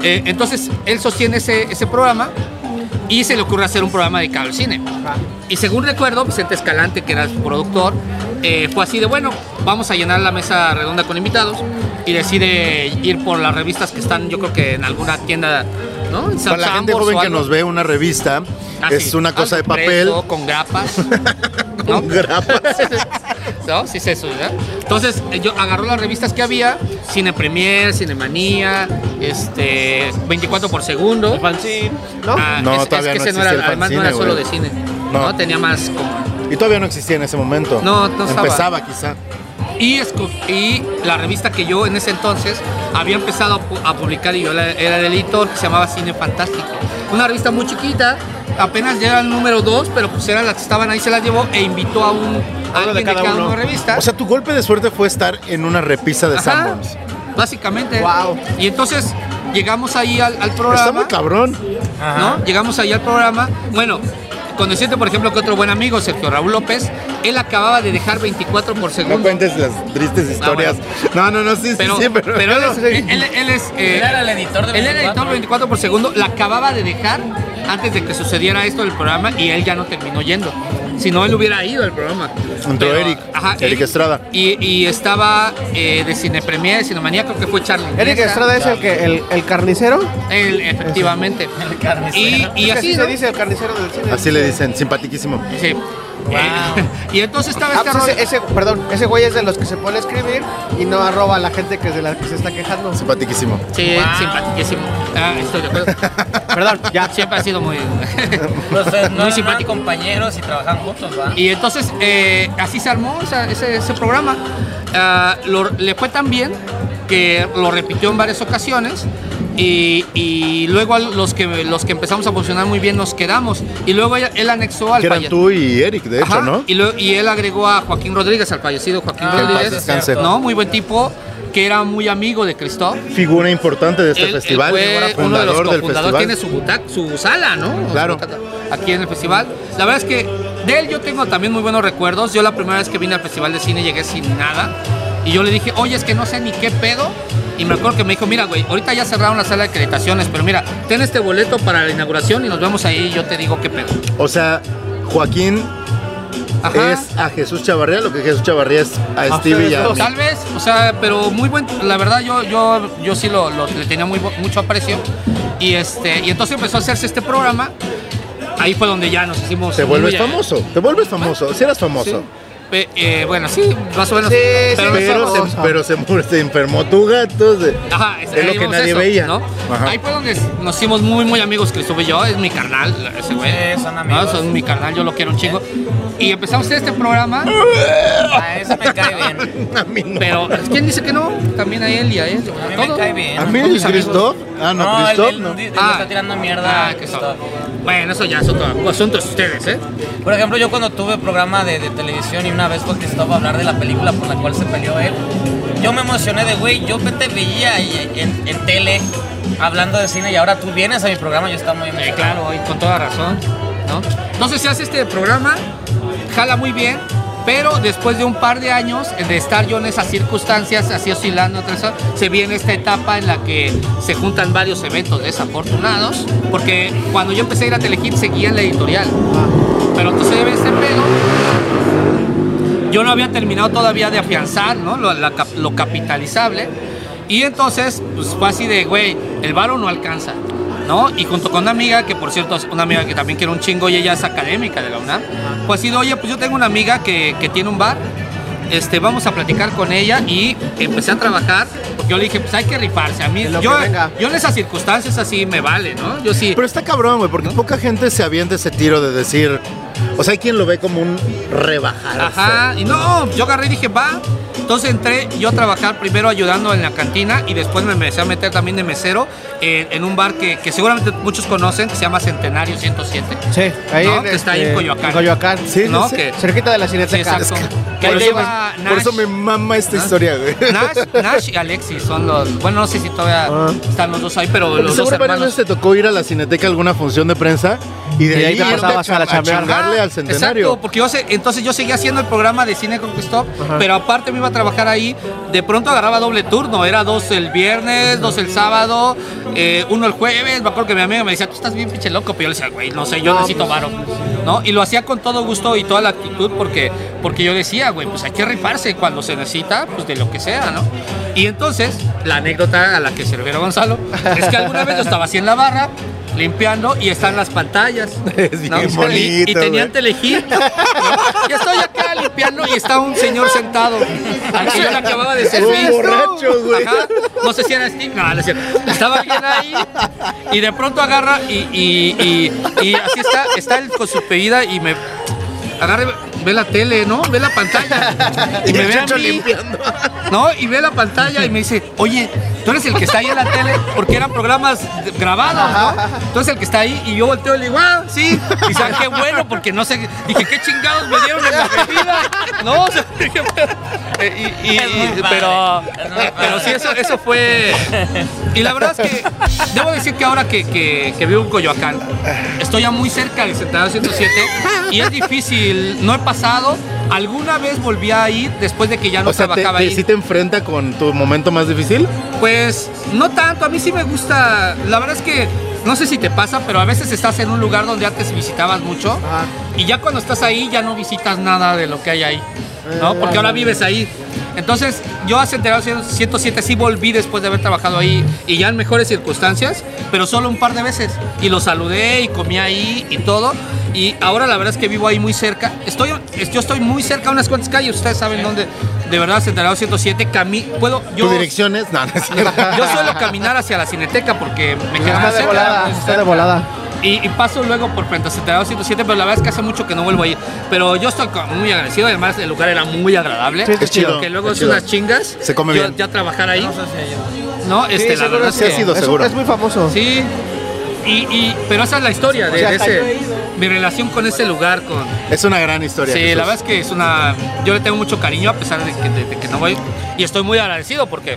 Speaker 5: Eh, entonces, él sostiene ese, ese programa y se le ocurre hacer un programa dedicado al cine. Y según recuerdo, Vicente Escalante, que era su productor, eh, fue así de, bueno, vamos a llenar la mesa redonda con invitados y decide ir por las revistas que están, yo creo que en alguna tienda, ¿no? En
Speaker 2: Para la gente
Speaker 5: Sambors
Speaker 2: joven
Speaker 5: o
Speaker 2: que
Speaker 5: algo.
Speaker 2: nos ve una revista,
Speaker 5: Ah,
Speaker 2: es
Speaker 5: sí,
Speaker 2: una cosa de
Speaker 5: algo
Speaker 2: papel.
Speaker 5: preso, con grapas. ¿no?
Speaker 2: Con grapas.
Speaker 5: ¿No? Sí es eso, ¿verdad? Entonces, eh, yo agarró las revistas que había, Cine Premier, Cinemanía, este, 24 por segundo.
Speaker 3: ¿no?
Speaker 5: Ah,
Speaker 2: No,
Speaker 5: es- es,
Speaker 2: todavía
Speaker 5: que
Speaker 2: no
Speaker 5: ese no
Speaker 2: existía
Speaker 5: era,
Speaker 2: el
Speaker 5: además no
Speaker 2: fanzine,
Speaker 5: era solo
Speaker 2: güey.
Speaker 5: de cine.
Speaker 2: No.
Speaker 5: No, tenía más como
Speaker 2: Y todavía no existía en ese momento.
Speaker 5: No, no estaba.
Speaker 2: Empezaba quizá.
Speaker 5: Y, esco- y la revista que yo en ese entonces había empezado a, pu- a publicar y yo la- era el editor que se llamaba Cine Fantástico. Una revista muy chiquita, apenas ya era el número 2, pero pues eran las que estaban ahí, se las llevó e invitó a un a alguien de cada, una revista.
Speaker 2: O sea, tu golpe de suerte fue estar en una repisa de
Speaker 5: Ajá,
Speaker 2: Sanborns.
Speaker 5: Básicamente.
Speaker 3: Wow.
Speaker 5: Y entonces llegamos ahí al, al programa.
Speaker 2: Está muy cabrón.
Speaker 4: Ajá.
Speaker 5: ¿no? Llegamos ahí al programa. Bueno, con decirte, por ejemplo, que otro buen amigo, Sergio Raúl López, él acababa de dejar 24 por
Speaker 2: No
Speaker 5: segundo.
Speaker 2: cuentes las tristes historias. No, no, no, sí, sí,
Speaker 5: Ah, pero,
Speaker 2: sí,
Speaker 5: pero, él es. Él, él es, eh,
Speaker 4: Él era el editor de
Speaker 5: él era editor
Speaker 4: 24.
Speaker 5: 24 por segundo, la acababa de dejar antes de que sucediera esto del programa y él ya no terminó yendo. Si no, él hubiera ido al programa.
Speaker 2: Entró Eric, Eric Estrada.
Speaker 5: Y, y estaba eh, de Cine Premier, de Cinemanía, creo que fue Charlie.
Speaker 3: Eric
Speaker 5: Mesa.
Speaker 3: Estrada es el que el, el carnicero.
Speaker 5: Él, efectivamente.
Speaker 4: El carnicero.
Speaker 5: Y, y
Speaker 3: Es que
Speaker 5: así,
Speaker 3: se
Speaker 5: ¿no?
Speaker 3: dice el carnicero del cine.
Speaker 2: Así le dicen, simpatiquísimo.
Speaker 5: Sí. Eh, y entonces estaba
Speaker 3: Ah,
Speaker 5: este
Speaker 3: pues
Speaker 5: rollo.
Speaker 3: ese, ese- perdón, ese güey es de los que se pone a escribir y no arroba a la gente que es de la que se está quejando.
Speaker 2: Simpatiquísimo.
Speaker 5: Sí, simpaticísimo. Ah, estoy de acuerdo.
Speaker 3: Perdón,
Speaker 5: Ya siempre ha sido muy.
Speaker 4: Entonces, no
Speaker 5: muy
Speaker 4: eran
Speaker 5: simpático.
Speaker 4: compañeros y trabajan juntos, ¿va?
Speaker 5: Y entonces eh, así se armó esa- ese, ese programa. Ah, lo- le fue tan bien que lo repitió en varias ocasiones. Y, y luego al- los que, los que empezamos a funcionar muy bien nos quedamos. Y luego ya- él anexó al
Speaker 2: Que eran
Speaker 5: falle-
Speaker 2: tú y Eric, de hecho,
Speaker 5: Ajá,
Speaker 2: ¿no?
Speaker 5: Y, lo- y él agregó a Joaquín Rodríguez, al fallecido Joaquín
Speaker 4: Ah,
Speaker 2: Que en paz
Speaker 5: Rodríguez.
Speaker 2: descanse.
Speaker 5: ¿no? Muy buen tipo, que era muy amigo de Cristóbal.
Speaker 2: Figura importante de este
Speaker 5: Él- él
Speaker 2: festival.
Speaker 5: fue uno de los
Speaker 2: fundador del
Speaker 5: cofundadores, tiene
Speaker 2: festival.
Speaker 5: su, butac- su sala, ¿no?
Speaker 2: Claro.
Speaker 5: Su butaca Aquí en el festival. La verdad es que de él yo tengo también muy buenos recuerdos. Yo la primera vez que vine al festival de cine llegué sin nada. Y yo le dije, oye, es que no sé ni qué pedo. Y me acuerdo que me dijo, mira, güey, ahorita ya cerraron la sala de acreditaciones, pero mira, ten este boleto para la inauguración y nos vemos ahí y yo te digo qué pedo.
Speaker 2: O sea, Joaquín
Speaker 5: Ajá.
Speaker 2: es a Jesús Chavarría lo que Jesús Chavarría es a Stevie y a mí.
Speaker 5: Tal vez, o sea, pero muy buen. La verdad, yo, yo, yo sí lo, lo- le tenía muy, bu- mucho aprecio. Y, este, y entonces empezó a hacerse este programa. Ahí fue donde ya nos hicimos.
Speaker 2: Te vuelves
Speaker 5: muy, eh,
Speaker 2: famoso, te vuelves famoso, si eras famoso.
Speaker 5: sí. Pe- eh, bueno, sí, más o menos.
Speaker 3: Sí,
Speaker 5: pero
Speaker 3: sí,
Speaker 5: no
Speaker 2: Pero,
Speaker 5: somos-
Speaker 2: se, pero se, mu- se enfermó tu gato. se-
Speaker 5: Ajá,
Speaker 2: es,
Speaker 5: ahí
Speaker 2: lo que
Speaker 5: vimos
Speaker 2: nadie
Speaker 5: eso,
Speaker 2: veía.
Speaker 5: ¿no?
Speaker 2: Ajá.
Speaker 5: Ahí fue donde nos hicimos muy, muy amigos, Cristóbal y yo. Es mi carnal, ese güey.
Speaker 4: Sí, son
Speaker 5: ¿no?
Speaker 4: amigos.
Speaker 5: Son mi carnal, yo lo quiero un chingo. Y empezamos este programa,
Speaker 4: A eso me cae bien.
Speaker 2: A mí no.
Speaker 5: pero ¿quién dice que no? También a él y a él.
Speaker 4: A mí
Speaker 5: todo.
Speaker 4: me cae bien.
Speaker 2: ¿A mí
Speaker 5: Con
Speaker 2: el
Speaker 5: mis amigos.
Speaker 2: Christoph? Ah, no,
Speaker 4: No, él,
Speaker 2: Christoph
Speaker 4: él-
Speaker 2: no.
Speaker 4: él
Speaker 5: Ah.
Speaker 4: está tirando mierda.
Speaker 5: Ah,
Speaker 4: a
Speaker 5: que
Speaker 4: Cristóbal.
Speaker 5: son- Bueno, eso ya es otro asunto de ustedes, ¿eh?
Speaker 4: Por ejemplo, yo cuando tuve programa de, de televisión y una vez con Cristóbal a hablar de la película por la cual se peleó él, yo me emocioné de, güey, yo que te veía ahí en, en tele hablando de cine y ahora tú vienes a mi programa, yo estaba muy
Speaker 5: Eh,
Speaker 4: emocionado.
Speaker 5: claro, y con toda razón, ¿no? Entonces se hace este programa, jala muy bien, pero después de un par de años de estar yo en esas circunstancias, así oscilando, entre esas, se viene esta etapa en la que se juntan varios eventos desafortunados, porque cuando yo empecé a ir a Telehit seguía en la editorial, pero entonces ya ves este pedo yo no había terminado todavía de afianzar ¿no? lo, la cap- lo capitalizable. Y entonces, pues fue así de, güey, el varo no alcanza, ¿no? Y junto con una amiga, que por cierto es una amiga que también quiero un chingo y ella es académica de la UNAM, pues así de, oye, pues yo tengo una amiga que, que tiene un bar, este, vamos a platicar con ella y empecé a trabajar, porque yo le dije, pues hay que rifarse. A mí,
Speaker 3: De lo
Speaker 5: yo,
Speaker 3: que venga.
Speaker 5: yo en esas circunstancias así me vale, ¿no? Yo sí.
Speaker 2: Pero está cabrón, güey, porque poca gente se avienta ese tiro de decir. O sea, hay quien lo ve como un rebajar.
Speaker 5: Ajá, y no, yo agarré y dije, va. Entonces entré yo a trabajar primero ayudando en la cantina y después me empecé a meter también de mesero eh, en un bar que, que seguramente muchos conocen, que se llama Centenario 107.
Speaker 3: Sí, ahí
Speaker 5: No,
Speaker 3: en,
Speaker 5: que está ahí en
Speaker 3: este,
Speaker 5: Coyoacán.
Speaker 2: Sí,
Speaker 5: ¿No?
Speaker 2: sí.
Speaker 5: Que,
Speaker 3: cerquita de la
Speaker 5: sí,
Speaker 3: cineteca.
Speaker 5: exacto. Que
Speaker 2: Por
Speaker 5: ahí
Speaker 2: eso,
Speaker 5: lleva
Speaker 2: me,
Speaker 5: Nash,
Speaker 2: por eso me mama esta historia, güey.
Speaker 5: Nash, Nash y Alexis son los. Bueno, no sé si todavía
Speaker 3: Ah.
Speaker 5: están los dos ahí, pero
Speaker 2: Porque
Speaker 5: los dos
Speaker 2: seguro varias
Speaker 5: hermanos.
Speaker 2: veces te tocó ir a la cineteca a alguna función de prensa y de
Speaker 3: Y ahí
Speaker 2: ahí
Speaker 3: te
Speaker 2: irte
Speaker 3: pasabas
Speaker 2: a,
Speaker 3: a la
Speaker 2: a
Speaker 3: chambear.
Speaker 2: chingarle
Speaker 5: Ah,
Speaker 2: al centenario.
Speaker 5: Exacto, porque yo sé, entonces yo seguía haciendo el programa de cine con Cristóbal, pero aparte me iba a trabajar ahí. De pronto agarraba doble turno, era dos el viernes, dos el sábado, eh, uno el jueves. Me acuerdo que mi amigo me decía, tú estás bien pinche loco, pero yo le decía, güey, no sé, yo
Speaker 2: pues.
Speaker 5: necesito varo, ¿no? Y lo hacía con todo gusto y toda la actitud porque, porque yo decía, güey, pues hay que rifarse cuando se necesita, pues de lo que sea, ¿no? Y entonces, la anécdota a la que se refiere Gonzalo es que alguna vez yo estaba así en la barra, limpiando y están las pantallas.
Speaker 2: Es
Speaker 5: ¿no?
Speaker 2: bien
Speaker 5: Y-
Speaker 2: bonito,
Speaker 5: y, tenían
Speaker 2: güey.
Speaker 5: telehit. ¿no? Y estoy acá limpiando y está un señor sentado. Al que yo le Ah, acababa de servir.
Speaker 2: Un borracho, güey.
Speaker 5: Ajá. No sé si era Steve. No, no es cierto. Estaba alguien ahí y de pronto agarra y, y- y- y así está, está él con su pedida y me agarra. y- ve la tele, ¿no? Ve la pantalla. Y me ve a mí, ¿No? Y ve la pantalla y me dice, oye, tú eres el que está ahí en la tele, porque eran programas de- grabados, ¿no? Tú eres el que está ahí y yo volteo y le digo, ah, sí. Y dice, "Ah, qué bueno, porque no sé. Dije, qué chingados me dieron en la bebida. No, o sea, dije, pero- eh, y- y-
Speaker 4: Es muy padre,
Speaker 5: pero,
Speaker 4: es muy padre.
Speaker 5: pero sí, eso, eso fue. Y la verdad es que debo decir que ahora que, que, que vivo en Coyoacán, estoy ya muy cerca del 707 y es difícil, no he pasado. Alguna vez volví a ir después de que ya no
Speaker 2: O sea, te,
Speaker 5: trabajaba
Speaker 2: te-
Speaker 5: ahí.
Speaker 2: sí te enfrenta con tu momento más difícil.
Speaker 5: Pues no tanto, a mí sí me gusta. La verdad es que no sé si te pasa, pero a veces estás en un lugar donde antes visitabas mucho y ya cuando estás ahí ya no visitas nada de lo que hay ahí,
Speaker 2: Eh,
Speaker 5: ¿no? Porque ahora vives ahí. Entonces, yo hace enterado 107 sí volví después de haber trabajado ahí y ya en mejores circunstancias, pero solo un par de veces. Y lo saludé y comí ahí y todo. Y ahora la verdad es que vivo ahí muy cerca. Estoy, es- yo estoy muy cerca a unas cuantas calles, ustedes saben dónde. De verdad, Centenario 107, cami puedo, yo
Speaker 2: ¿Tu dirección es? No, no es cierto.
Speaker 5: yo suelo caminar hacia la Cineteca porque me queda
Speaker 3: Está
Speaker 5: más
Speaker 3: de
Speaker 5: cerca.
Speaker 3: volada,
Speaker 5: pues,
Speaker 3: está de volada.
Speaker 5: Y, y paso luego por frente a 107, pero la verdad es que hace mucho que no vuelvo ahí. Pero yo estoy co- muy agradecido, además el lugar era muy agradable.
Speaker 3: Sí, está
Speaker 2: chido,
Speaker 5: Que luego
Speaker 2: está
Speaker 5: es unas
Speaker 2: chido.
Speaker 5: chingas.
Speaker 2: Se come
Speaker 5: yo-
Speaker 2: bien.
Speaker 5: Ya trabajar ahí. No, este, la
Speaker 3: seguro
Speaker 5: verdad
Speaker 3: que
Speaker 5: es que...
Speaker 2: ha sido
Speaker 3: es-
Speaker 2: seguro.
Speaker 3: Es muy famoso.
Speaker 5: Sí. Y, y- pero esa es la historia de,
Speaker 3: sea,
Speaker 5: de
Speaker 3: hasta yo he
Speaker 5: ese, mi relación con ese lugar, con,
Speaker 2: Es una gran historia.
Speaker 5: Sí,
Speaker 2: Jesús.
Speaker 5: la verdad es que es una. Yo le tengo mucho cariño a pesar de que, de- de que no voy. Y estoy muy agradecido porque.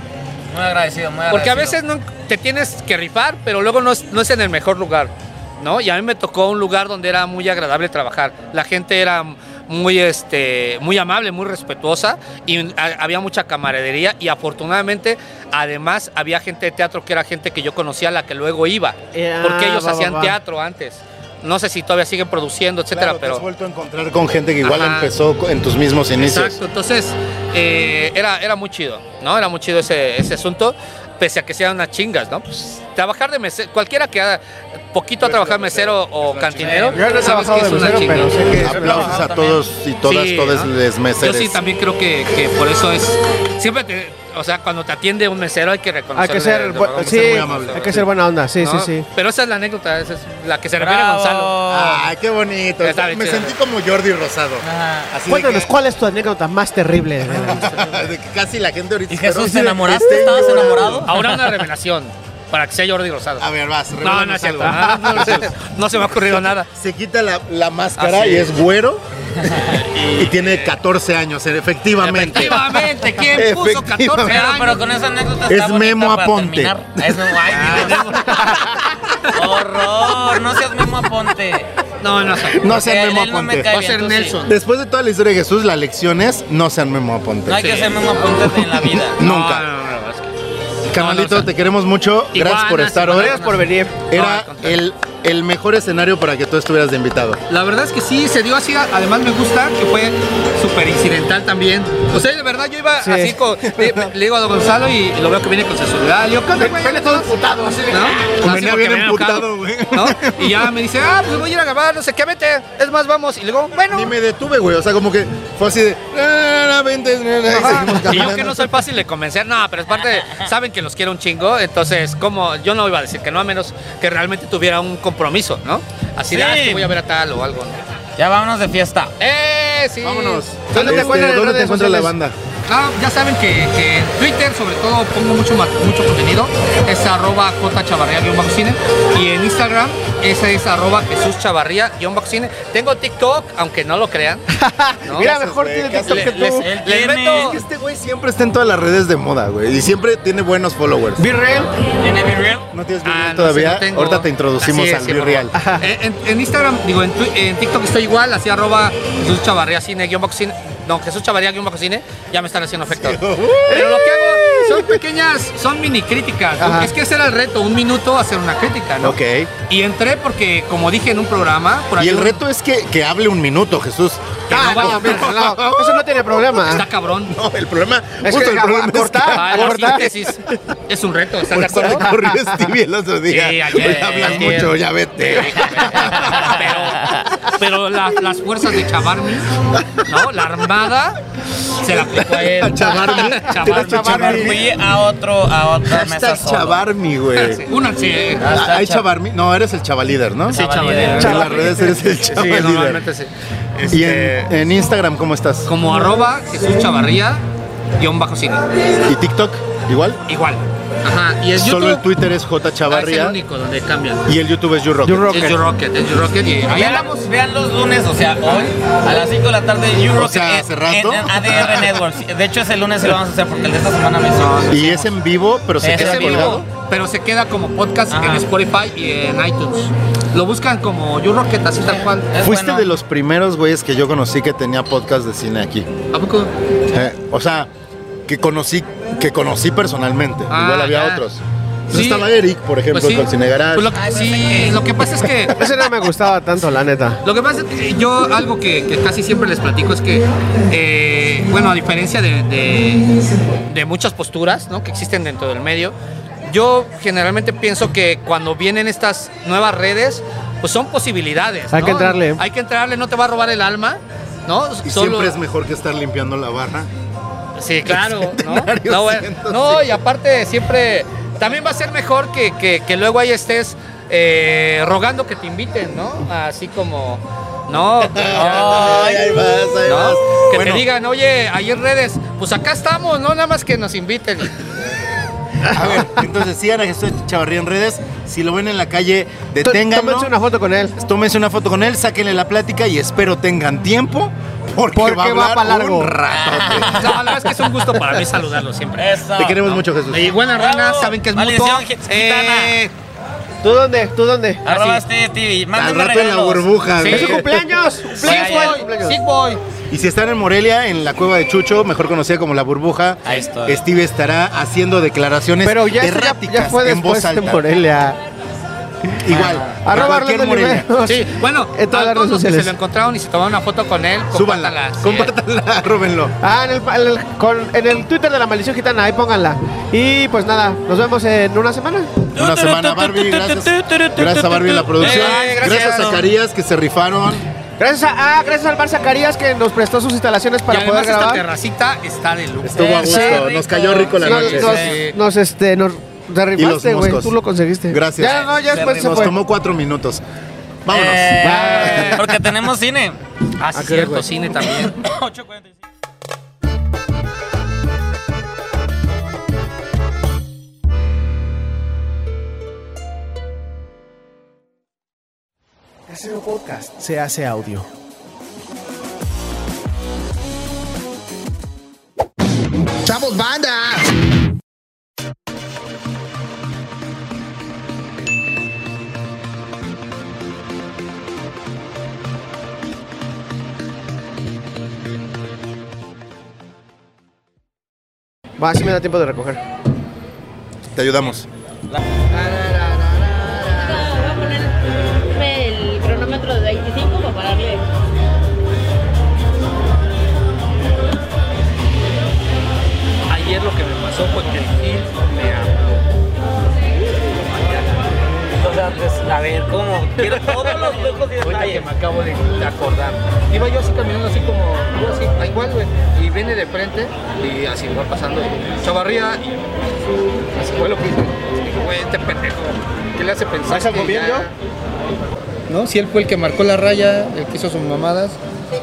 Speaker 4: Muy agradecido, muy agradecido.
Speaker 5: Porque a veces no, te tienes que rifar, pero luego no es, no es en el mejor lugar. ¿no? Y a mí me tocó un lugar donde era muy agradable trabajar. La gente era muy, este, muy amable, muy respetuosa y ha- había mucha camaradería. Y afortunadamente, además, había gente de teatro que era gente que yo conocía, la que luego iba.
Speaker 3: Eh,
Speaker 5: porque
Speaker 3: ah,
Speaker 5: ellos
Speaker 3: va, va,
Speaker 5: hacían
Speaker 3: va.
Speaker 5: teatro antes. No sé si todavía siguen produciendo, etcétera,
Speaker 2: Claro, te has
Speaker 5: pero.
Speaker 2: vuelto a encontrar con gente que igual
Speaker 5: Ajá.
Speaker 2: empezó co- en tus mismos inicios.
Speaker 5: Exacto, entonces eh, era, era muy chido, ¿no? Era muy chido ese, ese asunto, pese a que sean unas chingas, ¿no? Pues, trabajar de mesero, cualquiera que haga poquito a trabajar mesero o cantinero,
Speaker 3: Yo no he
Speaker 5: sabes que
Speaker 3: trabajado
Speaker 5: es
Speaker 3: de
Speaker 5: una
Speaker 3: mesero,
Speaker 5: chinga.
Speaker 3: pero sé que
Speaker 2: Aplausos a todos y todas,
Speaker 5: Sí,
Speaker 2: todas
Speaker 5: ¿no?
Speaker 2: les
Speaker 5: Yo
Speaker 2: meseres.
Speaker 5: sí también creo que, que por eso es, siempre te- o sea, cuando te atiende un mesero hay que
Speaker 3: Hay
Speaker 5: reconocer.
Speaker 3: que ser, bu- sí,
Speaker 2: ser muy amable.
Speaker 3: hay que ser buena onda, sí, sí, sí.
Speaker 5: Pero esa es la anécdota, esa es la que se refiere
Speaker 4: Bravo.
Speaker 5: Gonzalo.
Speaker 2: Ah, qué bonito.
Speaker 5: Está bien
Speaker 2: Me
Speaker 5: chido.
Speaker 2: sentí como Jordi Rosado.
Speaker 4: Ajá.
Speaker 2: Así de
Speaker 3: Cuéntanos,
Speaker 2: que-
Speaker 3: ¿cuál es tu anécdota más terrible? de verdad?
Speaker 2: de que casi la gente ahorita.
Speaker 4: ¿Y Jesús, te
Speaker 2: está llorando.
Speaker 4: enamoraste?
Speaker 2: Estoy
Speaker 4: ¿Estabas
Speaker 2: llorando.
Speaker 4: enamorado?
Speaker 5: Ahora una revelación, para que sea Jordi Rosado.
Speaker 2: A ver, vas.
Speaker 5: No, no
Speaker 2: revélanos
Speaker 5: es cierto. Ah,
Speaker 2: algo.
Speaker 5: No, no, no, no se me ha ocurrido nada.
Speaker 2: Se quita la, la máscara
Speaker 5: Así
Speaker 2: y es güero. y tiene 14 años, eh, efectivamente.
Speaker 5: Efectivamente, ¿quién puso 14
Speaker 2: Efectivamente.
Speaker 4: Pero,
Speaker 5: años?
Speaker 4: pero con esa anécdota
Speaker 2: Es
Speaker 4: está bonita
Speaker 2: Memo
Speaker 4: para
Speaker 2: Aponte.
Speaker 4: terminar. Es Memo ay,
Speaker 5: Ah.
Speaker 4: Dios. Horror, no seas Memo Aponte.
Speaker 5: No, no sé.
Speaker 2: No sean
Speaker 4: O sea,
Speaker 2: Memo
Speaker 4: él no me
Speaker 2: Aponte.
Speaker 4: cae
Speaker 5: Va a
Speaker 4: bien,
Speaker 5: ser
Speaker 4: tú sí.
Speaker 5: Nelson.
Speaker 2: Después de toda la historia de Jesús, las lecciones no sean Memo Aponte.
Speaker 4: No hay que
Speaker 5: Sí.
Speaker 4: ser Memo Aponte en la vida.
Speaker 2: Nunca.
Speaker 5: No, no, no, es que-
Speaker 2: Carnalito,
Speaker 5: no, no,
Speaker 2: te queremos mucho. Gracias por
Speaker 5: Iguanas,
Speaker 2: estar hoy.
Speaker 5: iguanas.
Speaker 3: Gracias por venir.
Speaker 5: No,
Speaker 2: Era
Speaker 5: al contrario.
Speaker 2: el, el mejor escenario para que tú estuvieras de invitado.
Speaker 5: La verdad es que sí, se dio así. Además, me gusta que fue súper incidental también. O sea, de verdad, yo iba
Speaker 3: Sí.
Speaker 5: así con. Le, le digo a don Gonzalo y lo veo que viene con su celular. Le digo, ¿qué onda, güey?
Speaker 2: Viene todo emputado, así de-
Speaker 5: ¿No?
Speaker 2: Venía
Speaker 5: porque
Speaker 2: bien
Speaker 5: venía
Speaker 2: emputado,
Speaker 5: enojado,
Speaker 2: güey.
Speaker 5: ¿no? Y ya me dice, ah, pues voy a ir a grabar, no sé qué, vete. Es más, vamos. Y le digo, bueno.
Speaker 2: Ni me detuve, güey. O sea, como que fue así de. "Na, na, na, vente, na, na", y
Speaker 5: Ajá.
Speaker 2: seguimos
Speaker 5: Y yo que no
Speaker 2: caminando.
Speaker 5: soy fácil de convencer, no, pero es parte, de- saben que los quiero un chingo, entonces como yo no iba a decir que no, a menos que realmente tuviera un compromiso, ¿no? Así de,
Speaker 4: Sí.
Speaker 5: ah, es que voy a ver a tal o algo, ¿no?
Speaker 4: Ya vámonos de fiesta.
Speaker 5: ¡Eh, sí!
Speaker 2: Vámonos.
Speaker 3: ¿Dónde te
Speaker 2: Este,
Speaker 3: encuentran en
Speaker 2: ¿dónde
Speaker 3: redes
Speaker 2: te encuentra la
Speaker 3: sociales?
Speaker 2: banda?
Speaker 5: Ah, ya saben que, que en Twitter, sobre todo, pongo mucho, ma- mucho contenido, es arroba jchavarría-cine, y en Instagram, esa es arroba jesuschavarría-cine. Tengo TikTok, aunque no lo crean. ¿no?
Speaker 3: Mira,
Speaker 2: Gracias,
Speaker 3: mejor
Speaker 2: güey,
Speaker 3: tiene
Speaker 2: gracias.
Speaker 3: TikTok que
Speaker 5: Les-
Speaker 3: tú.
Speaker 4: Él
Speaker 5: les
Speaker 4: tiene-
Speaker 5: meto-
Speaker 2: Este güey siempre está en todas las redes de moda, güey. Y siempre tiene buenos followers.
Speaker 3: Virrel,
Speaker 4: En Every Real.
Speaker 2: ¿No tienes
Speaker 5: Ah,
Speaker 2: Virreal
Speaker 5: no, sí,
Speaker 2: todavía?
Speaker 5: no tengo.
Speaker 2: Ahorita te introducimos
Speaker 5: Así es,
Speaker 2: al
Speaker 5: sí,
Speaker 2: Virreal.
Speaker 5: por favor. Eh, En, en Instagram, digo, en, Twi- en TikTok estoy igual, así arroba Jesús Chavarría Cine, guión bajo cine. No, Jesús Chavarría, guión bajo cine, ya me están haciendo efecto. Pero lo que hago son pequeñas, son mini críticas.
Speaker 3: Ajá.
Speaker 5: Es que ese era el reto, un minuto hacer una crítica, ¿no?
Speaker 2: Ok.
Speaker 5: Y entré porque, como dije en un programa, por ahí
Speaker 2: Y el
Speaker 5: un-
Speaker 2: reto es que, que hable un minuto, Jesús.
Speaker 5: que
Speaker 2: Ah,
Speaker 5: no vaya a ver,
Speaker 3: no, eso no tiene
Speaker 5: está
Speaker 3: problema.
Speaker 5: cabrón.
Speaker 2: No, el problema.
Speaker 3: Es
Speaker 2: justo
Speaker 3: que
Speaker 2: el
Speaker 3: a-
Speaker 2: problema
Speaker 3: a
Speaker 2: es que-
Speaker 3: cortar.
Speaker 5: Ah,
Speaker 3: Ah,
Speaker 5: la
Speaker 3: ¿verdad?
Speaker 5: síntesis es un reto, ¿estás de
Speaker 2: Por eso
Speaker 5: acuerdo?
Speaker 2: le corrió Stevie el otro este día.
Speaker 5: Sí, ayer,
Speaker 2: Hoy hablas
Speaker 5: ayer.
Speaker 2: mucho, ya vete.
Speaker 5: pero pero la- las fuerzas de Chavarmi, ¿no? La armada se la aplicó a él.
Speaker 2: A Chavarmi.
Speaker 5: Chavarmi.
Speaker 2: Chavarmi.
Speaker 4: fui a otro, a otra mesa
Speaker 2: Hashtag
Speaker 4: solo.
Speaker 2: chavarmi, güey. Ah,
Speaker 5: Únanse.
Speaker 4: Hashtag
Speaker 2: ¿Hay
Speaker 4: chav-
Speaker 2: chavarmi? No, eres el chavalíder, ¿no?
Speaker 5: Sí, chaval.
Speaker 4: líder.
Speaker 2: En las redes eres el
Speaker 5: Sí,
Speaker 2: chavalíder.
Speaker 5: normalmente sí.
Speaker 2: Y
Speaker 5: Este,
Speaker 2: en, en Instagram, ¿cómo estás?
Speaker 5: Como arroba Jesús Chavarría, guión bajo cine.
Speaker 2: ¿Y TikTok? ¿Igual?
Speaker 5: Igual. Ajá. Y es YouTube.
Speaker 2: Solo el Twitter es J
Speaker 5: ah, es el
Speaker 2: Chavarría
Speaker 5: único donde cambian.
Speaker 2: y el YouTube es YouRock.
Speaker 5: Es You Rocket, es You Rocket. Y ahí
Speaker 4: Vean,
Speaker 5: hablamos.
Speaker 4: vean los lunes, o sea, hoy a las 5 de la tarde, Euro E,
Speaker 2: O sea, ¿hace rato?
Speaker 4: En, en ADR Networks. De hecho, ese lunes sí lo vamos a hacer porque el de esta semana me hizo.
Speaker 2: Y es en vivo, pero se
Speaker 4: Es
Speaker 2: queda
Speaker 5: Es
Speaker 4: en
Speaker 5: en vivo,
Speaker 2: colgado.
Speaker 5: pero se queda como podcast en
Speaker 4: Ajá.
Speaker 5: Spotify y en iTunes. Lo buscan como You Rocket, así tal cual.
Speaker 4: Es
Speaker 2: Fuiste
Speaker 4: bueno.
Speaker 2: de los primeros güeyes que yo conocí que tenía podcast de cine aquí.
Speaker 5: ¿A poco?
Speaker 2: Eh, o sea, que conocí, que conocí personalmente.
Speaker 5: Ah,
Speaker 2: Igual había
Speaker 5: ya.
Speaker 2: otros.
Speaker 5: Sí.
Speaker 2: Entonces estaba Eric, por ejemplo,
Speaker 5: Pues sí.
Speaker 2: con Cine Garage.
Speaker 5: Pues lo, que- sí, lo que pasa es que pues,
Speaker 3: Ese no me gustaba tanto, la neta.
Speaker 5: Lo que pasa es que yo algo que, que casi siempre les platico es que, eh, bueno, a diferencia de, de- de muchas posturas ¿no? que existen dentro del medio, yo generalmente pienso que cuando vienen estas nuevas redes, pues son posibilidades.
Speaker 3: Hay
Speaker 5: ¿no?
Speaker 3: que entrarle.
Speaker 5: Hay que entrarle, no te va a robar el alma. ¿No?
Speaker 2: y
Speaker 5: Solo-
Speaker 2: siempre es mejor que estar limpiando la barra.
Speaker 5: Sí, claro. ¿no?
Speaker 2: Centenario
Speaker 5: No, bueno,
Speaker 2: 105.
Speaker 5: no, y aparte siempre también va a ser mejor que, que- que luego ahí estés eh, rogando que te inviten, ¿no? Así como, no.
Speaker 2: Ay, ahí vas, ahí
Speaker 5: ¿no?
Speaker 2: vas.
Speaker 5: Que
Speaker 2: Bueno.
Speaker 5: te digan, oye, ahí en redes, pues acá estamos, ¿no? Nada más que nos inviten.
Speaker 2: A ver, entonces sigan a Jesús Chavarría en redes. Si lo ven en la calle, deténganlo.
Speaker 3: Tómense una foto con él.
Speaker 2: Tómense una foto con él, sáquenle la plática y espero tengan tiempo. Porque,
Speaker 3: Porque
Speaker 2: va a
Speaker 3: va
Speaker 2: hablar
Speaker 3: pa' largo.
Speaker 2: un ratote.
Speaker 5: No, la verdad es que es un gusto para mí saludarlos siempre.
Speaker 4: Eso.
Speaker 2: Te queremos mucho, Jesús.
Speaker 5: Y buena rana,
Speaker 4: Bravo.
Speaker 5: saben que es mutuo.
Speaker 4: Maldición, je- gitana.
Speaker 5: Eh,
Speaker 3: ¿Tú dónde? ¿Tú dónde?
Speaker 4: Arroba este TV.
Speaker 2: Al
Speaker 4: Mándenme
Speaker 2: rato en la
Speaker 4: regalos.
Speaker 2: burbuja.
Speaker 5: Sí.
Speaker 2: güey.
Speaker 3: ¡Es su cumpleaños! ¡Cumpleaños,
Speaker 4: Sí,
Speaker 3: güey!
Speaker 4: sí.
Speaker 3: ¡Cumpleaños!
Speaker 5: Sick Boy.
Speaker 2: Y si están en Morelia, en la cueva de Chucho, mejor conocida como la burbuja,
Speaker 4: Ahí estoy.
Speaker 2: Steve estará haciendo declaraciones
Speaker 3: Pero ya, esto ya-
Speaker 2: erráticas
Speaker 3: ya fue
Speaker 2: en voz
Speaker 3: después de
Speaker 2: alta.
Speaker 3: Morelia.
Speaker 2: Igual, a
Speaker 3: Arroba
Speaker 2: cualquier
Speaker 3: Orlando
Speaker 2: Morelia.
Speaker 3: Oliveros.
Speaker 5: Sí, bueno,
Speaker 3: En
Speaker 5: a
Speaker 3: todas las
Speaker 5: todos
Speaker 3: redes
Speaker 5: los que
Speaker 3: sociales.
Speaker 5: se lo encontraron y se tomaron una foto con él,
Speaker 2: Súbanla,
Speaker 5: compártanla.
Speaker 2: compártanla, róbenlo.
Speaker 3: Ah, en el, pa- en el- con- en el Twitter de la maldición gitana, ahí pónganla. Y pues nada, nos vemos en una semana.
Speaker 2: Una semana, Barbie, gracias. Gracias a Barbie en la producción.
Speaker 5: Eh, gracias.
Speaker 2: gracias a Zacarías que se rifaron.
Speaker 3: Gracias a, ah, gracias al Bar Zacarías que nos prestó sus instalaciones
Speaker 5: Para
Speaker 3: para
Speaker 5: y
Speaker 3: poder
Speaker 5: además esta
Speaker 3: grabar.
Speaker 5: terracita está de lujo.
Speaker 2: Estuvo a
Speaker 4: Sí,
Speaker 2: gusto, nos
Speaker 4: rico.
Speaker 2: cayó rico la
Speaker 4: Sí,
Speaker 3: Nos,
Speaker 2: noche.
Speaker 3: nos,
Speaker 4: Sí.
Speaker 3: nos, este, nos te rifaste, güey.
Speaker 2: moscos.
Speaker 3: Tú lo conseguiste.
Speaker 2: Gracias.
Speaker 3: Ya, no, ya después se
Speaker 2: Nos
Speaker 3: fue.
Speaker 2: tomó cuatro minutos. Vámonos.
Speaker 4: Eh,
Speaker 5: Bye.
Speaker 4: porque tenemos cine.
Speaker 5: Ah, sí, cierto, cine también.
Speaker 4: 8.45.
Speaker 1: Casero Podcast se hace audio.
Speaker 3: Va, sí me da tiempo de recoger.
Speaker 2: Te ayudamos.
Speaker 6: Voy a ponerme el cronómetro de 25 para pararle.
Speaker 5: Ayer lo que me pasó fue que el Gil me
Speaker 4: O sea, pues, a ver, ¿cómo? Quiero todos los lujos y
Speaker 5: Ahorita que
Speaker 4: detalles.
Speaker 5: me acabo de, de acordar. Iba yo así caminando así como, yo así, ah, igual, güey. Y viene de frente y así va pasando. y Chavarría y así fue lo que hizo. Dije, güey, este pendejo. ¿Qué le hace pensar?
Speaker 3: ¿Vas al
Speaker 5: que
Speaker 3: gobierno?
Speaker 5: ya-" No, si él fue el que marcó la raya, el que hizo sus mamadas.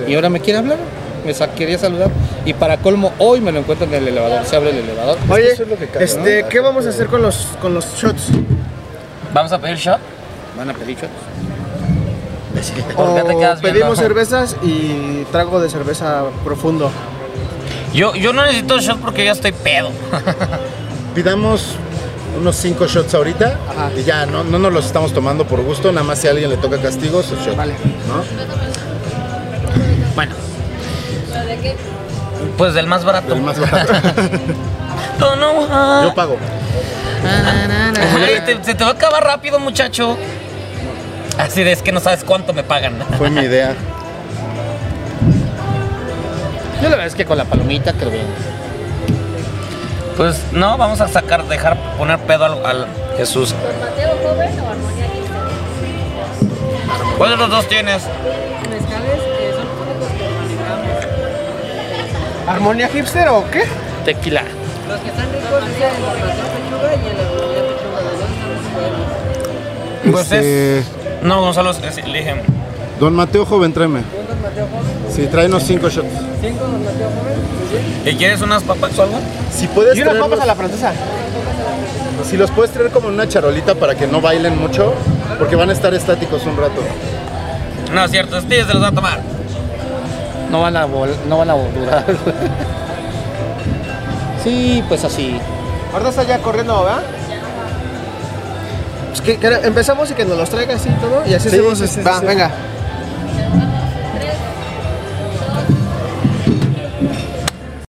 Speaker 5: Y ahora me quiere hablar. Me sa- quería saludar. Y para colmo, hoy me lo encuentro en el elevador. Se abre el elevador.
Speaker 3: Oye,
Speaker 5: Es que eso es lo que caga,
Speaker 3: este,
Speaker 5: ¿no?
Speaker 3: ¿qué vamos a hacer con los, con los shots?
Speaker 4: ¿Vamos a pedir shot?
Speaker 5: Van a pedir shots.
Speaker 4: ¿Por qué te quedas viendo?
Speaker 3: O pedimos cervezas y trago de cerveza profundo.
Speaker 4: Yo, yo no necesito shot porque ya estoy pedo.
Speaker 2: Pidamos unos cinco shots ahorita y ya no, no nos los estamos tomando por gusto, nada más si a alguien le toca castigo, su shot.
Speaker 3: Vale.
Speaker 2: ¿no?
Speaker 5: Bueno,
Speaker 4: Pues del más barato.
Speaker 2: Del más barato.
Speaker 4: No, no.
Speaker 2: Yo pago.
Speaker 4: Ay, te- se te va a acabar rápido, muchacho. Así de, es que no sabes cuánto me pagan.
Speaker 2: Fue mi idea.
Speaker 5: yo la verdad es que con la palomita que lo veo.
Speaker 4: Pues no, vamos a sacar, dejar poner pedo al, al Jesús.
Speaker 6: ¿Por Mateo Joven o Armonía 15?
Speaker 4: ¿Cuáles los dos tienes?
Speaker 6: Mezcales que son los únicos que manejamos.
Speaker 3: ¿Armonía hipster o qué?
Speaker 5: Tequila.
Speaker 7: Los que están ricos dicen en la ración pechuga y en la comida pechuga. De los estamos buenos.
Speaker 4: Pues
Speaker 2: Este,
Speaker 4: es. No, Gonzalo, es- es- le dije.
Speaker 2: Don Mateo Joven, tráeme. Sí, tráenos cinco shots.
Speaker 7: Cinco nos metió joven.
Speaker 4: ¿Y quieres unas papas o algo?
Speaker 2: Si puedes
Speaker 3: Y unas
Speaker 2: traernos-
Speaker 3: papas a la francesa.
Speaker 2: Si los puedes traer como en una charolita para que no bailen mucho, porque van a estar estáticos un rato.
Speaker 4: No, es cierto, Steve se los va a tomar.
Speaker 5: No van a, vol- no van a durar. sí, pues así.
Speaker 3: Ahorita está ya corriendo, ¿verdad? Pues que, que empezamos y que nos los traiga así y todo. Y así
Speaker 2: Sí,
Speaker 3: hacemos. este-
Speaker 2: sí, sí,
Speaker 3: va,
Speaker 2: sí.
Speaker 3: venga.